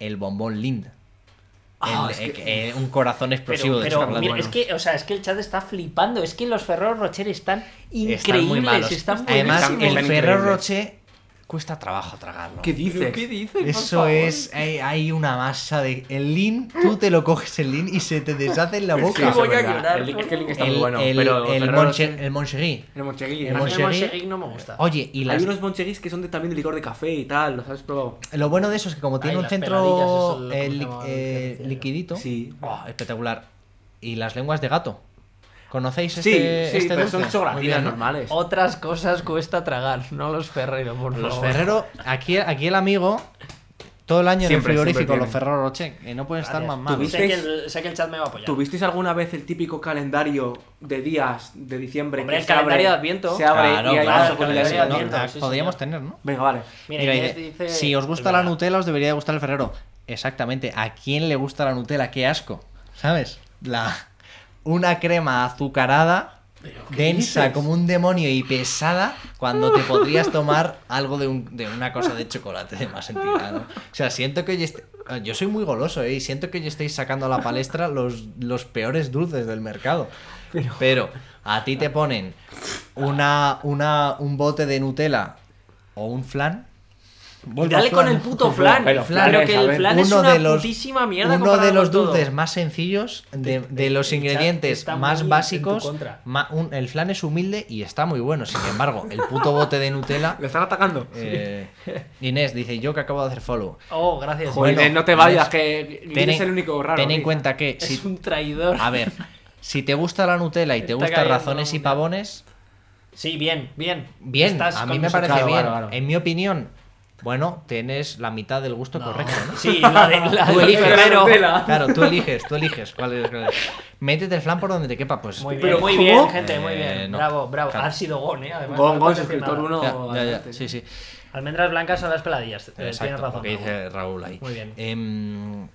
[SPEAKER 1] el bombón Lind
[SPEAKER 3] Ah,
[SPEAKER 1] El-
[SPEAKER 3] es que-
[SPEAKER 1] eh, eh, un corazón explosivo
[SPEAKER 2] Pero,
[SPEAKER 1] de
[SPEAKER 2] pero
[SPEAKER 1] chocolate.
[SPEAKER 2] mira, es que, o sea, es que el chat está flipando. Es que los Ferrero Rocher están increíbles.
[SPEAKER 1] Están muy malos.
[SPEAKER 2] están
[SPEAKER 1] Además,
[SPEAKER 2] buenísimos.
[SPEAKER 1] el
[SPEAKER 3] Están
[SPEAKER 1] Ferrero
[SPEAKER 3] increíbles.
[SPEAKER 1] Rocher cuesta trabajo tragarlo.
[SPEAKER 3] ¿Qué dices?
[SPEAKER 4] ¿Qué dices? por
[SPEAKER 1] Eso
[SPEAKER 4] favor?
[SPEAKER 1] es, hay, hay una masa de. El Lind, tú te lo coges el Lind y se te deshace en la
[SPEAKER 3] Sí,
[SPEAKER 1] boca.
[SPEAKER 3] eso es
[SPEAKER 4] voy a
[SPEAKER 3] verdad.
[SPEAKER 4] llorar,
[SPEAKER 3] El, es que el link está
[SPEAKER 1] el,
[SPEAKER 3] muy bueno.
[SPEAKER 1] el,
[SPEAKER 3] pero
[SPEAKER 1] el
[SPEAKER 3] Ferrero
[SPEAKER 1] Monche-
[SPEAKER 3] Rocher-
[SPEAKER 1] el Monchegui.
[SPEAKER 3] El Monchegui.
[SPEAKER 1] el
[SPEAKER 2] A mí el
[SPEAKER 1] Monchegui-
[SPEAKER 2] Monchegui no me gusta.
[SPEAKER 1] Oye, y las,
[SPEAKER 3] Hay unos moncheguis que son de, también de licor de café y tal, ¿los has probado?
[SPEAKER 1] Lo bueno de eso es que como tiene
[SPEAKER 2] Ay,
[SPEAKER 1] un
[SPEAKER 2] las peladillas, eso
[SPEAKER 1] centro eh,
[SPEAKER 2] lo- ¿cómo se
[SPEAKER 1] li-
[SPEAKER 2] llamaba?
[SPEAKER 1] eh,
[SPEAKER 2] Lo que decía yo.
[SPEAKER 1] liquidito,
[SPEAKER 3] Sí.
[SPEAKER 1] ¡oh, espectacular. Y las lenguas de gato. ¿Conocéis
[SPEAKER 3] Sí,
[SPEAKER 1] este,
[SPEAKER 3] sí,
[SPEAKER 1] este
[SPEAKER 3] pero son
[SPEAKER 1] dulce? Muy
[SPEAKER 3] chocolatinas
[SPEAKER 1] bien, ¿no?
[SPEAKER 3] normales.
[SPEAKER 4] Otras cosas cuesta tragar, no los Ferrero, por
[SPEAKER 1] Los
[SPEAKER 4] favor.
[SPEAKER 1] Ferrero, aquí, aquí el amigo, todo el año en el
[SPEAKER 3] Siempre, siempre
[SPEAKER 1] frigorífico, los
[SPEAKER 3] tienen.
[SPEAKER 1] Ferrero Rocher, que no pueden estar
[SPEAKER 2] Gracias.
[SPEAKER 1] más malos.
[SPEAKER 2] Sé que, el, sé que el chat me va a apoyar.
[SPEAKER 3] ¿Tuvisteis alguna vez el típico calendario de días de diciembre?
[SPEAKER 2] Hombre,
[SPEAKER 3] que
[SPEAKER 2] el
[SPEAKER 3] se abre-
[SPEAKER 2] calendario de Adviento.
[SPEAKER 3] Se abre
[SPEAKER 1] Claro,
[SPEAKER 3] y hay
[SPEAKER 1] claro,
[SPEAKER 3] más
[SPEAKER 2] porque
[SPEAKER 1] claro,
[SPEAKER 2] le
[SPEAKER 1] sí,
[SPEAKER 2] daría
[SPEAKER 1] no,
[SPEAKER 2] viento,
[SPEAKER 1] ah,
[SPEAKER 2] sí,
[SPEAKER 1] podríamos
[SPEAKER 2] señor.
[SPEAKER 1] tener, ¿no?
[SPEAKER 3] Venga, vale.
[SPEAKER 2] Mira,
[SPEAKER 1] Mira,
[SPEAKER 2] Inés
[SPEAKER 1] dice,
[SPEAKER 2] dice-
[SPEAKER 1] si os gusta
[SPEAKER 2] es
[SPEAKER 1] la
[SPEAKER 2] verdad.
[SPEAKER 1] Nutella, os debería gustar el Ferrero. Exactamente, ¿a quién le gusta la Nutella? ¡Qué asco! ¿Sabes? La... Una crema azucarada, densa
[SPEAKER 3] dices?
[SPEAKER 1] como un demonio y pesada, cuando te podrías tomar algo de, un- de una cosa de chocolate de más entidad, ¿no? O sea, siento que hoy est- Yo soy muy goloso, ¿eh? Y siento que hoy estáis sacando a la palestra los, los peores dulces del mercado. Pero... a ti te ponen una, una, un bote de Nutella o un flan... Vuelvo
[SPEAKER 2] Dale
[SPEAKER 1] al
[SPEAKER 2] con
[SPEAKER 1] flan.
[SPEAKER 2] el puto flan.
[SPEAKER 3] Pero
[SPEAKER 1] flan
[SPEAKER 2] Creo
[SPEAKER 1] es,
[SPEAKER 2] que
[SPEAKER 3] a
[SPEAKER 2] el
[SPEAKER 3] ver,
[SPEAKER 2] flan es
[SPEAKER 1] uno
[SPEAKER 2] una
[SPEAKER 1] de los,
[SPEAKER 2] putísimo mierda.
[SPEAKER 1] uno
[SPEAKER 2] comparado
[SPEAKER 1] de los
[SPEAKER 2] con todo.
[SPEAKER 1] dulces más sencillos, de, de los
[SPEAKER 2] el chat
[SPEAKER 1] ingredientes
[SPEAKER 2] está muy
[SPEAKER 1] más
[SPEAKER 2] en-
[SPEAKER 1] básicos.
[SPEAKER 2] en tu contra.
[SPEAKER 1] ma- un- el flan es humilde y está muy bueno. Sin embargo, el puto bote de Nutella.
[SPEAKER 3] ¿Le están atacando?
[SPEAKER 1] eh, Inés dice: Yo que acabo de hacer follow.
[SPEAKER 2] Oh, gracias.
[SPEAKER 1] Joder,
[SPEAKER 3] Inés,
[SPEAKER 1] bueno,
[SPEAKER 3] no te vayas,
[SPEAKER 1] Inés,
[SPEAKER 3] que Inés
[SPEAKER 1] Ten
[SPEAKER 3] es el único raro.
[SPEAKER 1] ten en
[SPEAKER 3] aquí.
[SPEAKER 1] cuenta que.
[SPEAKER 2] es
[SPEAKER 1] Si,
[SPEAKER 2] un traidor.
[SPEAKER 1] a ver, si te gusta la Nutella y te
[SPEAKER 2] Está
[SPEAKER 1] gustan
[SPEAKER 2] cayendo
[SPEAKER 1] razones y
[SPEAKER 2] la mundial.
[SPEAKER 1] pavones,
[SPEAKER 2] Sí, bien, bien.
[SPEAKER 1] bien.
[SPEAKER 2] Estás
[SPEAKER 1] a
[SPEAKER 2] con
[SPEAKER 1] mí me
[SPEAKER 2] nosotros.
[SPEAKER 1] parece
[SPEAKER 3] Claro,
[SPEAKER 1] bien.
[SPEAKER 3] claro, claro.
[SPEAKER 1] En mi opinión, bueno, tienes la mitad del gusto correcto, ¿no?
[SPEAKER 2] Sí, la de la
[SPEAKER 1] Tú
[SPEAKER 2] de
[SPEAKER 1] eliges.
[SPEAKER 2] Ferrero.
[SPEAKER 1] Claro, tú eliges, tú eliges. cuál es- cuál es. Métete el flan por donde te quepa, pues.
[SPEAKER 2] Muy bien,
[SPEAKER 3] Pero,
[SPEAKER 2] muy
[SPEAKER 3] ¿cómo?
[SPEAKER 2] bien, gente, muy bien.
[SPEAKER 1] Eh, no.
[SPEAKER 2] Bravo, bravo.
[SPEAKER 1] Claro.
[SPEAKER 2] Ha sido Gon, eh. Además,
[SPEAKER 3] Gon,
[SPEAKER 2] no
[SPEAKER 3] Gon,
[SPEAKER 2] puedes decir
[SPEAKER 3] suscriptor
[SPEAKER 2] nada.
[SPEAKER 3] 1.
[SPEAKER 1] Ya, ya, ya, sí, sí.
[SPEAKER 2] Almendras blancas son las peladillas. eh, Tienes
[SPEAKER 1] Exacto,
[SPEAKER 2] razón.
[SPEAKER 1] lo que
[SPEAKER 2] Raúl. Eh,
[SPEAKER 1] dice Raúl ahí.
[SPEAKER 2] Muy bien.
[SPEAKER 1] Em,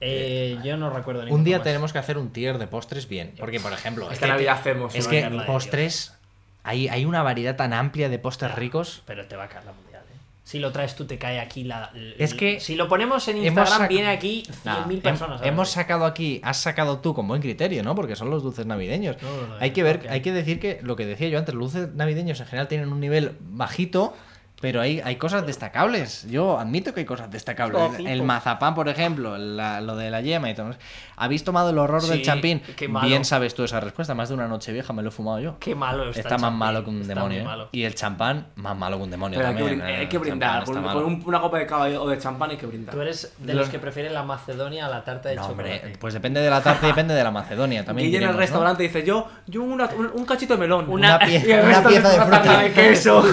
[SPEAKER 2] Eh, yo no recuerdo
[SPEAKER 1] un
[SPEAKER 2] ningún
[SPEAKER 1] día
[SPEAKER 2] más.
[SPEAKER 1] tenemos que hacer un tier de postres bien. Porque, por ejemplo,
[SPEAKER 3] Esta Navidad hacemos.
[SPEAKER 1] es
[SPEAKER 3] ¿no?
[SPEAKER 1] que
[SPEAKER 2] Carla de
[SPEAKER 1] postres. Hay, hay una variedad tan amplia de postres ricos.
[SPEAKER 2] Pero te va a caer la mundial, eh. Si lo traes tú, te cae aquí la. l-
[SPEAKER 1] Es que
[SPEAKER 2] Si lo ponemos en
[SPEAKER 1] hemos
[SPEAKER 2] Instagram,
[SPEAKER 1] sac-
[SPEAKER 2] viene aquí
[SPEAKER 1] Nah,
[SPEAKER 2] 100.000
[SPEAKER 1] hem-
[SPEAKER 2] personas. a ver.
[SPEAKER 1] hemos sacado aquí, has sacado tú con buen criterio, ¿no? Porque son los dulces navideños.
[SPEAKER 2] No, no, no,
[SPEAKER 1] hay
[SPEAKER 2] no,
[SPEAKER 1] que ver,
[SPEAKER 2] porque-
[SPEAKER 1] hay que decir que lo que decía yo antes, los dulces navideños en general tienen un nivel bajito, pero hay, hay cosas destacables. Yo admito que hay cosas destacables. El- El mazapán, por ejemplo, la- lo de la yema y todo. eso. ¿Habéis tomado el horror del
[SPEAKER 2] Sí,
[SPEAKER 1] champín?
[SPEAKER 2] qué malo.
[SPEAKER 1] Bien sabes tú esa respuesta. Más de una noche vieja me lo he fumado yo.
[SPEAKER 2] Qué malo está.
[SPEAKER 1] Está,
[SPEAKER 2] el
[SPEAKER 1] más
[SPEAKER 2] champín,
[SPEAKER 1] malo que un
[SPEAKER 2] está
[SPEAKER 1] demonio.
[SPEAKER 2] muy
[SPEAKER 1] ¿eh?
[SPEAKER 2] malo.
[SPEAKER 1] Y el champán, más malo que un demonio
[SPEAKER 3] Pero hay que
[SPEAKER 1] también.
[SPEAKER 3] brin-
[SPEAKER 1] Eh,
[SPEAKER 3] hay que
[SPEAKER 1] el champán
[SPEAKER 3] brindar.
[SPEAKER 1] está
[SPEAKER 3] Con,
[SPEAKER 1] malo.
[SPEAKER 3] con un- una copa de caballo o de champán hay que brindar.
[SPEAKER 2] Tú eres de los que prefieren la Macedonia a la tarta de
[SPEAKER 1] No,
[SPEAKER 2] chocolate.
[SPEAKER 1] hombre, pues depende de la tarta y depende de la Macedonia también.
[SPEAKER 3] y en el
[SPEAKER 1] diremos, ¿no?
[SPEAKER 3] restaurante dice yo, yo una- un, un cachito de melón.
[SPEAKER 1] Una, pie-
[SPEAKER 3] Y el
[SPEAKER 1] una
[SPEAKER 3] resto
[SPEAKER 1] pieza
[SPEAKER 3] es
[SPEAKER 1] de
[SPEAKER 3] una tarta
[SPEAKER 1] fruta.
[SPEAKER 3] de queso.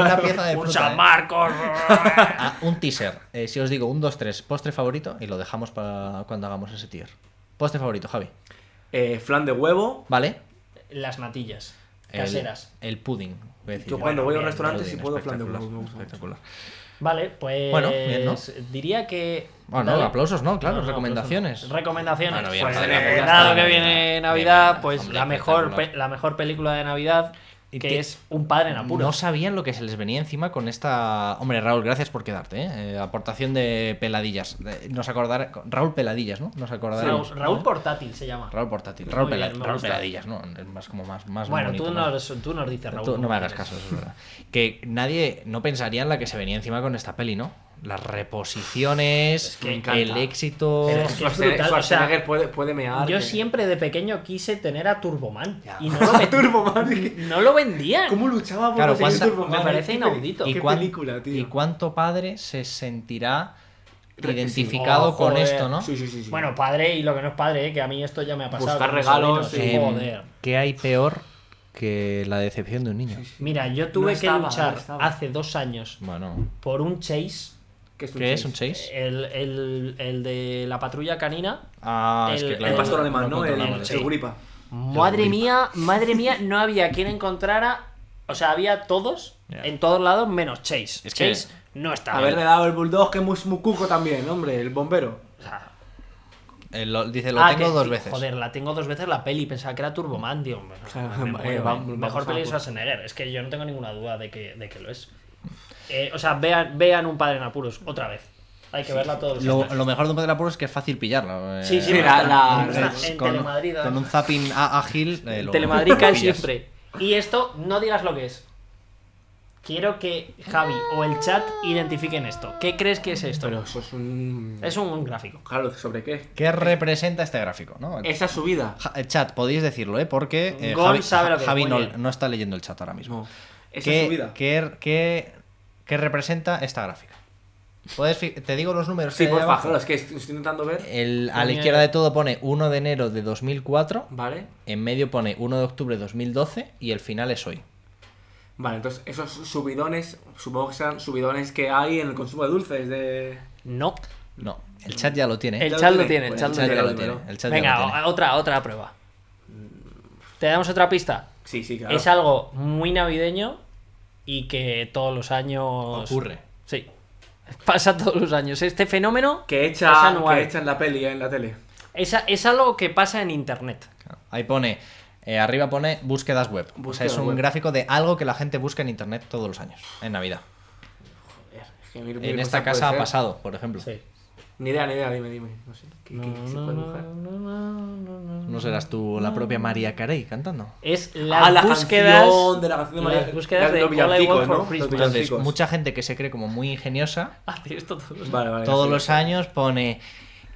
[SPEAKER 1] Una pieza de
[SPEAKER 2] un
[SPEAKER 1] fruta,
[SPEAKER 2] San
[SPEAKER 1] eh.
[SPEAKER 2] Marcos.
[SPEAKER 1] Ah, un teaser. Eh, si os digo un 2, 3, postre favorito y lo dejamos para cuando hagamos ese tier. Postre favorito, Javi.
[SPEAKER 3] Eh, flan de huevo.
[SPEAKER 1] ¿Vale?
[SPEAKER 2] Las natillas
[SPEAKER 1] El-
[SPEAKER 2] caseras.
[SPEAKER 1] El, pudding. voy a decir
[SPEAKER 3] Yo
[SPEAKER 1] yo.
[SPEAKER 3] cuando voy a un
[SPEAKER 2] bien,
[SPEAKER 3] restaurante
[SPEAKER 1] Pudding,
[SPEAKER 3] si puedo flan de
[SPEAKER 1] espectacular,
[SPEAKER 3] huevo. me gusta.
[SPEAKER 1] espectacular.
[SPEAKER 2] Vale, pues
[SPEAKER 1] Bueno, bien, ¿no?
[SPEAKER 2] diría que.
[SPEAKER 1] Bueno,
[SPEAKER 2] dale.
[SPEAKER 1] aplausos, ¿no? Claro,
[SPEAKER 2] No, no,
[SPEAKER 1] recomendaciones.
[SPEAKER 2] aplausos no. Recomendaciones.
[SPEAKER 1] Bueno, bien,
[SPEAKER 2] Pues,
[SPEAKER 1] vale,
[SPEAKER 2] eh,
[SPEAKER 1] pues ya
[SPEAKER 2] dado
[SPEAKER 1] está.
[SPEAKER 2] que
[SPEAKER 1] Bien,
[SPEAKER 2] viene Navidad,
[SPEAKER 1] bien,
[SPEAKER 2] pues
[SPEAKER 1] hombre,
[SPEAKER 2] la mejor,
[SPEAKER 1] espectacular.
[SPEAKER 2] pe- la mejor película de Navidad,
[SPEAKER 1] Y
[SPEAKER 2] que
[SPEAKER 1] que-
[SPEAKER 2] es Un padre en apuros.
[SPEAKER 1] No sabían lo que se les venía encima con esta. Hombre, Raúl, gracias por quedarte. ¿eh? Eh, aportación de peladillas. Eh, Nos acordar... Raúl Peladillas, ¿no? Nos
[SPEAKER 2] Raúl,
[SPEAKER 1] acordaremos.
[SPEAKER 2] Raúl Portátil se llama.
[SPEAKER 1] Raúl portátil. Raúl,
[SPEAKER 2] Muy bien,
[SPEAKER 1] Pela-
[SPEAKER 2] me
[SPEAKER 1] Raúl
[SPEAKER 2] gusta.
[SPEAKER 1] Peladillas, ¿no? Es más como más. más
[SPEAKER 2] bueno,
[SPEAKER 1] bonito,
[SPEAKER 2] tú,
[SPEAKER 1] más-
[SPEAKER 2] nos, tú nos dices Raúl.
[SPEAKER 1] Tú no me hagas
[SPEAKER 2] Portátil.
[SPEAKER 1] caso, eso es verdad. Que nadie no pensaría en la que se venía encima con esta peli, ¿no? Las reposiciones,
[SPEAKER 3] Es que me encanta.
[SPEAKER 1] el éxito.
[SPEAKER 2] Pero es que-
[SPEAKER 3] Schwarzenegger,
[SPEAKER 2] brutal, o sea,
[SPEAKER 3] Schwarzenegger puede, puede mear.
[SPEAKER 2] Yo
[SPEAKER 3] que-
[SPEAKER 2] siempre de pequeño quise tener a Turboman.
[SPEAKER 1] Ya.
[SPEAKER 2] Y no lo, ven-
[SPEAKER 3] Turboman.
[SPEAKER 2] no lo vendían.
[SPEAKER 3] ¿Cómo luchaba por
[SPEAKER 1] Claro,
[SPEAKER 3] conseguir
[SPEAKER 1] ¿cuánta-
[SPEAKER 3] Turboman?
[SPEAKER 2] me parece
[SPEAKER 3] Qué peli-
[SPEAKER 2] inaudito.
[SPEAKER 1] ¿Y
[SPEAKER 3] Qué
[SPEAKER 1] cuán-
[SPEAKER 3] película, tío.
[SPEAKER 1] ¿Y cuánto padre se sentirá
[SPEAKER 3] Re-
[SPEAKER 1] identificado
[SPEAKER 2] sí.
[SPEAKER 1] con
[SPEAKER 2] Joder.
[SPEAKER 1] esto, no?
[SPEAKER 3] Sí, sí, sí, sí.
[SPEAKER 2] Bueno, padre y lo que no es padre, eh, que a mí esto ya me ha pasado.
[SPEAKER 3] Buscar
[SPEAKER 2] con mis
[SPEAKER 3] regalos,
[SPEAKER 2] sobrinos.
[SPEAKER 1] Eh,
[SPEAKER 3] sí.
[SPEAKER 2] Joder.
[SPEAKER 1] ¿Qué hay peor que la decepción de un niño?
[SPEAKER 2] Mira, yo tuve
[SPEAKER 3] estaba,
[SPEAKER 2] que
[SPEAKER 3] no
[SPEAKER 2] luchar
[SPEAKER 3] estaba.
[SPEAKER 2] hace dos años
[SPEAKER 1] Bueno,
[SPEAKER 2] por un chase,
[SPEAKER 3] ¿Qué es un
[SPEAKER 1] ¿qué es
[SPEAKER 3] chase?
[SPEAKER 1] un chase?
[SPEAKER 2] el, el- el de la patrulla canina.
[SPEAKER 1] Ah, es
[SPEAKER 2] el-
[SPEAKER 1] que
[SPEAKER 3] El
[SPEAKER 1] claro.
[SPEAKER 3] pastor alemán,
[SPEAKER 1] no
[SPEAKER 3] ¿no? El,
[SPEAKER 1] controlamos
[SPEAKER 2] eso.
[SPEAKER 3] el gripa.
[SPEAKER 2] Madre
[SPEAKER 1] Uy.
[SPEAKER 2] mía, madre mía, no había quien encontrara. O sea, había todos,
[SPEAKER 1] Ya.
[SPEAKER 2] en todos lados, menos Chase.
[SPEAKER 1] Es que-
[SPEAKER 2] Chase no estaba.
[SPEAKER 3] Haberle dado el bulldog que es muy muy cuco también, hombre, el bombero.
[SPEAKER 2] O sea,
[SPEAKER 1] Eh, lo- dice, lo
[SPEAKER 2] ah,
[SPEAKER 1] tengo
[SPEAKER 2] que-
[SPEAKER 1] dos veces.
[SPEAKER 2] Joder, la tengo dos veces la peli. Pensaba que era Turboman, tío. hombre.
[SPEAKER 3] Claro,
[SPEAKER 2] Me
[SPEAKER 3] eh,
[SPEAKER 2] muero,
[SPEAKER 3] vamos,
[SPEAKER 2] eh.
[SPEAKER 3] vamos
[SPEAKER 2] Mejor
[SPEAKER 3] a
[SPEAKER 2] peli
[SPEAKER 3] por-
[SPEAKER 2] es Schwarzenegger. Es que yo no tengo ninguna duda de que, de que lo es. Eh, o sea, vean, vean un padre en apuros, otra vez. Hay que verla todos los
[SPEAKER 1] Lo,
[SPEAKER 2] años.
[SPEAKER 1] lo mejor de un padre apuro es que es fácil pillarlo. eh,
[SPEAKER 2] Sí, sí,
[SPEAKER 3] Sí,
[SPEAKER 2] no,
[SPEAKER 3] la-
[SPEAKER 2] está-
[SPEAKER 3] la-
[SPEAKER 2] no está-
[SPEAKER 1] es
[SPEAKER 2] en
[SPEAKER 1] con,
[SPEAKER 2] Telemadrid. ah.
[SPEAKER 1] con un zapping á- ágil. eh, lo-
[SPEAKER 2] Telemadrid
[SPEAKER 1] lo
[SPEAKER 2] cae
[SPEAKER 1] pillas.
[SPEAKER 2] siempre. Y esto, no digas lo que es. Quiero que Javi o el chat identifiquen esto. ¿Qué crees que es esto?
[SPEAKER 3] Pero eso es Pues un.
[SPEAKER 2] Es un gráfico.
[SPEAKER 3] Claro, ¿sobre qué?
[SPEAKER 1] ¿Qué representa este gráfico? ¿no?
[SPEAKER 3] Esa subida.
[SPEAKER 1] Ja- eh, Chat, podéis decirlo, ¿eh? Porque eh,
[SPEAKER 2] Gon
[SPEAKER 1] Javi,
[SPEAKER 2] sabe lo que es,
[SPEAKER 1] Javi
[SPEAKER 2] muy
[SPEAKER 1] no,
[SPEAKER 2] bien.
[SPEAKER 1] no está leyendo el chat ahora mismo.
[SPEAKER 3] No. Esa
[SPEAKER 1] ¿Qué,
[SPEAKER 3] subida.
[SPEAKER 1] qué- qué- qué representa esta gráfica? Puedes fi- te digo los números.
[SPEAKER 3] Sí,
[SPEAKER 1] que hay
[SPEAKER 3] por
[SPEAKER 1] abajo. Eh,
[SPEAKER 3] favor, es que estoy estoy intentando ver.
[SPEAKER 1] El- a la
[SPEAKER 2] Ponía-
[SPEAKER 1] izquierda de todo pone 1 de enero de 2004,
[SPEAKER 3] Vale.
[SPEAKER 1] en medio pone 1 de octubre de 2012 y el final es hoy.
[SPEAKER 3] Vale, entonces esos subidones, supongo que serán subidones que hay en el consumo de dulces de...
[SPEAKER 2] No.
[SPEAKER 1] No, el chat ya lo tiene. ¿eh?
[SPEAKER 4] El
[SPEAKER 3] Ya lo
[SPEAKER 4] chat lo
[SPEAKER 3] tiene,
[SPEAKER 4] tiene, el
[SPEAKER 3] pues
[SPEAKER 4] chat
[SPEAKER 1] El
[SPEAKER 4] lo
[SPEAKER 1] chat
[SPEAKER 4] tiene.
[SPEAKER 1] ya lo
[SPEAKER 3] dímelo.
[SPEAKER 1] tiene. el chat ya
[SPEAKER 2] Venga,
[SPEAKER 1] lo tiene.
[SPEAKER 2] o- otra, otra prueba. ¿Te damos otra pista?
[SPEAKER 3] Sí, sí, claro.
[SPEAKER 2] Es algo muy navideño y que todos los años.
[SPEAKER 1] Ocurre.
[SPEAKER 2] Sí. Pasa todos los años. Este fenómeno
[SPEAKER 3] Que
[SPEAKER 2] es
[SPEAKER 3] echa,
[SPEAKER 2] anual.
[SPEAKER 3] que echa en la peli, eh, en la tele.
[SPEAKER 2] Es, a- es algo que pasa en internet.
[SPEAKER 1] Ahí pone, eh, arriba pone búsquedas web. o sea,
[SPEAKER 3] Búsquedas
[SPEAKER 1] es un
[SPEAKER 3] web.
[SPEAKER 1] gráfico de algo que la gente busca en internet todos los años, en Navidad.
[SPEAKER 3] Es que mil- mil
[SPEAKER 1] En
[SPEAKER 3] cosas
[SPEAKER 1] esta
[SPEAKER 3] puede
[SPEAKER 1] casa ha
[SPEAKER 3] ser.
[SPEAKER 1] pasado, por ejemplo.
[SPEAKER 3] Ni idea, ni idea, dime, dime. No sé. ¿Qué, qué- qué se puede buscar?
[SPEAKER 1] ¿No serás tú la propia María Carey cantando?
[SPEAKER 2] Es las
[SPEAKER 3] Ah, la
[SPEAKER 2] búsquedas.
[SPEAKER 3] canción de la canción de María-
[SPEAKER 2] las búsquedas
[SPEAKER 3] la-
[SPEAKER 2] de
[SPEAKER 3] los
[SPEAKER 2] All I Want
[SPEAKER 3] villancicos,
[SPEAKER 2] for
[SPEAKER 3] ¿no? Los
[SPEAKER 2] Christmas.
[SPEAKER 3] villancicos.
[SPEAKER 1] Entonces,
[SPEAKER 3] chicos.
[SPEAKER 1] mucha gente que se cree como muy ingeniosa,
[SPEAKER 2] Hace Ah, esto todos los
[SPEAKER 3] Vale, vale.
[SPEAKER 1] todos
[SPEAKER 3] sí.
[SPEAKER 1] los años pone...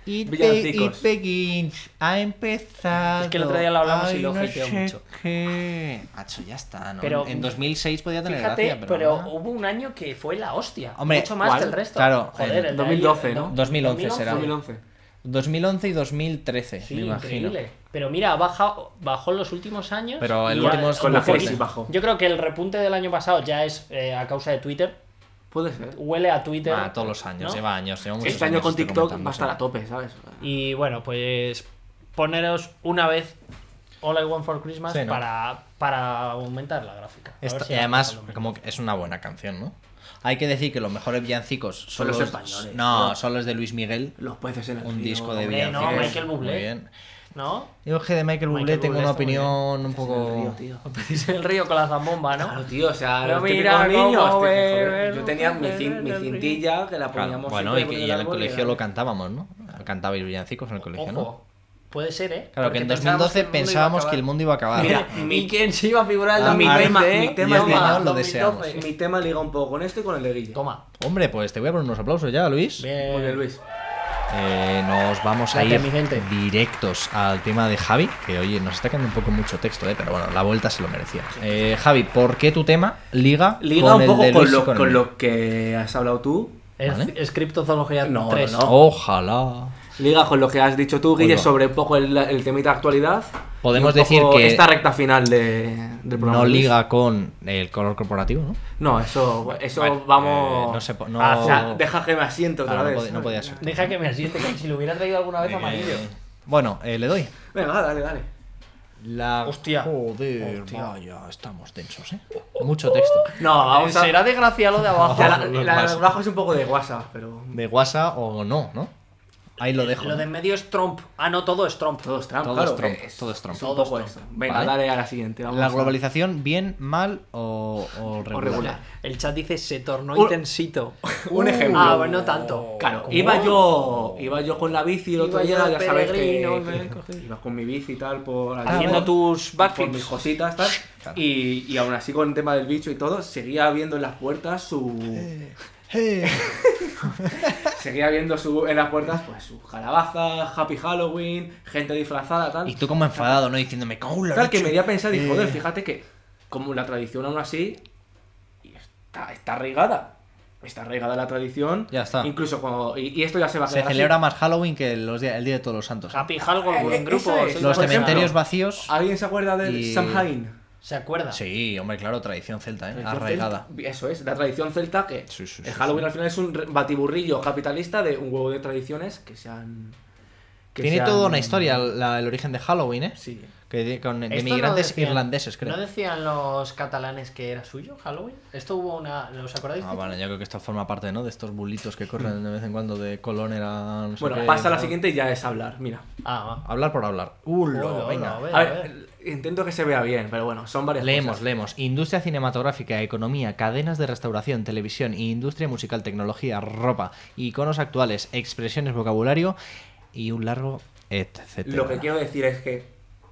[SPEAKER 1] It, be-
[SPEAKER 3] Villancicos.
[SPEAKER 1] it begins, ha empezado.
[SPEAKER 2] Es que el otro día lo hablamos y
[SPEAKER 1] ay,
[SPEAKER 2] lo
[SPEAKER 1] no
[SPEAKER 2] hateó
[SPEAKER 1] sé
[SPEAKER 2] mucho.
[SPEAKER 1] qué. Macho, ya está, ¿no?
[SPEAKER 2] Pero-
[SPEAKER 1] en 2006 podía tener
[SPEAKER 2] Fíjate,
[SPEAKER 1] gracia,
[SPEAKER 2] pero,
[SPEAKER 1] pero. ahora-
[SPEAKER 2] hubo un año que fue la hostia.
[SPEAKER 1] Hombre,
[SPEAKER 2] mucho más
[SPEAKER 1] ¿cuál?
[SPEAKER 2] del resto.
[SPEAKER 1] Claro,
[SPEAKER 2] Joder,
[SPEAKER 1] el
[SPEAKER 2] el de
[SPEAKER 3] 2012,
[SPEAKER 2] ahí-
[SPEAKER 3] ¿no?
[SPEAKER 1] 2011 será.
[SPEAKER 3] 2011.
[SPEAKER 1] 2011 y 2013,
[SPEAKER 2] Sí,
[SPEAKER 1] me imagino.
[SPEAKER 2] increíble. Pero mira, baja, bajó en los últimos años.
[SPEAKER 1] Pero el
[SPEAKER 2] y ya-
[SPEAKER 1] último es
[SPEAKER 3] Con la
[SPEAKER 1] muy fuerte.
[SPEAKER 3] crisis bajó.
[SPEAKER 2] Yo creo que el repunte del año pasado ya es eh, a causa de Twitter.
[SPEAKER 3] Puede ser.
[SPEAKER 2] Huele a Twitter.
[SPEAKER 1] Va, Ah, todos los años,
[SPEAKER 2] ¿no?
[SPEAKER 1] lleva años, lleva muchos
[SPEAKER 3] Este año
[SPEAKER 1] años
[SPEAKER 3] con
[SPEAKER 1] esto
[SPEAKER 3] TikTok va a
[SPEAKER 1] comentándose.
[SPEAKER 3] estar a tope, ¿sabes?
[SPEAKER 2] Y bueno, pues poneros una vez All I Want for Christmas
[SPEAKER 1] Sí, ¿no?
[SPEAKER 2] para, para aumentar la gráfica. A ver
[SPEAKER 1] Esta-
[SPEAKER 2] si
[SPEAKER 1] y
[SPEAKER 2] hace
[SPEAKER 1] además,
[SPEAKER 2] lo mismo.
[SPEAKER 1] como que es una buena canción, ¿no? Hay que decir que los mejores villancicos son,
[SPEAKER 3] los
[SPEAKER 1] los
[SPEAKER 3] españoles,
[SPEAKER 1] No,
[SPEAKER 3] ¿no?
[SPEAKER 1] son los de Luis Miguel,
[SPEAKER 3] Los peces en el
[SPEAKER 1] un
[SPEAKER 3] río,
[SPEAKER 1] disco de
[SPEAKER 3] hombre,
[SPEAKER 2] hombre, no,
[SPEAKER 1] villancicos.
[SPEAKER 2] Michael Bublé.
[SPEAKER 1] Muy bien.
[SPEAKER 2] ¿No?
[SPEAKER 1] Yo es que de Michael Bublé
[SPEAKER 2] Michael
[SPEAKER 1] tengo
[SPEAKER 2] Bublé
[SPEAKER 1] una
[SPEAKER 2] está muy bien.
[SPEAKER 1] opinión un
[SPEAKER 3] Peces en el
[SPEAKER 1] poco...
[SPEAKER 3] río, tío.
[SPEAKER 2] Pedís el río con la zambomba, ¿no?
[SPEAKER 3] Claro, tío, o sea,
[SPEAKER 2] Pero
[SPEAKER 3] los
[SPEAKER 2] mira
[SPEAKER 3] típicos niños.
[SPEAKER 2] cómo
[SPEAKER 3] tío,
[SPEAKER 2] ve-
[SPEAKER 3] joder.
[SPEAKER 2] ve-
[SPEAKER 3] yo tenía mi,
[SPEAKER 2] ve-
[SPEAKER 3] cin- mi
[SPEAKER 2] ve-
[SPEAKER 3] cintilla que la
[SPEAKER 1] Claro,
[SPEAKER 3] poníamos
[SPEAKER 1] bueno,
[SPEAKER 3] siempre
[SPEAKER 1] y, que-
[SPEAKER 3] en
[SPEAKER 1] y en el
[SPEAKER 3] árbol y
[SPEAKER 1] colegio
[SPEAKER 3] era-
[SPEAKER 1] lo cantábamos, ¿no? Cantabais villancicos en el colegio, ¿no?
[SPEAKER 2] Ojo. Puede ser, ¿eh?
[SPEAKER 1] Claro, que
[SPEAKER 2] Porque
[SPEAKER 1] en 2012 pensábamos que el
[SPEAKER 2] mundo
[SPEAKER 1] mundo iba a acabar.
[SPEAKER 3] Mira,
[SPEAKER 2] iba a acabar. ¿Y quién se iba a figurar el
[SPEAKER 3] Ah, mi
[SPEAKER 2] 2020?
[SPEAKER 3] tema-
[SPEAKER 2] eh?
[SPEAKER 3] mi tema
[SPEAKER 2] Toma,
[SPEAKER 1] es de- lo
[SPEAKER 2] 2012.
[SPEAKER 1] deseamos.
[SPEAKER 3] Mi tema liga un poco con esto y con el de Guille.
[SPEAKER 2] Toma.
[SPEAKER 1] Hombre, pues te voy a poner unos aplausos ya, Luis.
[SPEAKER 2] Bien.
[SPEAKER 3] Muy bien, Luis.
[SPEAKER 1] Eh, nos vamos a
[SPEAKER 2] Gracias,
[SPEAKER 1] ir
[SPEAKER 2] mi gente.
[SPEAKER 1] directos al tema de Javi, que oye, nos está quedando un poco mucho texto, eh, pero bueno, la vuelta se lo merecía. Eh, Javi, ¿por qué tu tema liga,
[SPEAKER 3] Liga
[SPEAKER 1] con
[SPEAKER 3] un
[SPEAKER 1] el
[SPEAKER 3] poco
[SPEAKER 1] de
[SPEAKER 3] con
[SPEAKER 1] Luis y
[SPEAKER 3] lo,
[SPEAKER 1] con el
[SPEAKER 3] con
[SPEAKER 1] mío?
[SPEAKER 3] lo que has hablado tú.
[SPEAKER 2] Es,
[SPEAKER 1] Vale.
[SPEAKER 2] es criptozoología
[SPEAKER 3] No, no,
[SPEAKER 2] 3.
[SPEAKER 3] no.
[SPEAKER 1] Ojalá.
[SPEAKER 3] Liga con lo que has dicho tú, Guille,
[SPEAKER 1] Oiga.
[SPEAKER 3] sobre un poco el, el temita de actualidad.
[SPEAKER 1] Pues Podemos
[SPEAKER 3] Y un poco
[SPEAKER 1] decir que-
[SPEAKER 3] Esta recta final de, del programa.
[SPEAKER 1] No
[SPEAKER 3] Luis.
[SPEAKER 1] liga con el color corporativo, ¿no?
[SPEAKER 3] No, eso, eso
[SPEAKER 1] Vale,
[SPEAKER 3] vamos.
[SPEAKER 1] eh, no se po- no-
[SPEAKER 3] Ah, o sea, deja que me asiento
[SPEAKER 1] Claro,
[SPEAKER 3] otra
[SPEAKER 1] no
[SPEAKER 3] vez.
[SPEAKER 1] pod- no podía ser.
[SPEAKER 2] Deja que me asiente, que si lo hubiera traído alguna vez amarillo.
[SPEAKER 1] Eh, bueno, eh, le doy.
[SPEAKER 3] Venga, dale, dale.
[SPEAKER 1] La...
[SPEAKER 2] Hostia.
[SPEAKER 1] Joder, vaya, estamos tensos, ¿eh? Mucho texto.
[SPEAKER 3] No, Ah, vamos a.
[SPEAKER 2] Será desgraciado lo de
[SPEAKER 3] o
[SPEAKER 2] abajo.
[SPEAKER 3] sea, la,
[SPEAKER 1] Vamos,
[SPEAKER 3] la-
[SPEAKER 1] vamos.
[SPEAKER 3] abajo es un poco de WhatsApp, pero.
[SPEAKER 1] De WhatsApp o no, ¿no? Ahí
[SPEAKER 3] Eh,
[SPEAKER 1] lo dejo.
[SPEAKER 2] Lo
[SPEAKER 1] ¿no?
[SPEAKER 2] de en medio es Trump. Ah, no, todo es Trump.
[SPEAKER 3] Todo es Trump,
[SPEAKER 1] Todo
[SPEAKER 3] claro,
[SPEAKER 1] es Trump,
[SPEAKER 3] que
[SPEAKER 1] todo es Trump.
[SPEAKER 3] un
[SPEAKER 2] Todo es
[SPEAKER 3] poco
[SPEAKER 2] Trump.
[SPEAKER 3] eso. Venga,
[SPEAKER 1] Vale.
[SPEAKER 3] dale a la siguiente. Vamos
[SPEAKER 1] La
[SPEAKER 3] a-
[SPEAKER 1] globalización, bien, mal o, o regular.
[SPEAKER 3] regular.
[SPEAKER 2] El chat dice se tornó
[SPEAKER 3] Un-
[SPEAKER 2] intensito.
[SPEAKER 1] Uh,
[SPEAKER 3] Un ejemplo.
[SPEAKER 2] Ah, bueno, no tanto.
[SPEAKER 3] Claro,
[SPEAKER 2] ¿Cómo?
[SPEAKER 3] iba yo, iba yo con la bici el otro
[SPEAKER 2] Iba yo
[SPEAKER 3] día, ya sabes
[SPEAKER 2] peregrino,
[SPEAKER 3] que,
[SPEAKER 2] me
[SPEAKER 3] que-
[SPEAKER 2] cogí.
[SPEAKER 3] iba con mi bici y tal por allí,
[SPEAKER 2] Haciendo
[SPEAKER 3] por-
[SPEAKER 2] tus
[SPEAKER 3] por mis
[SPEAKER 2] backflips.
[SPEAKER 3] cositas tal,
[SPEAKER 1] Claro.
[SPEAKER 3] y, y aún así con el tema del bicho y todo, seguía viendo en las puertas su,
[SPEAKER 1] Eh,
[SPEAKER 3] seguía viendo su, en las puertas pues su calabaza, Happy Halloween, gente disfrazada tal,
[SPEAKER 1] Y tú como enfadado, ¿no? Diciéndome, ¿cómo lo
[SPEAKER 3] tal que me di a pensar y
[SPEAKER 1] Eh.
[SPEAKER 3] dije, joder, fíjate que como la tradición aún así y está, está arraigada, está arraigada la tradición,
[SPEAKER 1] Ya está.
[SPEAKER 3] incluso cuando y, y esto ya se va a
[SPEAKER 1] Se
[SPEAKER 3] quedar así.
[SPEAKER 1] celebra más Halloween que los día- el Día de Todos los Santos.
[SPEAKER 2] Happy Halloween
[SPEAKER 3] Eh, eh,
[SPEAKER 2] en grupo.
[SPEAKER 3] eso es.
[SPEAKER 2] soy
[SPEAKER 1] Los
[SPEAKER 3] Por
[SPEAKER 2] profesional.
[SPEAKER 1] cementerios
[SPEAKER 3] ejemplo, Ah,
[SPEAKER 1] vacíos.
[SPEAKER 3] ¿Alguien se acuerda del
[SPEAKER 1] Y-
[SPEAKER 3] Samhain?
[SPEAKER 2] ¿Se acuerda?
[SPEAKER 1] Sí, hombre, claro, tradición celta, ¿eh?
[SPEAKER 3] Tradición
[SPEAKER 1] Arraigada.
[SPEAKER 3] celta. Eso es, la tradición celta que
[SPEAKER 1] Sí, sí, sí,
[SPEAKER 3] el Halloween
[SPEAKER 1] sí.
[SPEAKER 3] al final es un re- batiburrillo capitalista de un huevo de tradiciones que se han... que
[SPEAKER 1] Tiene
[SPEAKER 3] se han-
[SPEAKER 1] toda una historia la- el origen de Halloween, ¿eh?
[SPEAKER 3] Sí.
[SPEAKER 1] Que de, con, de
[SPEAKER 2] Esto no
[SPEAKER 1] migrantes
[SPEAKER 2] decían-
[SPEAKER 1] irlandeses, creo.
[SPEAKER 2] ¿No decían los catalanes que era suyo Halloween? Esto hubo una... ¿Os acordáis?
[SPEAKER 1] Ah, bueno, yo creo que esto forma parte, ¿no? De estos bulitos que corren de vez en cuando de Colón era... no sé
[SPEAKER 3] Bueno,
[SPEAKER 1] qué,
[SPEAKER 3] pasa a la
[SPEAKER 1] tal.
[SPEAKER 3] siguiente y ya es hablar, mira.
[SPEAKER 2] Ah, va.
[SPEAKER 1] Hablar por hablar. Ulo,
[SPEAKER 2] Hola,
[SPEAKER 1] venga.
[SPEAKER 2] hola, ve,
[SPEAKER 3] A ver, intento que se vea bien, pero bueno, son varias
[SPEAKER 1] Leemos,
[SPEAKER 3] cosas.
[SPEAKER 1] leemos. Industria cinematográfica, economía, cadenas de restauración, televisión, industria musical, tecnología, ropa, iconos actuales, expresiones, vocabulario y un largo etcétera.
[SPEAKER 3] Lo que quiero decir es que,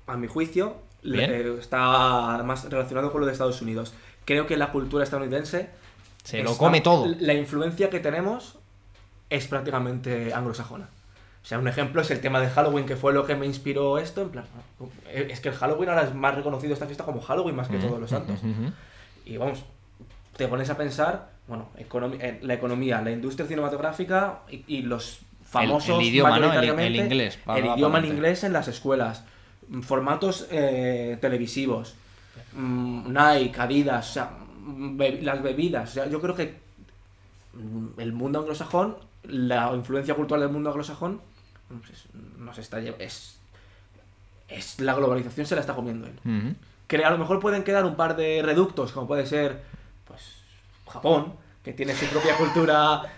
[SPEAKER 3] a mi juicio,
[SPEAKER 1] Bien.
[SPEAKER 3] eh, está más relacionado con lo de Estados Unidos. Creo que la cultura estadounidense...
[SPEAKER 1] Se lo
[SPEAKER 3] está-
[SPEAKER 1] come todo.
[SPEAKER 3] La influencia que tenemos es prácticamente anglosajona. O sea, un ejemplo es el tema de Halloween, que fue lo que me inspiró esto. En plan, es que el Halloween ahora es más reconocido esta fiesta como Halloween más que todos los santos.
[SPEAKER 1] Ujú, ujú.
[SPEAKER 3] Y vamos, te pones a pensar bueno, economi- eh, la economía, la industria cinematográfica y, y los famosos.
[SPEAKER 1] el idioma, ¿no? El- el
[SPEAKER 3] mayoritariamente,
[SPEAKER 1] inglés, pa-
[SPEAKER 3] el
[SPEAKER 1] pa-
[SPEAKER 3] idioma en
[SPEAKER 1] pa'lante.
[SPEAKER 3] inglés en las escuelas. mm, Formatos eh, televisivos. mm, Nike, Adidas, o sea, mm, be- las bebidas. O sea, yo creo que mm, el mundo anglosajón, la influencia cultural del mundo anglosajón, nos es- nos está lle- es, es la globalización se la está comiendo él
[SPEAKER 1] Ujú.
[SPEAKER 3] que a lo mejor pueden quedar un par de reductos, como puede ser pues Japón, que tiene su propia cultura.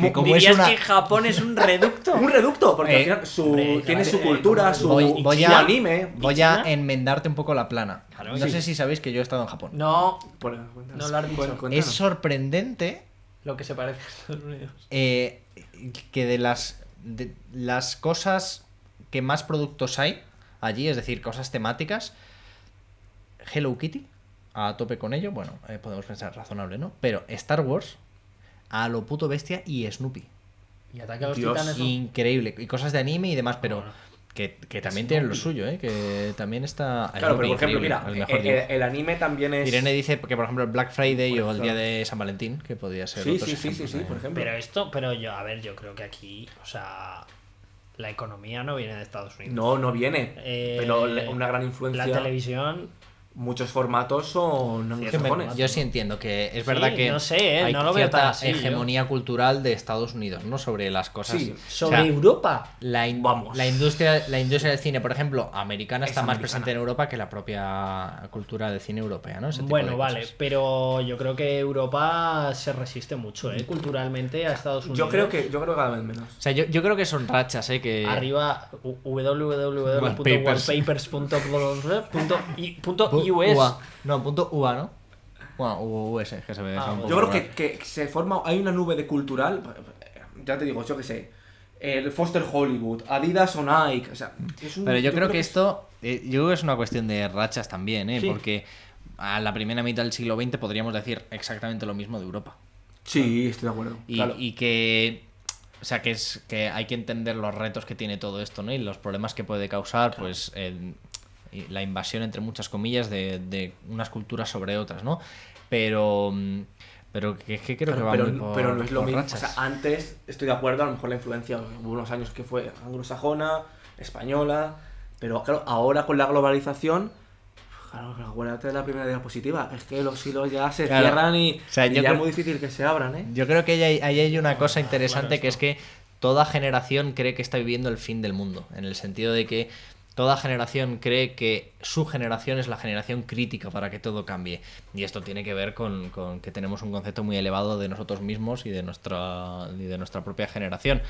[SPEAKER 1] Que como es
[SPEAKER 2] ¿Dirías
[SPEAKER 1] una-
[SPEAKER 2] que Japón es un reducto?
[SPEAKER 3] Un reducto, porque
[SPEAKER 1] Eh,
[SPEAKER 3] al final su-
[SPEAKER 2] hombre, claro,
[SPEAKER 3] tiene su
[SPEAKER 2] eh,
[SPEAKER 3] cultura,
[SPEAKER 2] como
[SPEAKER 3] su,
[SPEAKER 1] voy, voy
[SPEAKER 3] su
[SPEAKER 1] a,
[SPEAKER 3] anime.
[SPEAKER 1] voy a enmendarte un poco la plana.
[SPEAKER 2] Claro,
[SPEAKER 1] no
[SPEAKER 2] sí.
[SPEAKER 1] sé si sabéis que yo he estado en Japón.
[SPEAKER 2] No,
[SPEAKER 3] Por-
[SPEAKER 2] No lo has dicho.
[SPEAKER 3] Cuéntanos.
[SPEAKER 1] es sorprendente
[SPEAKER 2] lo que se parece a Estados Unidos.
[SPEAKER 1] eh, que de las, de las cosas que más productos hay allí, es decir, cosas temáticas, Hello Kitty, a tope con ello, bueno, eh, podemos pensar razonable, ¿no? Pero Star Wars, a lo puto bestia y Snoopy.
[SPEAKER 2] Y ataque a los
[SPEAKER 3] Dios.
[SPEAKER 2] titanes. ¿no?
[SPEAKER 1] Increíble. Y cosas de anime y demás, pero
[SPEAKER 2] Bueno.
[SPEAKER 1] que, que también tienen lo suyo, ¿eh? Que también está...
[SPEAKER 3] Claro, pero por ejemplo,
[SPEAKER 1] Increíble,
[SPEAKER 3] mira,
[SPEAKER 1] el
[SPEAKER 3] eh,
[SPEAKER 1] mejor
[SPEAKER 3] el,
[SPEAKER 1] dibujo.
[SPEAKER 3] el anime también es.
[SPEAKER 1] Irene dice que, por ejemplo, el Black Friday
[SPEAKER 3] Por
[SPEAKER 1] o el
[SPEAKER 3] ejemplo.
[SPEAKER 1] día de San Valentín, que podría ser
[SPEAKER 3] sí,
[SPEAKER 1] otros
[SPEAKER 3] sí, sí, sí,
[SPEAKER 1] ejemplos
[SPEAKER 3] sí,
[SPEAKER 1] de-
[SPEAKER 3] por ejemplo.
[SPEAKER 2] Pero esto, pero yo, a ver, yo creo que aquí, o sea, la economía no viene de Estados Unidos.
[SPEAKER 3] No, no viene.
[SPEAKER 2] Eh,
[SPEAKER 3] pero le- una gran influencia.
[SPEAKER 2] La televisión,
[SPEAKER 3] Muchos formatos son
[SPEAKER 1] Es que me-
[SPEAKER 3] anglosajones.
[SPEAKER 1] yo sí entiendo que es
[SPEAKER 2] Sí,
[SPEAKER 1] verdad que
[SPEAKER 2] no sé, ¿eh?
[SPEAKER 1] hay
[SPEAKER 2] No lo veo
[SPEAKER 1] cierta
[SPEAKER 2] tan así, yo.
[SPEAKER 1] hegemonia cultural de Estados Unidos, ¿no? Sobre las cosas.
[SPEAKER 3] Sí.
[SPEAKER 2] sobre
[SPEAKER 1] O sea,
[SPEAKER 2] Europa.
[SPEAKER 1] la, in-
[SPEAKER 3] Vamos.
[SPEAKER 1] la industria la industria del cine, por ejemplo, americana
[SPEAKER 3] Es
[SPEAKER 1] está más
[SPEAKER 3] americana.
[SPEAKER 1] presente en Europa que la propia cultura de cine europea, ¿no? Ese tipo de
[SPEAKER 2] Bueno, vale,
[SPEAKER 1] cosas.
[SPEAKER 2] pero yo creo que Europa se resiste mucho, ¿eh? Culturalmente a Estados Unidos.
[SPEAKER 3] Yo creo que yo creo que cada vez menos.
[SPEAKER 1] O sea, yo, yo creo que son rachas, ¿eh? Que
[SPEAKER 2] Arriba u-
[SPEAKER 1] Wallpapers. Bu-
[SPEAKER 2] www.wallpapers.us.
[SPEAKER 1] UA. No, punto UA, ¿no? Bueno, US, que se ve se ve un
[SPEAKER 2] Ah, bueno.
[SPEAKER 1] poco
[SPEAKER 3] Yo creo
[SPEAKER 1] raro.
[SPEAKER 3] que, que se forma, hay una nube de cultural, ya te digo, yo qué sé, el Foster Hollywood, Adidas o Nike, o sea, es un-
[SPEAKER 1] Mm. Pero yo, creo, que
[SPEAKER 3] es-
[SPEAKER 1] esto, eh, yo creo que es una cuestión de rachas también, ¿eh?
[SPEAKER 2] Sí.
[SPEAKER 1] porque a la primera mitad del siglo XX podríamos decir exactamente lo mismo de Europa.
[SPEAKER 3] Sí, estoy de acuerdo.
[SPEAKER 1] Y,
[SPEAKER 3] claro.
[SPEAKER 1] y que, o sea, que, es, que hay que entender los retos que tiene todo esto, ¿no? Y los problemas que puede causar, pues, en- y la invasión, entre muchas comillas, de, de unas culturas sobre otras, ¿no? Pero, mm, pero que, es que creo
[SPEAKER 3] Claro,
[SPEAKER 1] que va
[SPEAKER 3] pero,
[SPEAKER 1] muy por-
[SPEAKER 3] pero no es lo
[SPEAKER 1] por
[SPEAKER 3] mismo.
[SPEAKER 1] rachas.
[SPEAKER 3] O sea, antes, estoy de acuerdo, a lo mejor la influencia hubo unos años que fue anglosajona, española, pero claro, ahora con la globalización, claro, acuérdate de la primera idea positiva, es que los hilos ya se
[SPEAKER 1] Claro.
[SPEAKER 3] cierran y,
[SPEAKER 1] O sea,
[SPEAKER 3] y
[SPEAKER 1] yo
[SPEAKER 3] ya
[SPEAKER 1] creo-
[SPEAKER 3] es muy difícil que se abran, ¿eh?
[SPEAKER 1] Yo creo que ahí hay, ahí hay una cosa interesante
[SPEAKER 2] claro,
[SPEAKER 1] que es que toda generación cree que está viviendo el fin del mundo, en el sentido de que toda generación cree que su generación es la generación crítica para que todo cambie. Y esto tiene que ver con, con que tenemos un concepto muy elevado de nosotros mismos y de nuestra, y de nuestra propia generación.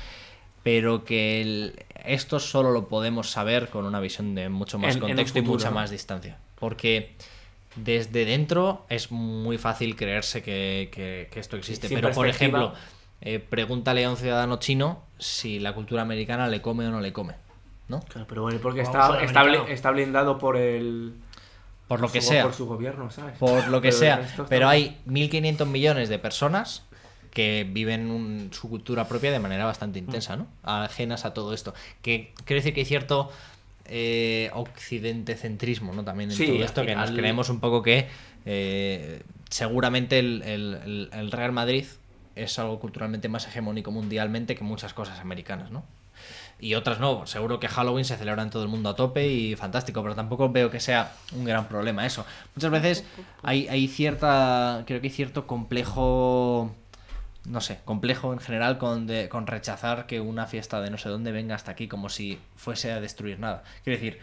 [SPEAKER 1] Pero que el- esto solo lo podemos saber con una visión de mucho más
[SPEAKER 3] En- en un
[SPEAKER 1] contexto y
[SPEAKER 3] futuro,
[SPEAKER 1] mucha
[SPEAKER 3] ¿no?
[SPEAKER 1] más distancia. Porque desde dentro es muy fácil creerse que, que- que esto existe.
[SPEAKER 3] Sin
[SPEAKER 1] Pero, por
[SPEAKER 3] perspectiva.
[SPEAKER 1] ejemplo, eh, pregúntale a un ciudadano chino si la cultura americana le come o no le come. ¿no?
[SPEAKER 3] Claro, pero bueno, porque
[SPEAKER 2] Vamos
[SPEAKER 3] está,
[SPEAKER 2] al
[SPEAKER 3] está, bli-
[SPEAKER 2] americano.
[SPEAKER 3] está blindado por el.
[SPEAKER 1] Por lo
[SPEAKER 3] su
[SPEAKER 1] que
[SPEAKER 3] go-
[SPEAKER 1] sea.
[SPEAKER 3] Por su gobierno, ¿sabes?
[SPEAKER 1] por lo que
[SPEAKER 3] Pero
[SPEAKER 1] sea.
[SPEAKER 3] el resto está-
[SPEAKER 1] Pero hay 1.500 millones de personas que viven un- su cultura propia de manera bastante
[SPEAKER 3] Mm.
[SPEAKER 1] intensa, ¿no? Ajenas a todo esto. Que quiere decir que hay cierto eh, occidentecentrismo, ¿no? También en
[SPEAKER 3] Sí,
[SPEAKER 1] todo
[SPEAKER 3] al
[SPEAKER 1] esto, que nos
[SPEAKER 3] final-
[SPEAKER 1] creemos un poco que eh, seguramente el, el- el- el Real Madrid es algo culturalmente más hegemónico mundialmente que muchas cosas americanas, ¿no? Y otras no, seguro que Halloween se celebra en todo el mundo a tope y fantástico, pero tampoco veo que sea un gran problema eso. Muchas veces hay, hay cierta, creo que hay cierto complejo, no sé, complejo en general con, de- con rechazar que una fiesta de no sé dónde venga hasta aquí como si fuese a destruir nada. Quiero decir,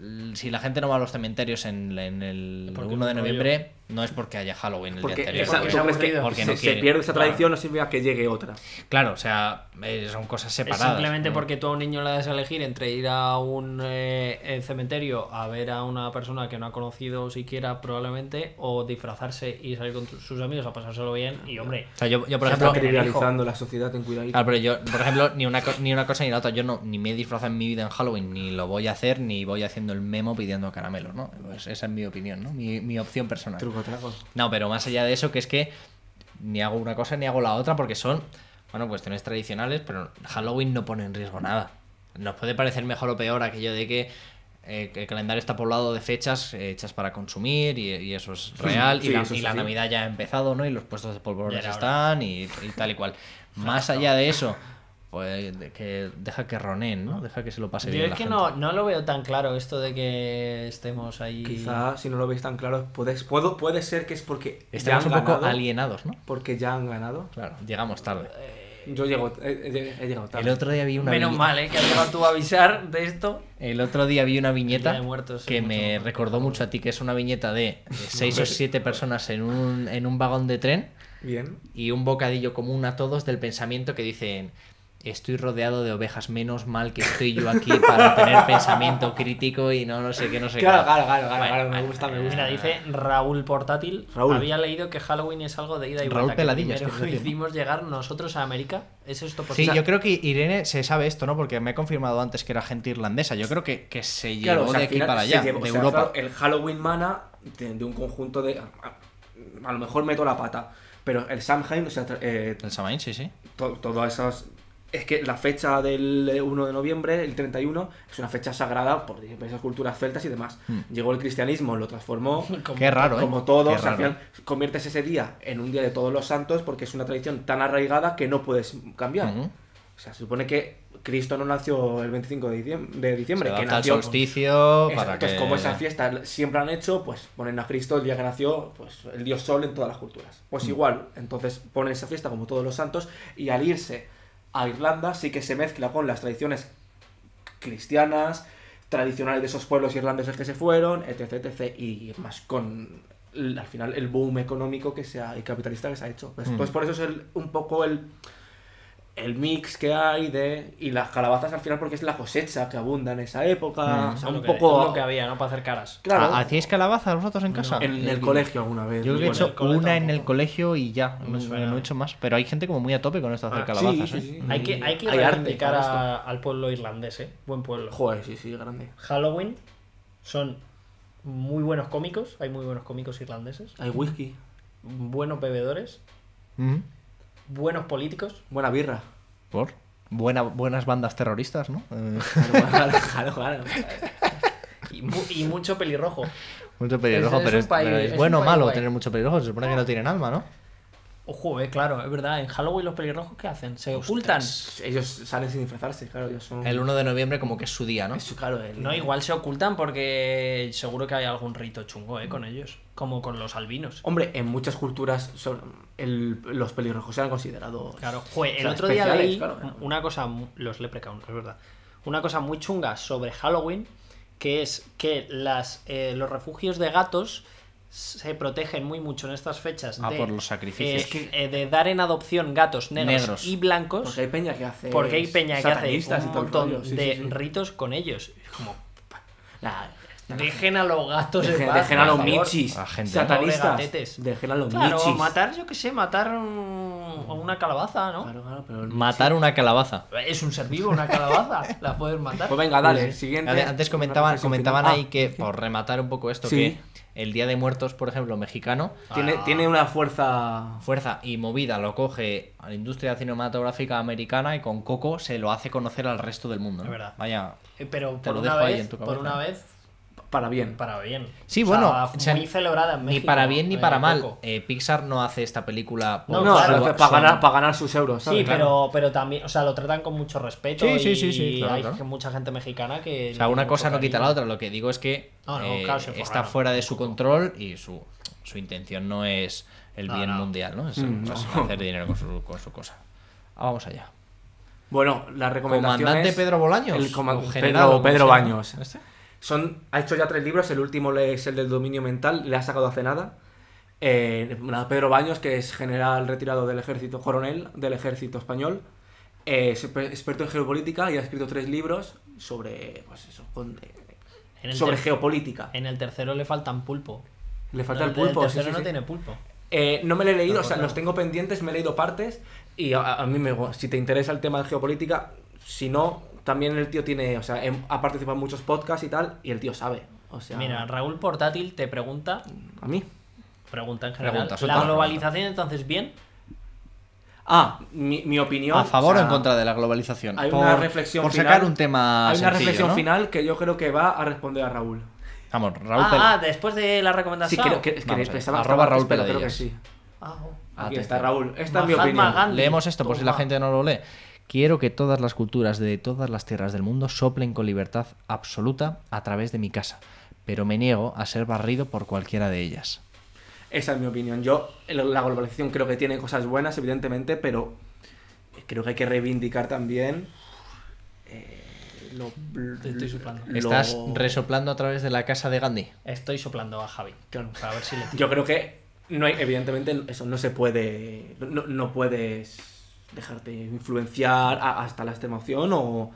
[SPEAKER 1] l- si la gente no va a los cementerios en, en el
[SPEAKER 2] Porque
[SPEAKER 1] 1 de
[SPEAKER 2] no
[SPEAKER 1] noviembre, no es porque haya Halloween el
[SPEAKER 3] Porque,
[SPEAKER 1] día anterior.
[SPEAKER 3] esa-
[SPEAKER 2] porque
[SPEAKER 3] ¿tú
[SPEAKER 2] se ha
[SPEAKER 3] crees que
[SPEAKER 2] aburrido.
[SPEAKER 1] Porque
[SPEAKER 3] se,
[SPEAKER 1] no
[SPEAKER 3] se
[SPEAKER 1] quiere.
[SPEAKER 3] pierde esa
[SPEAKER 1] Claro.
[SPEAKER 3] tradición, no sirve a que llegue otra.
[SPEAKER 1] Claro, o sea, eh, son cosas
[SPEAKER 2] Es
[SPEAKER 1] separadas. Mm.
[SPEAKER 2] simplemente
[SPEAKER 1] ¿no?
[SPEAKER 2] porque tú a un niño le das a elegir entre ir a un eh, eh, cementerio a ver a una persona que no ha conocido siquiera probablemente o disfrazarse y salir con tu- sus amigos a pasárselo bien y hombre
[SPEAKER 1] O sea, yo, yo, por
[SPEAKER 3] se
[SPEAKER 1] ejemplo,
[SPEAKER 3] está criminalizando la sociedad, ten cuidado.
[SPEAKER 1] Claro, pero yo, por ejemplo, ni una, co- ni una cosa ni la otra. Yo no, ni me he disfrazado en mi vida en Halloween, ni lo voy a hacer, ni voy haciendo el memo pidiendo caramelos, ¿no? Pues esa es mi opinión, ¿no? Mi, mi opción personal.
[SPEAKER 3] Truco, trago.
[SPEAKER 1] No, pero más allá de eso, que es que ni hago una cosa ni hago la otra porque son, bueno, cuestiones tradicionales, pero Halloween no pone en riesgo nada. Nos puede parecer mejor o peor aquello de que eh, el calendario está poblado de fechas eh, hechas para consumir y, y eso es real.
[SPEAKER 3] sí,
[SPEAKER 1] y la,
[SPEAKER 3] eso
[SPEAKER 1] y
[SPEAKER 3] sí,
[SPEAKER 1] la
[SPEAKER 3] sí.
[SPEAKER 1] Navidad ya ha empezado, ¿no? Y los puestos de polvorones
[SPEAKER 2] Ya era
[SPEAKER 1] están y, y tal y cual. Más allá de eso, pues de- que deja que ronen, ¿no? Deja que se lo pase
[SPEAKER 2] Yo
[SPEAKER 1] bien.
[SPEAKER 2] es
[SPEAKER 1] la
[SPEAKER 2] que
[SPEAKER 1] gente.
[SPEAKER 2] no, no lo veo tan claro esto de que estemos ahí.
[SPEAKER 3] Quizá si no lo veis tan claro, podéis- puedo- puede ser que es porque
[SPEAKER 1] Estamos
[SPEAKER 3] ya
[SPEAKER 1] un
[SPEAKER 3] han
[SPEAKER 1] poco
[SPEAKER 3] ganado.
[SPEAKER 1] alienados, ¿no?
[SPEAKER 3] Porque ya han ganado.
[SPEAKER 1] Claro, llegamos tarde.
[SPEAKER 2] Eh,
[SPEAKER 3] Yo llego, he, he- he llegado tarde.
[SPEAKER 1] El otro día vi una
[SPEAKER 4] Menos
[SPEAKER 1] vi-
[SPEAKER 4] mal, ¿eh? Que has llegado tú a avisar de esto.
[SPEAKER 1] El otro día vi una
[SPEAKER 2] El
[SPEAKER 1] viñeta
[SPEAKER 2] Día de Muertos, sí,
[SPEAKER 1] que
[SPEAKER 2] mucho
[SPEAKER 1] me
[SPEAKER 2] mejor.
[SPEAKER 1] recordó mucho a ti, que es una viñeta de seis o siete personas en un, en un vagón de tren
[SPEAKER 3] Bien.
[SPEAKER 1] y un bocadillo común a todos del pensamiento que dicen estoy rodeado de ovejas, menos mal que estoy yo aquí para tener pensamiento crítico y no, no sé qué, no sé
[SPEAKER 3] Claro,
[SPEAKER 1] qué.
[SPEAKER 3] claro, claro, claro, claro, me gusta, Ah,
[SPEAKER 1] eh,
[SPEAKER 3] me gusta.
[SPEAKER 2] Mira, dice Raúl Portátil.
[SPEAKER 3] Raúl.
[SPEAKER 2] Había leído que Halloween es algo de ida y
[SPEAKER 1] Raúl
[SPEAKER 2] vuelta. que
[SPEAKER 1] Peladilla, es
[SPEAKER 2] primero
[SPEAKER 1] que decía.
[SPEAKER 2] hicimos llegar nosotros a América. ¿Es esto
[SPEAKER 3] pues
[SPEAKER 2] posible?
[SPEAKER 1] Sí, yo creo que Irene se sabe esto, ¿no? Porque me ha confirmado antes que era gente irlandesa. Yo creo que, que se llevó
[SPEAKER 3] Claro, o sea,
[SPEAKER 1] de
[SPEAKER 3] al
[SPEAKER 1] aquí
[SPEAKER 3] final
[SPEAKER 1] para
[SPEAKER 3] se
[SPEAKER 1] allá,
[SPEAKER 3] llevó-
[SPEAKER 1] de
[SPEAKER 3] o sea,
[SPEAKER 1] Europa.
[SPEAKER 3] claro, eh, el Halloween Mana de, de un conjunto de. A, a lo mejor meto la pata, pero el Samhain, o sea, tra- eh,
[SPEAKER 1] El Samhain, sí, sí.
[SPEAKER 3] to- todas esas. Es que la fecha del eh, 1 de noviembre, el 31, es una fecha sagrada por esas culturas celtas y demás. Llegó el cristianismo, lo transformó.
[SPEAKER 2] Como-
[SPEAKER 1] Qué raro, ¿eh?
[SPEAKER 3] Como todo,
[SPEAKER 1] Hmm. Qué
[SPEAKER 3] o sea, al
[SPEAKER 1] raro.
[SPEAKER 3] final conviertes ese día en un día de todos los santos porque es una tradición tan arraigada que no puedes cambiar.
[SPEAKER 1] Ujú.
[SPEAKER 3] O sea, se supone que Cristo no nació el 25 de diciem- de diciembre,
[SPEAKER 1] Se
[SPEAKER 3] que
[SPEAKER 1] adapta al
[SPEAKER 3] nació.
[SPEAKER 1] solsticio
[SPEAKER 3] Exacto,
[SPEAKER 1] para
[SPEAKER 3] pues
[SPEAKER 1] que...
[SPEAKER 3] como esa fiesta siempre han hecho, pues ponen a Cristo el día que nació, pues el dios sol en todas las culturas. Pues
[SPEAKER 1] Mm.
[SPEAKER 3] igual, entonces ponen esa fiesta como todos los santos y al irse a Irlanda sí que se mezcla con las tradiciones cristianas, tradicionales de esos pueblos irlandeses que se fueron, etc, etc, y más con el- al final el boom económico que se ha, y capitalista que se ha hecho. Pues,
[SPEAKER 1] Mm.
[SPEAKER 3] pues por eso es el- un poco el el mix que hay de y las calabazas al final porque es la cosecha que abunda en esa época,
[SPEAKER 1] Mm.
[SPEAKER 3] o sea,
[SPEAKER 2] Es lo
[SPEAKER 3] un
[SPEAKER 2] que-
[SPEAKER 3] poco
[SPEAKER 2] es lo que había, ¿no? Para hacer caras.
[SPEAKER 3] Claro.
[SPEAKER 1] ¿Ha- Ah, ¿Hacíais calabaza vosotros en casa?
[SPEAKER 3] en el colegio alguna vez.
[SPEAKER 1] Yo creo que he
[SPEAKER 2] Bueno,
[SPEAKER 1] hecho
[SPEAKER 2] el cole
[SPEAKER 1] una en el
[SPEAKER 2] tampoco.
[SPEAKER 1] colegio y ya,
[SPEAKER 2] No
[SPEAKER 1] no,
[SPEAKER 2] me suena.
[SPEAKER 1] no he hecho más. Pero hay gente como muy a tope con esto de hacer
[SPEAKER 2] Ah,
[SPEAKER 1] calabazas.
[SPEAKER 3] sí,
[SPEAKER 1] ¿eh?
[SPEAKER 3] sí, sí.
[SPEAKER 2] Hay que, hay que
[SPEAKER 3] Hay arte
[SPEAKER 2] reivindicar
[SPEAKER 3] para esto.
[SPEAKER 2] a- al pueblo irlandés, ¿eh? Buen pueblo.
[SPEAKER 3] Joder, sí, sí, grande.
[SPEAKER 2] Halloween son muy buenos cómicos. Hay muy buenos cómicos irlandeses.
[SPEAKER 3] Hay whisky,
[SPEAKER 2] Buenos bebedores.
[SPEAKER 1] Ujú.
[SPEAKER 2] Buenos políticos.
[SPEAKER 3] buena birra.
[SPEAKER 1] Por buena, buenas bandas terroristas, ¿no? Eh,
[SPEAKER 3] Claro, claro, claro.
[SPEAKER 2] Y, mu- y mucho pelirrojo.
[SPEAKER 1] mucho pelirrojo,
[SPEAKER 4] Es- es
[SPEAKER 1] pero
[SPEAKER 4] un
[SPEAKER 1] es,
[SPEAKER 4] país-
[SPEAKER 1] pero es
[SPEAKER 4] es un
[SPEAKER 1] bueno o
[SPEAKER 4] país
[SPEAKER 1] malo
[SPEAKER 4] guay.
[SPEAKER 1] tener mucho pelirrojo. Se supone que no tienen alma, ¿no?
[SPEAKER 2] Ojo, eh, claro, es verdad. En Halloween los pelirrojos, ¿qué hacen? ¿Se ocultan?
[SPEAKER 3] Ellos salen sin disfrazarse, claro, ellos son
[SPEAKER 1] El 1 de noviembre como que es su día, ¿no?
[SPEAKER 3] Eso, claro, el-
[SPEAKER 1] Mm.
[SPEAKER 2] No, igual se ocultan porque seguro que hay algún rito chungo, ¿eh? Con ellos. Como con los albinos.
[SPEAKER 3] Hombre, en muchas culturas son- el- los pelirrojos eran considerados
[SPEAKER 2] Claro, jue, el
[SPEAKER 3] o sea,
[SPEAKER 2] otro día
[SPEAKER 3] especiales,
[SPEAKER 2] leí
[SPEAKER 3] claro.
[SPEAKER 2] una cosa, mu- los leprechauns, es verdad, una cosa muy chunga sobre Halloween, que es que las, eh, los refugios de gatos se protegen muy mucho en estas fechas
[SPEAKER 1] Ah,
[SPEAKER 2] de,
[SPEAKER 1] por los sacrificios.
[SPEAKER 2] eh, eh, de dar en adopción gatos negros,
[SPEAKER 1] Negros.
[SPEAKER 2] y blancos,
[SPEAKER 3] Porque hay peña que hace
[SPEAKER 2] porque hay peña que hace
[SPEAKER 3] satanistas y
[SPEAKER 2] un
[SPEAKER 3] todo el
[SPEAKER 2] montón
[SPEAKER 3] rollo, sí,
[SPEAKER 2] de
[SPEAKER 3] sí, sí.
[SPEAKER 2] ritos con ellos. Es Como,
[SPEAKER 3] Nah,
[SPEAKER 2] dejen a los gatos en
[SPEAKER 3] Dejen,
[SPEAKER 2] paz,
[SPEAKER 3] dejen a
[SPEAKER 2] por
[SPEAKER 3] los
[SPEAKER 2] favor".
[SPEAKER 3] michis,
[SPEAKER 1] A gente, ¿no?
[SPEAKER 2] Pobre
[SPEAKER 3] satanistas.
[SPEAKER 2] gatetes.
[SPEAKER 3] Dejen a los
[SPEAKER 2] Claro,
[SPEAKER 3] michis.
[SPEAKER 2] matar, yo qué sé, matar un- a una calabaza, ¿no?
[SPEAKER 3] Claro, claro, pero el
[SPEAKER 1] Matar una calabaza.
[SPEAKER 2] Es un ser vivo, una calabaza, la puedes matar.
[SPEAKER 3] Pues venga, dale,
[SPEAKER 1] Sí,
[SPEAKER 3] el
[SPEAKER 1] sí.
[SPEAKER 3] siguiente.
[SPEAKER 1] Ade- Antes comentaban,
[SPEAKER 3] Una reflexión
[SPEAKER 1] comentaban
[SPEAKER 3] final. Ah.
[SPEAKER 1] ahí que, por rematar un poco esto,
[SPEAKER 3] Sí.
[SPEAKER 1] que el Día de Muertos, por ejemplo, mexicano,
[SPEAKER 3] Ah, tiene, tiene una fuerza.
[SPEAKER 1] fuerza y movida lo coge a la industria cinematográfica americana y con Coco se lo hace conocer al resto del mundo. ¿no?
[SPEAKER 2] Es verdad.
[SPEAKER 1] Vaya.
[SPEAKER 2] Eh, Pero
[SPEAKER 1] Te
[SPEAKER 2] por
[SPEAKER 1] lo
[SPEAKER 2] una,
[SPEAKER 1] dejo ahí
[SPEAKER 2] vez,
[SPEAKER 1] en tu
[SPEAKER 2] por
[SPEAKER 1] cabeza.
[SPEAKER 2] una vez,
[SPEAKER 3] Para bien.
[SPEAKER 2] para bien.
[SPEAKER 1] Sí,
[SPEAKER 2] O
[SPEAKER 1] bueno,
[SPEAKER 2] sea,
[SPEAKER 1] o sea,
[SPEAKER 2] muy celebrada en
[SPEAKER 1] Ni
[SPEAKER 2] México,
[SPEAKER 1] para bien ni
[SPEAKER 2] eh,
[SPEAKER 1] para mal.
[SPEAKER 2] poco.
[SPEAKER 1] Eh, Pixar no hace esta película
[SPEAKER 3] No,
[SPEAKER 2] No,
[SPEAKER 1] por
[SPEAKER 3] no,
[SPEAKER 1] su-
[SPEAKER 2] claro,
[SPEAKER 3] para,
[SPEAKER 1] su-
[SPEAKER 3] ganar, para ganar sus euros. ¿sabes?
[SPEAKER 2] Sí, pero,
[SPEAKER 3] Claro.
[SPEAKER 2] pero también, o sea, lo tratan con mucho respeto.
[SPEAKER 1] Sí, sí,
[SPEAKER 2] y
[SPEAKER 1] sí, sí, claro,
[SPEAKER 2] hay
[SPEAKER 1] claro.
[SPEAKER 2] que- mucha gente mexicana que.
[SPEAKER 1] O sea,
[SPEAKER 2] le
[SPEAKER 1] una
[SPEAKER 2] tiene
[SPEAKER 1] cosa
[SPEAKER 2] mucho
[SPEAKER 1] no quita
[SPEAKER 2] cariño.
[SPEAKER 1] la otra. Lo que digo es que
[SPEAKER 2] No, no,
[SPEAKER 1] eh,
[SPEAKER 2] claro, se
[SPEAKER 1] está
[SPEAKER 2] forraron.
[SPEAKER 1] fuera de su control y su, su intención no es el
[SPEAKER 2] No,
[SPEAKER 1] bien
[SPEAKER 2] no.
[SPEAKER 1] mundial, ¿no? Es,
[SPEAKER 3] Mm,
[SPEAKER 1] es
[SPEAKER 3] no.
[SPEAKER 1] hacer dinero con su, con su cosa. Ah, vamos allá.
[SPEAKER 3] Bueno, las recomendaciones.
[SPEAKER 1] Comandante Pedro Bolaños.
[SPEAKER 3] El comandante
[SPEAKER 1] o general,
[SPEAKER 3] Pedro,
[SPEAKER 1] o como
[SPEAKER 3] Pedro
[SPEAKER 1] se llama.
[SPEAKER 3] Baños.
[SPEAKER 1] ¿Este?
[SPEAKER 3] Son, ha hecho ya tres libros, el último le- es el del dominio mental, le ha sacado hace nada. Eh, nada, Pedro Baños, que es general retirado del ejército, coronel del ejército español, eh, es exper- experto en geopolítica y ha escrito tres libros sobre, pues eso, con- eh,
[SPEAKER 2] En el
[SPEAKER 3] sobre
[SPEAKER 2] ter-
[SPEAKER 3] geopolítica.
[SPEAKER 2] En el tercero le faltan pulpo.
[SPEAKER 3] Le falta
[SPEAKER 2] No,
[SPEAKER 3] el pulpo.
[SPEAKER 2] El
[SPEAKER 3] sí,
[SPEAKER 2] tercero no
[SPEAKER 3] sí, sí.
[SPEAKER 2] tiene pulpo.
[SPEAKER 3] Eh, no me lo he leído,
[SPEAKER 2] Pero
[SPEAKER 3] o sea,
[SPEAKER 2] bueno.
[SPEAKER 3] los tengo pendientes, me he leído partes y a, a mí me gu- si te interesa el tema de geopolítica, si no, también el tío tiene, o sea, em- ha participado en muchos podcasts y tal, y el tío sabe, o sea,
[SPEAKER 2] Mira, Raúl Portátil te pregunta,
[SPEAKER 3] a mí.
[SPEAKER 2] pregunta en general.
[SPEAKER 1] Pregunta, suelta
[SPEAKER 2] la
[SPEAKER 1] la
[SPEAKER 2] globalización, entonces, bien.
[SPEAKER 3] Ah, mi, mi opinión.
[SPEAKER 1] ¿A favor
[SPEAKER 3] o
[SPEAKER 1] o
[SPEAKER 3] sea,
[SPEAKER 1] en contra de la globalización?
[SPEAKER 3] Hay
[SPEAKER 1] por,
[SPEAKER 3] una reflexión
[SPEAKER 1] por
[SPEAKER 3] final.
[SPEAKER 1] sacar un tema
[SPEAKER 3] Hay una
[SPEAKER 1] sencillo,
[SPEAKER 3] reflexión
[SPEAKER 1] ¿no?
[SPEAKER 3] final que yo creo que va a responder a Raúl.
[SPEAKER 1] Vamos, Raúl Pel-
[SPEAKER 2] Ah, ah, después de la recomendación.
[SPEAKER 3] Sí, creo que, es que
[SPEAKER 1] Vamos a ver.
[SPEAKER 3] pensaba-
[SPEAKER 1] Arroba
[SPEAKER 3] estaba-
[SPEAKER 1] Raúl
[SPEAKER 3] pero creo que
[SPEAKER 1] Peladillas.
[SPEAKER 3] sí.
[SPEAKER 2] Ah, oh.
[SPEAKER 3] Aquí
[SPEAKER 1] Atención.
[SPEAKER 3] está Raúl. Esta es mi
[SPEAKER 2] Mahatma
[SPEAKER 3] opinión.
[SPEAKER 2] Gandhi.
[SPEAKER 1] Leemos esto por si la
[SPEAKER 2] Toma.
[SPEAKER 1] gente no lo lee. Quiero que todas las culturas de todas las tierras del mundo soplen con libertad absoluta a través de mi casa, pero me niego a ser barrido por cualquiera de ellas.
[SPEAKER 3] Esa es mi opinión. Yo, el- la globalización creo que tiene cosas buenas, evidentemente, pero creo que hay que reivindicar también. eh, lo,
[SPEAKER 2] Te estoy soplando.
[SPEAKER 3] lo-
[SPEAKER 1] Estás resoplando a través de la casa de Gandhi.
[SPEAKER 2] Estoy soplando a Javi. Para ver si le
[SPEAKER 3] Yo creo que no hay, evidentemente eso no se puede. No, no puedes dejarte influenciar a- hasta la extrema opción o, o-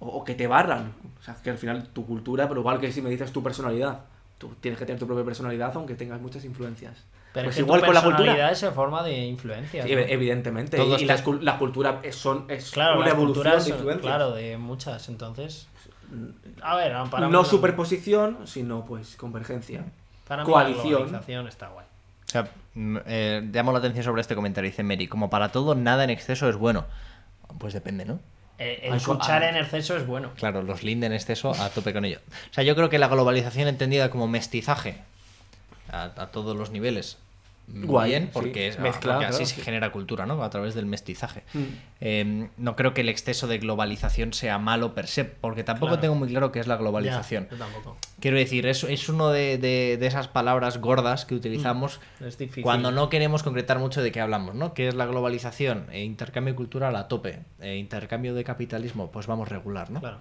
[SPEAKER 3] o que te barran. O sea, que al final tu cultura, pero igual que si me dices tu personalidad, tú tienes que tener tu propia personalidad aunque tengas muchas influencias.
[SPEAKER 2] Pero es
[SPEAKER 3] Pues
[SPEAKER 2] que
[SPEAKER 3] igual
[SPEAKER 2] tu
[SPEAKER 3] con la cultura.
[SPEAKER 2] personalidad es en forma de influencia.
[SPEAKER 3] Sí, ev- evidentemente.
[SPEAKER 1] Todo
[SPEAKER 3] y
[SPEAKER 1] está-
[SPEAKER 3] las cul- la, cultura es, son, es
[SPEAKER 2] Claro,
[SPEAKER 3] una
[SPEAKER 2] las
[SPEAKER 3] evolución
[SPEAKER 2] culturas,
[SPEAKER 3] de influencias.
[SPEAKER 2] claro, de muchas, entonces. A ver, para
[SPEAKER 3] no
[SPEAKER 2] mí,
[SPEAKER 3] superposición, sino pues convergencia.
[SPEAKER 2] para mí
[SPEAKER 3] coalición.
[SPEAKER 2] la globalización está guay.
[SPEAKER 1] O sea, mm, eh, llamo la atención sobre este comentario. Dice Mary, como para todo, nada en exceso es bueno. Pues depende, ¿no?
[SPEAKER 2] Eh, el
[SPEAKER 3] Hay co-
[SPEAKER 2] escuchar
[SPEAKER 3] ah.
[SPEAKER 2] en exceso es bueno.
[SPEAKER 1] Claro, los Lind en exceso a tope con ello. O sea, yo creo que la globalización entendida como mestizaje a, a todos los niveles.
[SPEAKER 3] Guay,
[SPEAKER 1] bien,
[SPEAKER 3] sí.
[SPEAKER 1] porque, es-
[SPEAKER 3] Mezcla,
[SPEAKER 1] porque así
[SPEAKER 3] claro,
[SPEAKER 1] se
[SPEAKER 3] sí.
[SPEAKER 1] genera cultura, ¿no? A través del mestizaje.
[SPEAKER 3] Mm.
[SPEAKER 1] Eh, no creo que el exceso de globalización sea malo per se, porque tampoco
[SPEAKER 2] Claro.
[SPEAKER 1] tengo muy claro qué es la globalización.
[SPEAKER 2] Ya, yo tampoco.
[SPEAKER 1] Quiero decir, es, es uno de, de- de esas palabras gordas que utilizamos
[SPEAKER 3] Mm.
[SPEAKER 2] Es difícil.
[SPEAKER 1] cuando no queremos concretar mucho de qué hablamos, ¿no? ¿Qué es la globalización? Eh, intercambio cultural a tope. Eh, intercambio de capitalismo, pues vamos regular, ¿no?
[SPEAKER 2] Claro.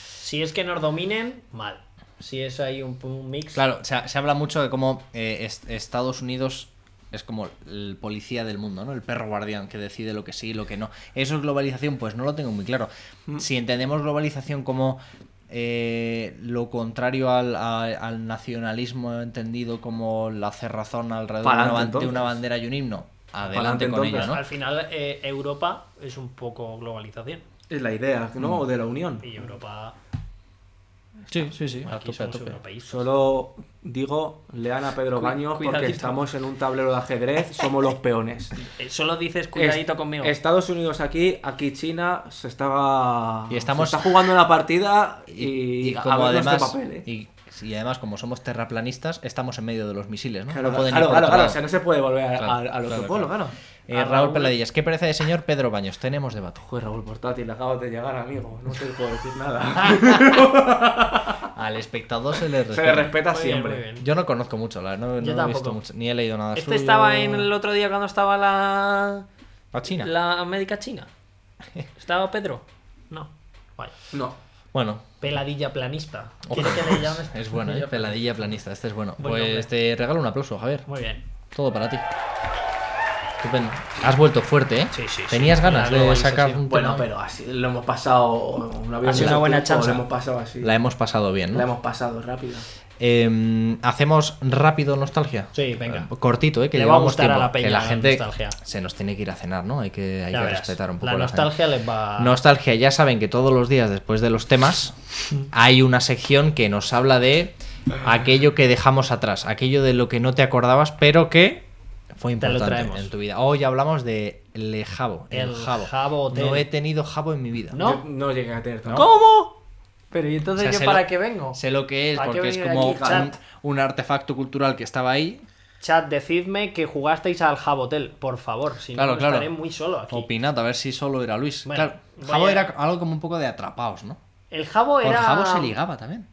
[SPEAKER 2] Si es que nos dominen, mal. Si es ahí un, un mix.
[SPEAKER 1] Claro, se, se habla mucho de cómo eh, est- Estados Unidos es como el policía del mundo, ¿no? El perro guardián que decide lo que sí y lo que no. ¿Eso es globalización? Pues no lo tengo muy claro.
[SPEAKER 3] Mm.
[SPEAKER 1] Si entendemos globalización como eh, lo contrario al, a- al nacionalismo entendido como la cerrazón alrededor de una,
[SPEAKER 3] Pa'lante,
[SPEAKER 1] ban- de una
[SPEAKER 3] entonces.
[SPEAKER 1] bandera y un himno, adelante
[SPEAKER 3] Pa'lante,
[SPEAKER 1] con
[SPEAKER 3] entonces.
[SPEAKER 1] ello, ¿no?
[SPEAKER 2] Al final, eh, Europa es un poco globalización.
[SPEAKER 3] Es la idea, ¿no? De la unión.
[SPEAKER 2] Mm. Y Europa.
[SPEAKER 1] Sí, sí, sí.
[SPEAKER 2] Aquí somos europeístas.
[SPEAKER 3] Solo digo, lean a Pedro
[SPEAKER 2] Cu-
[SPEAKER 3] Baños porque
[SPEAKER 2] cuidadito.
[SPEAKER 3] estamos en un tablero de ajedrez, somos los peones.
[SPEAKER 2] Eh, solo dices cuidadito
[SPEAKER 3] Es-
[SPEAKER 2] conmigo.
[SPEAKER 3] Estados Unidos aquí, aquí China, se estaba.
[SPEAKER 1] Y estamos-
[SPEAKER 3] se está jugando una partida y,
[SPEAKER 1] Y, y
[SPEAKER 3] a
[SPEAKER 1] como
[SPEAKER 3] ver nuestro
[SPEAKER 1] además,
[SPEAKER 3] papel, ¿eh?
[SPEAKER 1] y, y además como somos terraplanistas, estamos en medio de los misiles, ¿no?
[SPEAKER 3] Claro,
[SPEAKER 1] No
[SPEAKER 3] claro,
[SPEAKER 1] pueden ir
[SPEAKER 3] claro,
[SPEAKER 1] por otro
[SPEAKER 3] claro,
[SPEAKER 1] lado.
[SPEAKER 3] o sea, no se puede volver a-
[SPEAKER 1] Claro,
[SPEAKER 3] a- al otro
[SPEAKER 1] claro,
[SPEAKER 3] polo,
[SPEAKER 1] claro.
[SPEAKER 3] claro.
[SPEAKER 1] Eh,
[SPEAKER 2] A
[SPEAKER 1] Raúl
[SPEAKER 2] Ah, Raúl.
[SPEAKER 1] Peladillas, ¿qué parece de señor Pedro Baños? Tenemos debate.
[SPEAKER 3] Joder, Raúl Portátil, acabas de llegar, amigo. No te puedo decir nada.
[SPEAKER 1] Al espectador se le
[SPEAKER 3] se le
[SPEAKER 1] respeta.
[SPEAKER 3] respeta
[SPEAKER 2] Muy bien,
[SPEAKER 3] siempre.
[SPEAKER 2] muy bien.
[SPEAKER 1] Yo no conozco mucho, la verdad, no, no he
[SPEAKER 2] tampoco.
[SPEAKER 1] visto mucho, ni he leído nada
[SPEAKER 2] Este
[SPEAKER 1] suyo.
[SPEAKER 2] estaba en el otro día cuando estaba la.
[SPEAKER 1] ¿A China?
[SPEAKER 2] La médica china. ¿Estaba Pedro? No. Vaya.
[SPEAKER 3] No.
[SPEAKER 1] Bueno,
[SPEAKER 2] Peladilla planista.
[SPEAKER 1] Ojo.
[SPEAKER 2] ¿Quiere que le llames?
[SPEAKER 1] es bueno, ¿eh? Peladilla planista, este es bueno.
[SPEAKER 2] Buen
[SPEAKER 1] pues
[SPEAKER 2] nombre.
[SPEAKER 1] te regalo un aplauso, Javier.
[SPEAKER 2] Muy bien.
[SPEAKER 1] Todo para ti. Estupendo. Has vuelto fuerte, ¿eh?
[SPEAKER 2] Sí, sí, sí.
[SPEAKER 1] Tenías ganas de
[SPEAKER 2] La globalización.
[SPEAKER 1] sacar un
[SPEAKER 3] Bueno,
[SPEAKER 1] tema-
[SPEAKER 3] pero así lo hemos pasado. no había
[SPEAKER 2] Ha sido
[SPEAKER 3] mucho
[SPEAKER 2] una buena
[SPEAKER 3] tiempo,
[SPEAKER 2] chanza.
[SPEAKER 3] Lo hemos pasado así.
[SPEAKER 1] La hemos pasado bien, ¿no?
[SPEAKER 3] la hemos pasado rápido.
[SPEAKER 1] Eh, Hacemos rápido nostalgia.
[SPEAKER 2] Sí, venga.
[SPEAKER 1] Eh, Cortito, ¿eh? Que
[SPEAKER 2] Le va a
[SPEAKER 1] llevamos
[SPEAKER 2] gustar a
[SPEAKER 1] tiempo.
[SPEAKER 2] la peña
[SPEAKER 1] que la
[SPEAKER 2] la
[SPEAKER 1] gente
[SPEAKER 2] nostalgia.
[SPEAKER 1] se nos tiene que ir a cenar, ¿no? Hay que, hay
[SPEAKER 2] Ya
[SPEAKER 1] que
[SPEAKER 2] verás.
[SPEAKER 1] respetar un poco
[SPEAKER 2] La
[SPEAKER 1] la, gente.
[SPEAKER 2] nostalgia les va.
[SPEAKER 1] Nostalgia, ya saben que todos los días después de los temas hay una sección que nos habla de aquello que dejamos atrás, aquello de lo que no te acordabas, pero que fue
[SPEAKER 2] Te lo
[SPEAKER 1] importante
[SPEAKER 2] traemos.
[SPEAKER 1] en tu vida. Hoy hablamos de le jabo, el,
[SPEAKER 2] El
[SPEAKER 1] jabo.
[SPEAKER 2] jabo hotel.
[SPEAKER 1] No he tenido jabo en mi vida.
[SPEAKER 2] No.
[SPEAKER 3] Yo no llegué a tener tampoco.
[SPEAKER 4] ¿Cómo? Pero ¿y
[SPEAKER 1] O sea,
[SPEAKER 4] entonces
[SPEAKER 1] sé
[SPEAKER 4] yo para
[SPEAKER 1] lo-
[SPEAKER 4] qué vengo?
[SPEAKER 1] Sé lo que es
[SPEAKER 4] ¿Para qué
[SPEAKER 1] porque es
[SPEAKER 4] venir
[SPEAKER 1] como
[SPEAKER 4] aquí,
[SPEAKER 1] un,
[SPEAKER 2] chat?
[SPEAKER 1] un artefacto cultural que estaba ahí.
[SPEAKER 2] Chat, decidme que jugasteis al Jabotel, por favor. Si
[SPEAKER 1] Claro,
[SPEAKER 2] no,
[SPEAKER 1] claro.
[SPEAKER 2] estaré muy solo aquí.
[SPEAKER 1] Opinad, a ver si solo era Luis.
[SPEAKER 2] Bueno,
[SPEAKER 1] claro,
[SPEAKER 2] voy
[SPEAKER 1] jabo
[SPEAKER 2] a-
[SPEAKER 1] era algo como un poco de atrapaos, ¿no?
[SPEAKER 2] El Jabo
[SPEAKER 1] Por
[SPEAKER 2] era.
[SPEAKER 1] jabo se ligaba también.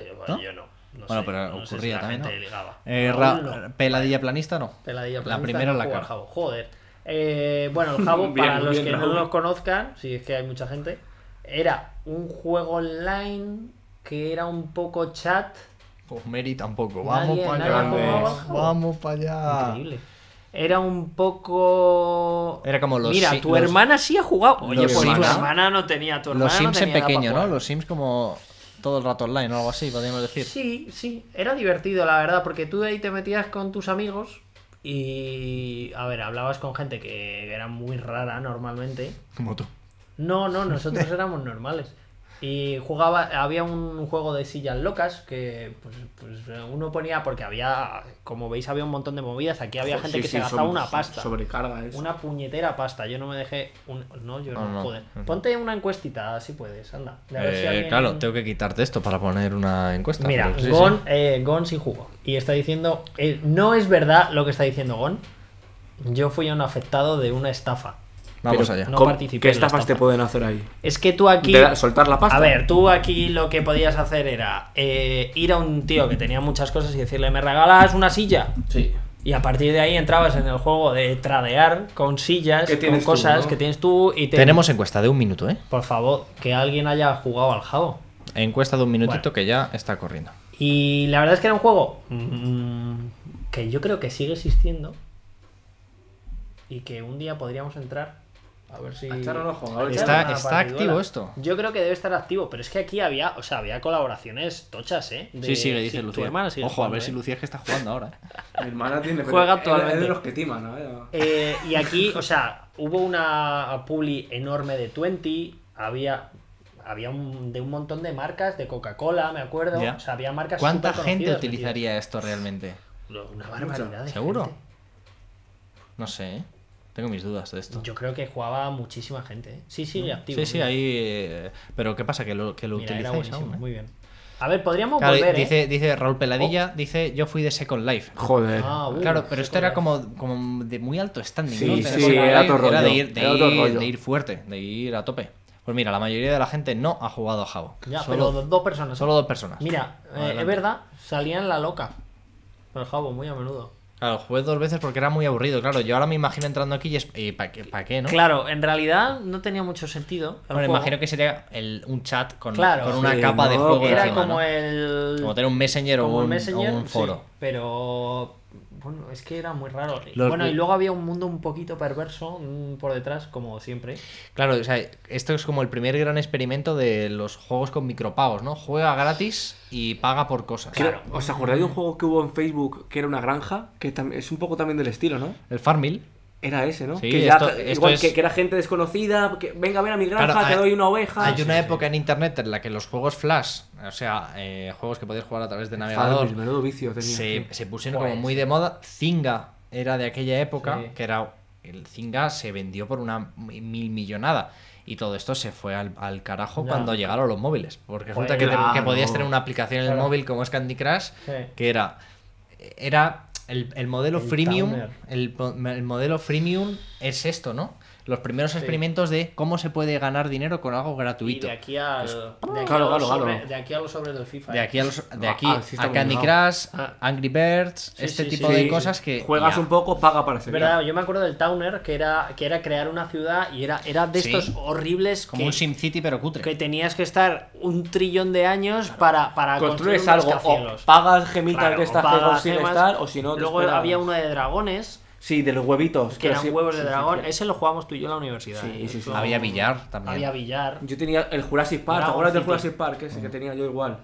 [SPEAKER 2] Eh, bueno,
[SPEAKER 1] ¿No?
[SPEAKER 2] Yo no. no
[SPEAKER 1] Bueno,
[SPEAKER 2] sé,
[SPEAKER 1] pero
[SPEAKER 2] no sé
[SPEAKER 1] ocurría
[SPEAKER 2] si la
[SPEAKER 1] también,
[SPEAKER 2] gente
[SPEAKER 1] ¿no?
[SPEAKER 2] ligaba.
[SPEAKER 1] Eh,
[SPEAKER 2] Raúl
[SPEAKER 1] ra-
[SPEAKER 2] no.
[SPEAKER 1] Peladilla planista no.
[SPEAKER 2] Peladilla
[SPEAKER 1] La
[SPEAKER 2] planista
[SPEAKER 1] primera
[SPEAKER 2] no
[SPEAKER 1] la
[SPEAKER 2] juega al
[SPEAKER 1] cara.
[SPEAKER 2] jabo. Joder. Eh, bueno, el jabo,
[SPEAKER 3] Bien,
[SPEAKER 2] para los
[SPEAKER 3] bien,
[SPEAKER 2] que no
[SPEAKER 3] Raúl.
[SPEAKER 2] lo conozcan, si es que hay mucha gente, era un juego online que era un poco chat.
[SPEAKER 1] Pues Mary tampoco. Vamos
[SPEAKER 2] Nadie-
[SPEAKER 1] para
[SPEAKER 2] nadie
[SPEAKER 1] allá.
[SPEAKER 2] jugaba al jabo.
[SPEAKER 1] Vamos para allá.
[SPEAKER 2] Increíble. Era un poco.
[SPEAKER 1] Era como los
[SPEAKER 2] Mira,
[SPEAKER 1] Sim-
[SPEAKER 2] tu
[SPEAKER 1] los-
[SPEAKER 2] hermana sí ha jugado. Oye,
[SPEAKER 1] los
[SPEAKER 2] pues tu
[SPEAKER 1] Sims.
[SPEAKER 2] hermana no tenía. Tu hermana
[SPEAKER 1] Los
[SPEAKER 2] no
[SPEAKER 1] Sims en
[SPEAKER 2] tenía nada para
[SPEAKER 1] pequeño, ¿no?
[SPEAKER 2] jugar.
[SPEAKER 1] Los Sims como todo el rato online o algo así, podríamos decir.
[SPEAKER 2] Sí, sí, era divertido, la verdad, porque tú ahí te metías con tus amigos y, a ver, hablabas con gente que era muy rara normalmente.
[SPEAKER 1] Como tú.
[SPEAKER 2] No, no, nosotros éramos normales. Y jugaba, había un juego de sillas locas que pues, pues, uno ponía, porque había, como veis, había un montón de movidas. Aquí había gente
[SPEAKER 3] Sí,
[SPEAKER 2] que
[SPEAKER 3] sí,
[SPEAKER 2] se gastaba
[SPEAKER 3] sobre-
[SPEAKER 2] una pasta.
[SPEAKER 3] Sobrecarga eso.
[SPEAKER 2] Una puñetera pasta. Yo no me dejé. un- No, yo no,
[SPEAKER 1] No, no.
[SPEAKER 2] joder. Ponte una encuestita, si puedes, anda. De a ver si
[SPEAKER 1] Eh,
[SPEAKER 2] alguien-
[SPEAKER 1] Claro, tengo que quitarte esto para poner una encuesta.
[SPEAKER 2] Mira,
[SPEAKER 1] pero sí,
[SPEAKER 2] Gon,
[SPEAKER 1] sí.
[SPEAKER 2] eh, Gon sí jugó. Y está diciendo. eh, no es verdad lo que está diciendo Gon. Yo fui un afectado de una estafa.
[SPEAKER 1] Vamos
[SPEAKER 3] Pero,
[SPEAKER 1] allá.
[SPEAKER 2] no
[SPEAKER 3] ¿cómo-
[SPEAKER 2] participé
[SPEAKER 3] ¿Qué
[SPEAKER 2] en la
[SPEAKER 3] estafas te
[SPEAKER 2] estafa.
[SPEAKER 3] pueden hacer ahí?
[SPEAKER 2] Es que tú aquí.
[SPEAKER 3] De la- ¿Soltar la pasta?
[SPEAKER 2] A ver, tú aquí lo que podías hacer era eh, ir a un tío que tenía muchas cosas y decirle, ¿me regalas una silla?
[SPEAKER 3] Sí.
[SPEAKER 2] Y a partir de ahí entrabas en el juego de tradear con sillas,
[SPEAKER 3] ¿Qué
[SPEAKER 2] con
[SPEAKER 3] tienes tú,
[SPEAKER 2] cosas
[SPEAKER 3] no?
[SPEAKER 2] que tienes tú y te...
[SPEAKER 1] Tenemos encuesta de un minuto, ¿eh?
[SPEAKER 2] Por favor, que alguien haya jugado al jabo.
[SPEAKER 1] Encuesta de un minutito
[SPEAKER 2] Bueno.
[SPEAKER 1] que ya está corriendo.
[SPEAKER 2] Y la verdad es que era un juego mm, que yo creo que sigue existiendo y que un día podríamos entrar a ver si
[SPEAKER 3] A echar un ojo, a ver,
[SPEAKER 2] echar
[SPEAKER 1] Está-
[SPEAKER 2] una
[SPEAKER 1] está
[SPEAKER 2] partiduela.
[SPEAKER 1] activo esto.
[SPEAKER 2] Yo creo que debe estar activo, pero es que aquí había, o sea, había colaboraciones tochas, ¿eh? De- tu hermana sigue jugando, ¿eh?
[SPEAKER 1] Lucía es que está jugando ahora.
[SPEAKER 3] Mi hermana tiene.
[SPEAKER 2] Juega
[SPEAKER 3] pero
[SPEAKER 2] actualmente.
[SPEAKER 3] Es de los que timan, a ver.
[SPEAKER 2] Eh, y aquí, o sea, hubo una publi enorme de 20, había había un- de un montón de marcas de Coca-Cola, me acuerdo,
[SPEAKER 1] Ya.
[SPEAKER 2] o sea, había marcas
[SPEAKER 1] ¿Cuánta
[SPEAKER 2] superconocidas,
[SPEAKER 1] gente
[SPEAKER 2] tío.
[SPEAKER 1] utilizaría esto realmente?
[SPEAKER 2] una barbaridad de
[SPEAKER 1] ¿Seguro?
[SPEAKER 2] gente.
[SPEAKER 1] No sé, ¿eh? Tengo mis dudas de esto.
[SPEAKER 2] Yo creo que jugaba muchísima gente. ¿eh? Sí, sigue
[SPEAKER 1] Mm.
[SPEAKER 2] activo.
[SPEAKER 1] Sí, sí,
[SPEAKER 2] mira.
[SPEAKER 1] ahí. eh, Pero ¿qué pasa? Que lo, que lo
[SPEAKER 2] Mira, era
[SPEAKER 1] utilizáis
[SPEAKER 2] buenísimo,
[SPEAKER 1] aún, ¿eh?
[SPEAKER 2] muy bien. A ver, podríamos
[SPEAKER 1] Claro,
[SPEAKER 2] volver, ¿eh? Oh.
[SPEAKER 1] dice, dice Raúl Peladilla, dice yo fui de Second Life.
[SPEAKER 3] Joder.
[SPEAKER 2] Ah, uh,
[SPEAKER 1] claro, pero esto era
[SPEAKER 2] secundaria.
[SPEAKER 1] como, como de muy alto standing,
[SPEAKER 3] Sí,
[SPEAKER 1] ¿no?
[SPEAKER 3] sí,
[SPEAKER 1] Second
[SPEAKER 3] era
[SPEAKER 1] Life
[SPEAKER 3] otro
[SPEAKER 1] de
[SPEAKER 3] rollo,
[SPEAKER 1] ir, de
[SPEAKER 3] era otro
[SPEAKER 1] ir-
[SPEAKER 3] rollo.
[SPEAKER 1] de ir fuerte, de ir a tope. Pues mira, la mayoría de la gente no ha jugado a Jabo.
[SPEAKER 2] Ya,
[SPEAKER 1] solo,
[SPEAKER 2] pero dos personas.
[SPEAKER 1] solo dos personas.
[SPEAKER 2] Mira, eh,
[SPEAKER 1] Adelante.
[SPEAKER 2] es verdad, salía en la loca. Pero Jabo, muy a menudo.
[SPEAKER 1] Claro, jugué dos veces porque era muy aburrido. Claro, yo ahora me imagino entrando aquí y es... ¿Para qué, pa' qué, no?
[SPEAKER 2] Claro, en realidad no tenía mucho sentido. el
[SPEAKER 1] Bueno,
[SPEAKER 2] juego.
[SPEAKER 1] imagino que sería el- un chat con,
[SPEAKER 2] Claro.
[SPEAKER 1] con una
[SPEAKER 3] Sí,
[SPEAKER 1] capa de
[SPEAKER 3] no,
[SPEAKER 1] juego
[SPEAKER 2] Era
[SPEAKER 1] encima,
[SPEAKER 2] como
[SPEAKER 1] ¿no?
[SPEAKER 2] el.
[SPEAKER 1] Como tener un messenger o
[SPEAKER 2] como
[SPEAKER 1] un,
[SPEAKER 2] el Messenger,
[SPEAKER 1] o un
[SPEAKER 2] sí,
[SPEAKER 1] foro.
[SPEAKER 2] pero. Bueno, es que era muy raro.
[SPEAKER 1] Los-
[SPEAKER 2] bueno, y luego había un mundo un poquito perverso mm, por detrás, como siempre.
[SPEAKER 1] Claro, o sea, esto es como el primer gran experimento de los juegos con micropagos, ¿no? Juega gratis y paga por cosas.
[SPEAKER 3] Creo- ¿Os acordáis de un juego que hubo en Facebook que era una granja? Que tam- es un poco también del estilo, ¿no?
[SPEAKER 1] El Farmville.
[SPEAKER 3] Era ese, ¿no?
[SPEAKER 1] Sí,
[SPEAKER 3] que ya-
[SPEAKER 1] esto- esto
[SPEAKER 3] igual
[SPEAKER 1] es-
[SPEAKER 3] que, que era gente desconocida, que venga a ver a mi granja,
[SPEAKER 1] Claro,
[SPEAKER 3] te
[SPEAKER 1] hay-
[SPEAKER 3] doy una oveja.
[SPEAKER 1] Hay una época en internet en la que los juegos Flash, o sea, eh, juegos que podías jugar a través de navegador,
[SPEAKER 3] Farmville, menudo vicio tenía.
[SPEAKER 1] se,
[SPEAKER 3] sí.
[SPEAKER 1] se pusieron
[SPEAKER 2] Joder,
[SPEAKER 1] como muy de moda. Zynga era de aquella época,
[SPEAKER 2] Pues Sí.
[SPEAKER 1] que era. El Zynga se vendió por una mi- mil millonada. Y todo esto se fue al, al carajo
[SPEAKER 2] Ya.
[SPEAKER 1] cuando llegaron los móviles. Porque resulta
[SPEAKER 2] Joder,
[SPEAKER 1] que, te-
[SPEAKER 3] claro.
[SPEAKER 1] que podías tener una aplicación en el
[SPEAKER 2] Claro.
[SPEAKER 1] móvil como es Candy Crush,
[SPEAKER 2] Sí.
[SPEAKER 1] que era. Era. El, el modelo
[SPEAKER 2] El
[SPEAKER 1] freemium.
[SPEAKER 2] Towner.
[SPEAKER 1] El, po- el modelo freemium es esto, ¿no? Los primeros experimentos de cómo se puede ganar dinero con algo
[SPEAKER 2] Y
[SPEAKER 1] gratuito.
[SPEAKER 2] de aquí al. de aquí
[SPEAKER 3] Pues, Claro,
[SPEAKER 2] a los
[SPEAKER 3] claro,
[SPEAKER 2] sobre-
[SPEAKER 3] claro.
[SPEAKER 2] de aquí a los sobres del FIFA.
[SPEAKER 1] De
[SPEAKER 2] ¿eh?
[SPEAKER 1] aquí a, los- de
[SPEAKER 3] Ah,
[SPEAKER 1] aquí
[SPEAKER 3] ah, sí está
[SPEAKER 1] a Candy
[SPEAKER 3] combinado.
[SPEAKER 1] Crush,
[SPEAKER 2] Ah.
[SPEAKER 1] Angry Birds,
[SPEAKER 2] Sí,
[SPEAKER 1] este
[SPEAKER 2] sí,
[SPEAKER 1] tipo
[SPEAKER 2] sí,
[SPEAKER 1] de
[SPEAKER 2] sí.
[SPEAKER 1] cosas que.
[SPEAKER 3] Juegas
[SPEAKER 1] ya.
[SPEAKER 3] un poco, paga para
[SPEAKER 2] Es
[SPEAKER 3] seguir.
[SPEAKER 2] verdad, yo me acuerdo del Towner, que era, que era crear una ciudad y era, era de
[SPEAKER 1] Sí.
[SPEAKER 2] estos horribles
[SPEAKER 1] Como
[SPEAKER 2] que,
[SPEAKER 1] un SimCity, pero cutre.
[SPEAKER 2] que tenías que estar un trillón de años para, para
[SPEAKER 3] Construyes
[SPEAKER 2] construir
[SPEAKER 3] algo,
[SPEAKER 2] unos
[SPEAKER 3] o
[SPEAKER 2] cacielos.
[SPEAKER 3] pagas gemitas
[SPEAKER 2] Claro,
[SPEAKER 3] de estas
[SPEAKER 2] o
[SPEAKER 3] que
[SPEAKER 2] pagas
[SPEAKER 3] consigues
[SPEAKER 2] gemas.
[SPEAKER 3] tal, o si no. te
[SPEAKER 2] Luego
[SPEAKER 3] esperas.
[SPEAKER 2] había uno de dragones,
[SPEAKER 3] Sí, de los huevitos.
[SPEAKER 2] que, eran
[SPEAKER 3] así-
[SPEAKER 2] huevos de
[SPEAKER 3] sí, sí,
[SPEAKER 2] dragón.
[SPEAKER 3] sí.
[SPEAKER 2] Ese lo jugábamos tú y yo en la universidad.
[SPEAKER 3] Sí,
[SPEAKER 2] ¿eh?
[SPEAKER 3] sí, sí.
[SPEAKER 2] Eso-
[SPEAKER 1] Había billar también.
[SPEAKER 2] Había billar.
[SPEAKER 3] Yo tenía el Jurassic Park, ¿te
[SPEAKER 2] Dragon
[SPEAKER 3] acuerdas del
[SPEAKER 2] City.
[SPEAKER 3] Jurassic Park? Ese que tenía yo igual.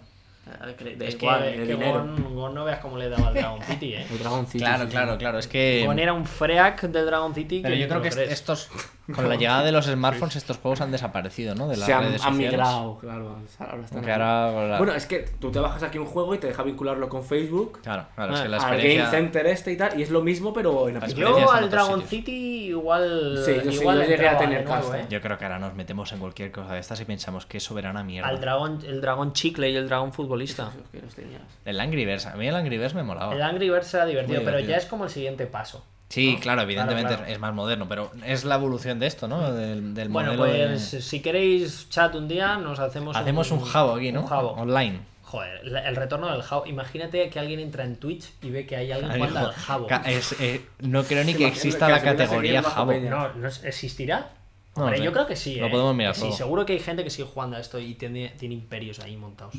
[SPEAKER 2] Ah,
[SPEAKER 3] Da
[SPEAKER 2] es
[SPEAKER 3] igual,
[SPEAKER 2] que,
[SPEAKER 3] de
[SPEAKER 2] que
[SPEAKER 3] dinero.
[SPEAKER 2] Gon, Gon no veas cómo le daba al Dragon City, ¿eh?
[SPEAKER 3] El Dragon City.
[SPEAKER 1] claro,
[SPEAKER 3] sí, sí.
[SPEAKER 1] claro, claro. Es que.
[SPEAKER 2] Gon era un freak del Dragon City.
[SPEAKER 1] Pero
[SPEAKER 2] que
[SPEAKER 1] yo
[SPEAKER 2] ni
[SPEAKER 1] creo
[SPEAKER 2] lo
[SPEAKER 1] que est-
[SPEAKER 2] crees.
[SPEAKER 1] estos. Con la llegada de los smartphones, estos juegos han desaparecido, ¿no? De las
[SPEAKER 3] Se han,
[SPEAKER 1] redes
[SPEAKER 3] han
[SPEAKER 1] sociales.
[SPEAKER 3] migrado, claro. ahora están
[SPEAKER 1] Aunque
[SPEAKER 3] aquí.
[SPEAKER 1] ahora con la-
[SPEAKER 3] Bueno, es que tú te bajas aquí un juego y te deja vincularlo con Facebook,
[SPEAKER 1] Claro, claro,
[SPEAKER 2] ah,
[SPEAKER 1] es que la
[SPEAKER 3] al
[SPEAKER 1] experiencia.
[SPEAKER 3] Game Center este y tal, y es lo mismo, pero en la
[SPEAKER 1] Las
[SPEAKER 3] aplicación.
[SPEAKER 1] experiencias
[SPEAKER 2] Yo
[SPEAKER 1] en
[SPEAKER 2] al
[SPEAKER 1] otros
[SPEAKER 2] Dragon
[SPEAKER 1] sitios.
[SPEAKER 2] City igual.
[SPEAKER 3] Sí, yo sí,
[SPEAKER 2] igual
[SPEAKER 3] yo llegué
[SPEAKER 2] entraba
[SPEAKER 3] a tener
[SPEAKER 2] de nuevo,
[SPEAKER 3] casa.
[SPEAKER 2] ¿eh?
[SPEAKER 1] Yo creo que ahora nos metemos en cualquier cosa de estas y pensamos que soberana mierda.
[SPEAKER 2] Al dragón, el dragón chicle y el dragón futbolista.
[SPEAKER 3] Esos que los tenías.
[SPEAKER 1] El Angry Birds, a mí el Angry Birds me molaba.
[SPEAKER 2] El Angry Birds era divertido,
[SPEAKER 1] Muy
[SPEAKER 2] pero ya
[SPEAKER 1] divertido.
[SPEAKER 2] es como el siguiente paso.
[SPEAKER 1] Sí, claro, evidentemente
[SPEAKER 2] claro.
[SPEAKER 1] es más moderno, pero es la evolución de esto, ¿no? Del, del
[SPEAKER 2] Bueno,
[SPEAKER 1] modelo de-
[SPEAKER 2] pues si queréis chat un día, nos hacemos
[SPEAKER 1] Hacemos un jabo aquí, ¿no?
[SPEAKER 2] Un jabo.
[SPEAKER 1] Online.
[SPEAKER 2] Joder, la- el retorno del jabo. Imagínate que alguien entra en Twitch y ve que hay alguien
[SPEAKER 1] Ay,
[SPEAKER 2] jugando al
[SPEAKER 1] jo-
[SPEAKER 2] jabo.
[SPEAKER 1] ca- es- eh, no creo ni que
[SPEAKER 3] Imagino
[SPEAKER 1] exista
[SPEAKER 3] que
[SPEAKER 1] la
[SPEAKER 3] se hubiera
[SPEAKER 1] categoría
[SPEAKER 3] seguido bajo
[SPEAKER 1] jabo.
[SPEAKER 3] peña.
[SPEAKER 2] No, no es- ¿existirá?
[SPEAKER 1] No
[SPEAKER 2] Hombre,
[SPEAKER 1] sé.
[SPEAKER 2] yo creo que sí.
[SPEAKER 1] Lo
[SPEAKER 2] ¿eh?
[SPEAKER 1] podemos mirar
[SPEAKER 2] Sí,
[SPEAKER 1] luego.
[SPEAKER 2] seguro que hay gente que sigue jugando a esto y tiene, tiene imperios ahí montados.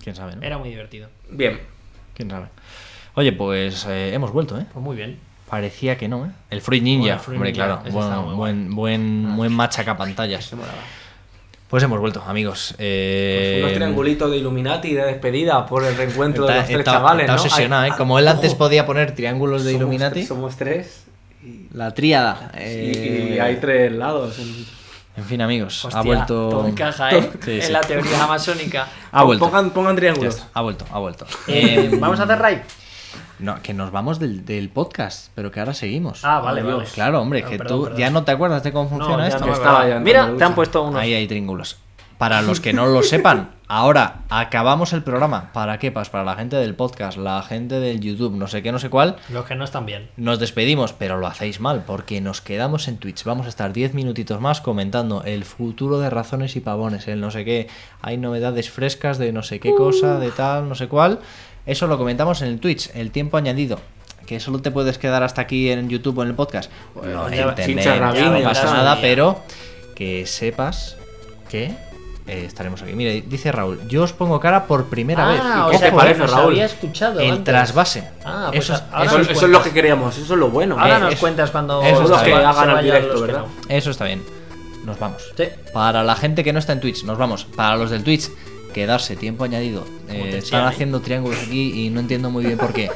[SPEAKER 1] ¿Quién sabe, no?
[SPEAKER 2] Era muy divertido.
[SPEAKER 3] Bien,
[SPEAKER 1] ¿Quién sabe? Oye, pues eh, hemos vuelto, ¿eh?
[SPEAKER 2] Pues muy bien.
[SPEAKER 1] Parecía que no, ¿eh? El Fruit Ninja,
[SPEAKER 2] Bueno, Fruit
[SPEAKER 1] hombre,
[SPEAKER 2] Ninja,
[SPEAKER 1] claro.
[SPEAKER 2] ese
[SPEAKER 1] Buen,
[SPEAKER 2] estaba muy Ah.
[SPEAKER 1] buen, buen, buen machaca pantallas. Pues hemos vuelto, amigos. Eh,
[SPEAKER 3] Pues unos triangulitos de Illuminati de despedida por el reencuentro de los tres
[SPEAKER 1] está-
[SPEAKER 3] chavales.
[SPEAKER 1] está
[SPEAKER 3] ¿no?
[SPEAKER 1] obsesionado,
[SPEAKER 3] Ay,
[SPEAKER 1] ¿eh?
[SPEAKER 3] ah,
[SPEAKER 1] Como él antes
[SPEAKER 3] ojo,
[SPEAKER 1] podía poner triángulos de
[SPEAKER 3] somos
[SPEAKER 1] Illuminati.
[SPEAKER 3] tres- Somos tres. y-
[SPEAKER 1] La tríada.
[SPEAKER 3] y-
[SPEAKER 1] eh,
[SPEAKER 3] Y hay tres lados. en-
[SPEAKER 1] En fin, amigos,
[SPEAKER 2] Hostia,
[SPEAKER 1] ha vuelto.
[SPEAKER 2] todo encaja, ¿eh?
[SPEAKER 1] Sí,
[SPEAKER 2] en
[SPEAKER 1] sí.
[SPEAKER 2] la teoría amazónica.
[SPEAKER 1] Ha vuelto.
[SPEAKER 3] Pongan, pongan
[SPEAKER 1] Ya
[SPEAKER 3] triángulos.
[SPEAKER 1] está, ha vuelto, ha vuelto. Em,
[SPEAKER 2] Eh, Vamos a hacer raid.
[SPEAKER 1] No, que nos vamos del, del podcast, pero que ahora seguimos.
[SPEAKER 2] Ah, vale,
[SPEAKER 3] Dios,
[SPEAKER 2] vale.
[SPEAKER 1] Claro, hombre,
[SPEAKER 2] Ah,
[SPEAKER 1] que
[SPEAKER 2] perdón,
[SPEAKER 1] tú
[SPEAKER 2] perdón.
[SPEAKER 1] ya no te acuerdas de cómo funciona
[SPEAKER 2] ya
[SPEAKER 1] esto.
[SPEAKER 2] me
[SPEAKER 3] Que estaba
[SPEAKER 2] acordaba.
[SPEAKER 3] ya en
[SPEAKER 2] Mira, te
[SPEAKER 3] Andalucía.
[SPEAKER 2] han puesto uno.
[SPEAKER 1] Ahí hay triángulos. Para los que no lo sepan, ahora acabamos el programa. ¿Para qué? Pues para la gente del podcast, la gente del YouTube, no sé qué, no sé cuál.
[SPEAKER 2] Los que no están bien.
[SPEAKER 1] Nos despedimos, pero lo hacéis mal, porque nos quedamos en Twitch. Vamos a estar 10 minutitos más comentando el futuro de razones y pavones, el no sé qué. Hay novedades frescas de no sé qué cosa, de tal, no sé cuál. Eso lo comentamos en el Twitch, el tiempo añadido. Que solo te puedes quedar hasta aquí en YouTube o en el podcast. Lo
[SPEAKER 2] ya-
[SPEAKER 1] entendemos,
[SPEAKER 3] chincha rabín,
[SPEAKER 1] no
[SPEAKER 3] ya
[SPEAKER 1] pasa
[SPEAKER 3] está.
[SPEAKER 1] nada, pero que sepas que eh, estaremos aquí. Mire, dice Raúl, yo os pongo cara por primera vez.
[SPEAKER 2] Ah,
[SPEAKER 1] ¿Y
[SPEAKER 2] o
[SPEAKER 1] qué
[SPEAKER 2] sea,
[SPEAKER 1] te
[SPEAKER 2] que
[SPEAKER 1] parece,
[SPEAKER 2] nos
[SPEAKER 1] Raúl?
[SPEAKER 2] había escuchado
[SPEAKER 1] El
[SPEAKER 2] antes.
[SPEAKER 1] trasvase.
[SPEAKER 2] Ah, pues
[SPEAKER 1] Eso es- eso
[SPEAKER 2] ahora
[SPEAKER 3] Eso,
[SPEAKER 1] es-
[SPEAKER 2] nos
[SPEAKER 3] eso es lo
[SPEAKER 2] cuentas.
[SPEAKER 3] que queríamos, eso es lo bueno.
[SPEAKER 2] Ahora
[SPEAKER 1] Eh,
[SPEAKER 2] nos
[SPEAKER 1] eso-
[SPEAKER 2] cuentas cuando
[SPEAKER 1] eso
[SPEAKER 2] se
[SPEAKER 1] está bien.
[SPEAKER 2] vayan
[SPEAKER 3] Hagan al
[SPEAKER 2] los
[SPEAKER 3] directo,
[SPEAKER 2] que
[SPEAKER 3] ¿verdad?
[SPEAKER 2] no.
[SPEAKER 1] Eso está bien. Nos vamos.
[SPEAKER 2] Sí.
[SPEAKER 1] Para la gente que no está en Twitch, nos vamos. Para los del Twitch, quedarse, tiempo añadido. Eh,
[SPEAKER 2] tensión,
[SPEAKER 1] están
[SPEAKER 2] ¿eh?
[SPEAKER 1] haciendo triángulos aquí y no entiendo muy bien por qué.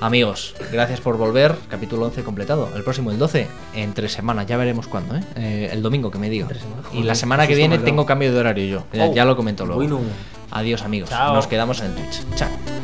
[SPEAKER 1] Amigos, gracias por volver. Capítulo 11 completado. El próximo, el 12, entre semana. Ya veremos cuándo, ¿eh? Eh, el domingo, que me diga. Y la semana que
[SPEAKER 3] justo
[SPEAKER 1] viene
[SPEAKER 3] me lo-
[SPEAKER 1] tengo cambio de horario yo. Ya,
[SPEAKER 3] Oh,
[SPEAKER 1] ya lo comento luego.
[SPEAKER 3] bueno.
[SPEAKER 1] Adiós, amigos.
[SPEAKER 2] Chao.
[SPEAKER 1] Nos quedamos en el Twitch. Chao.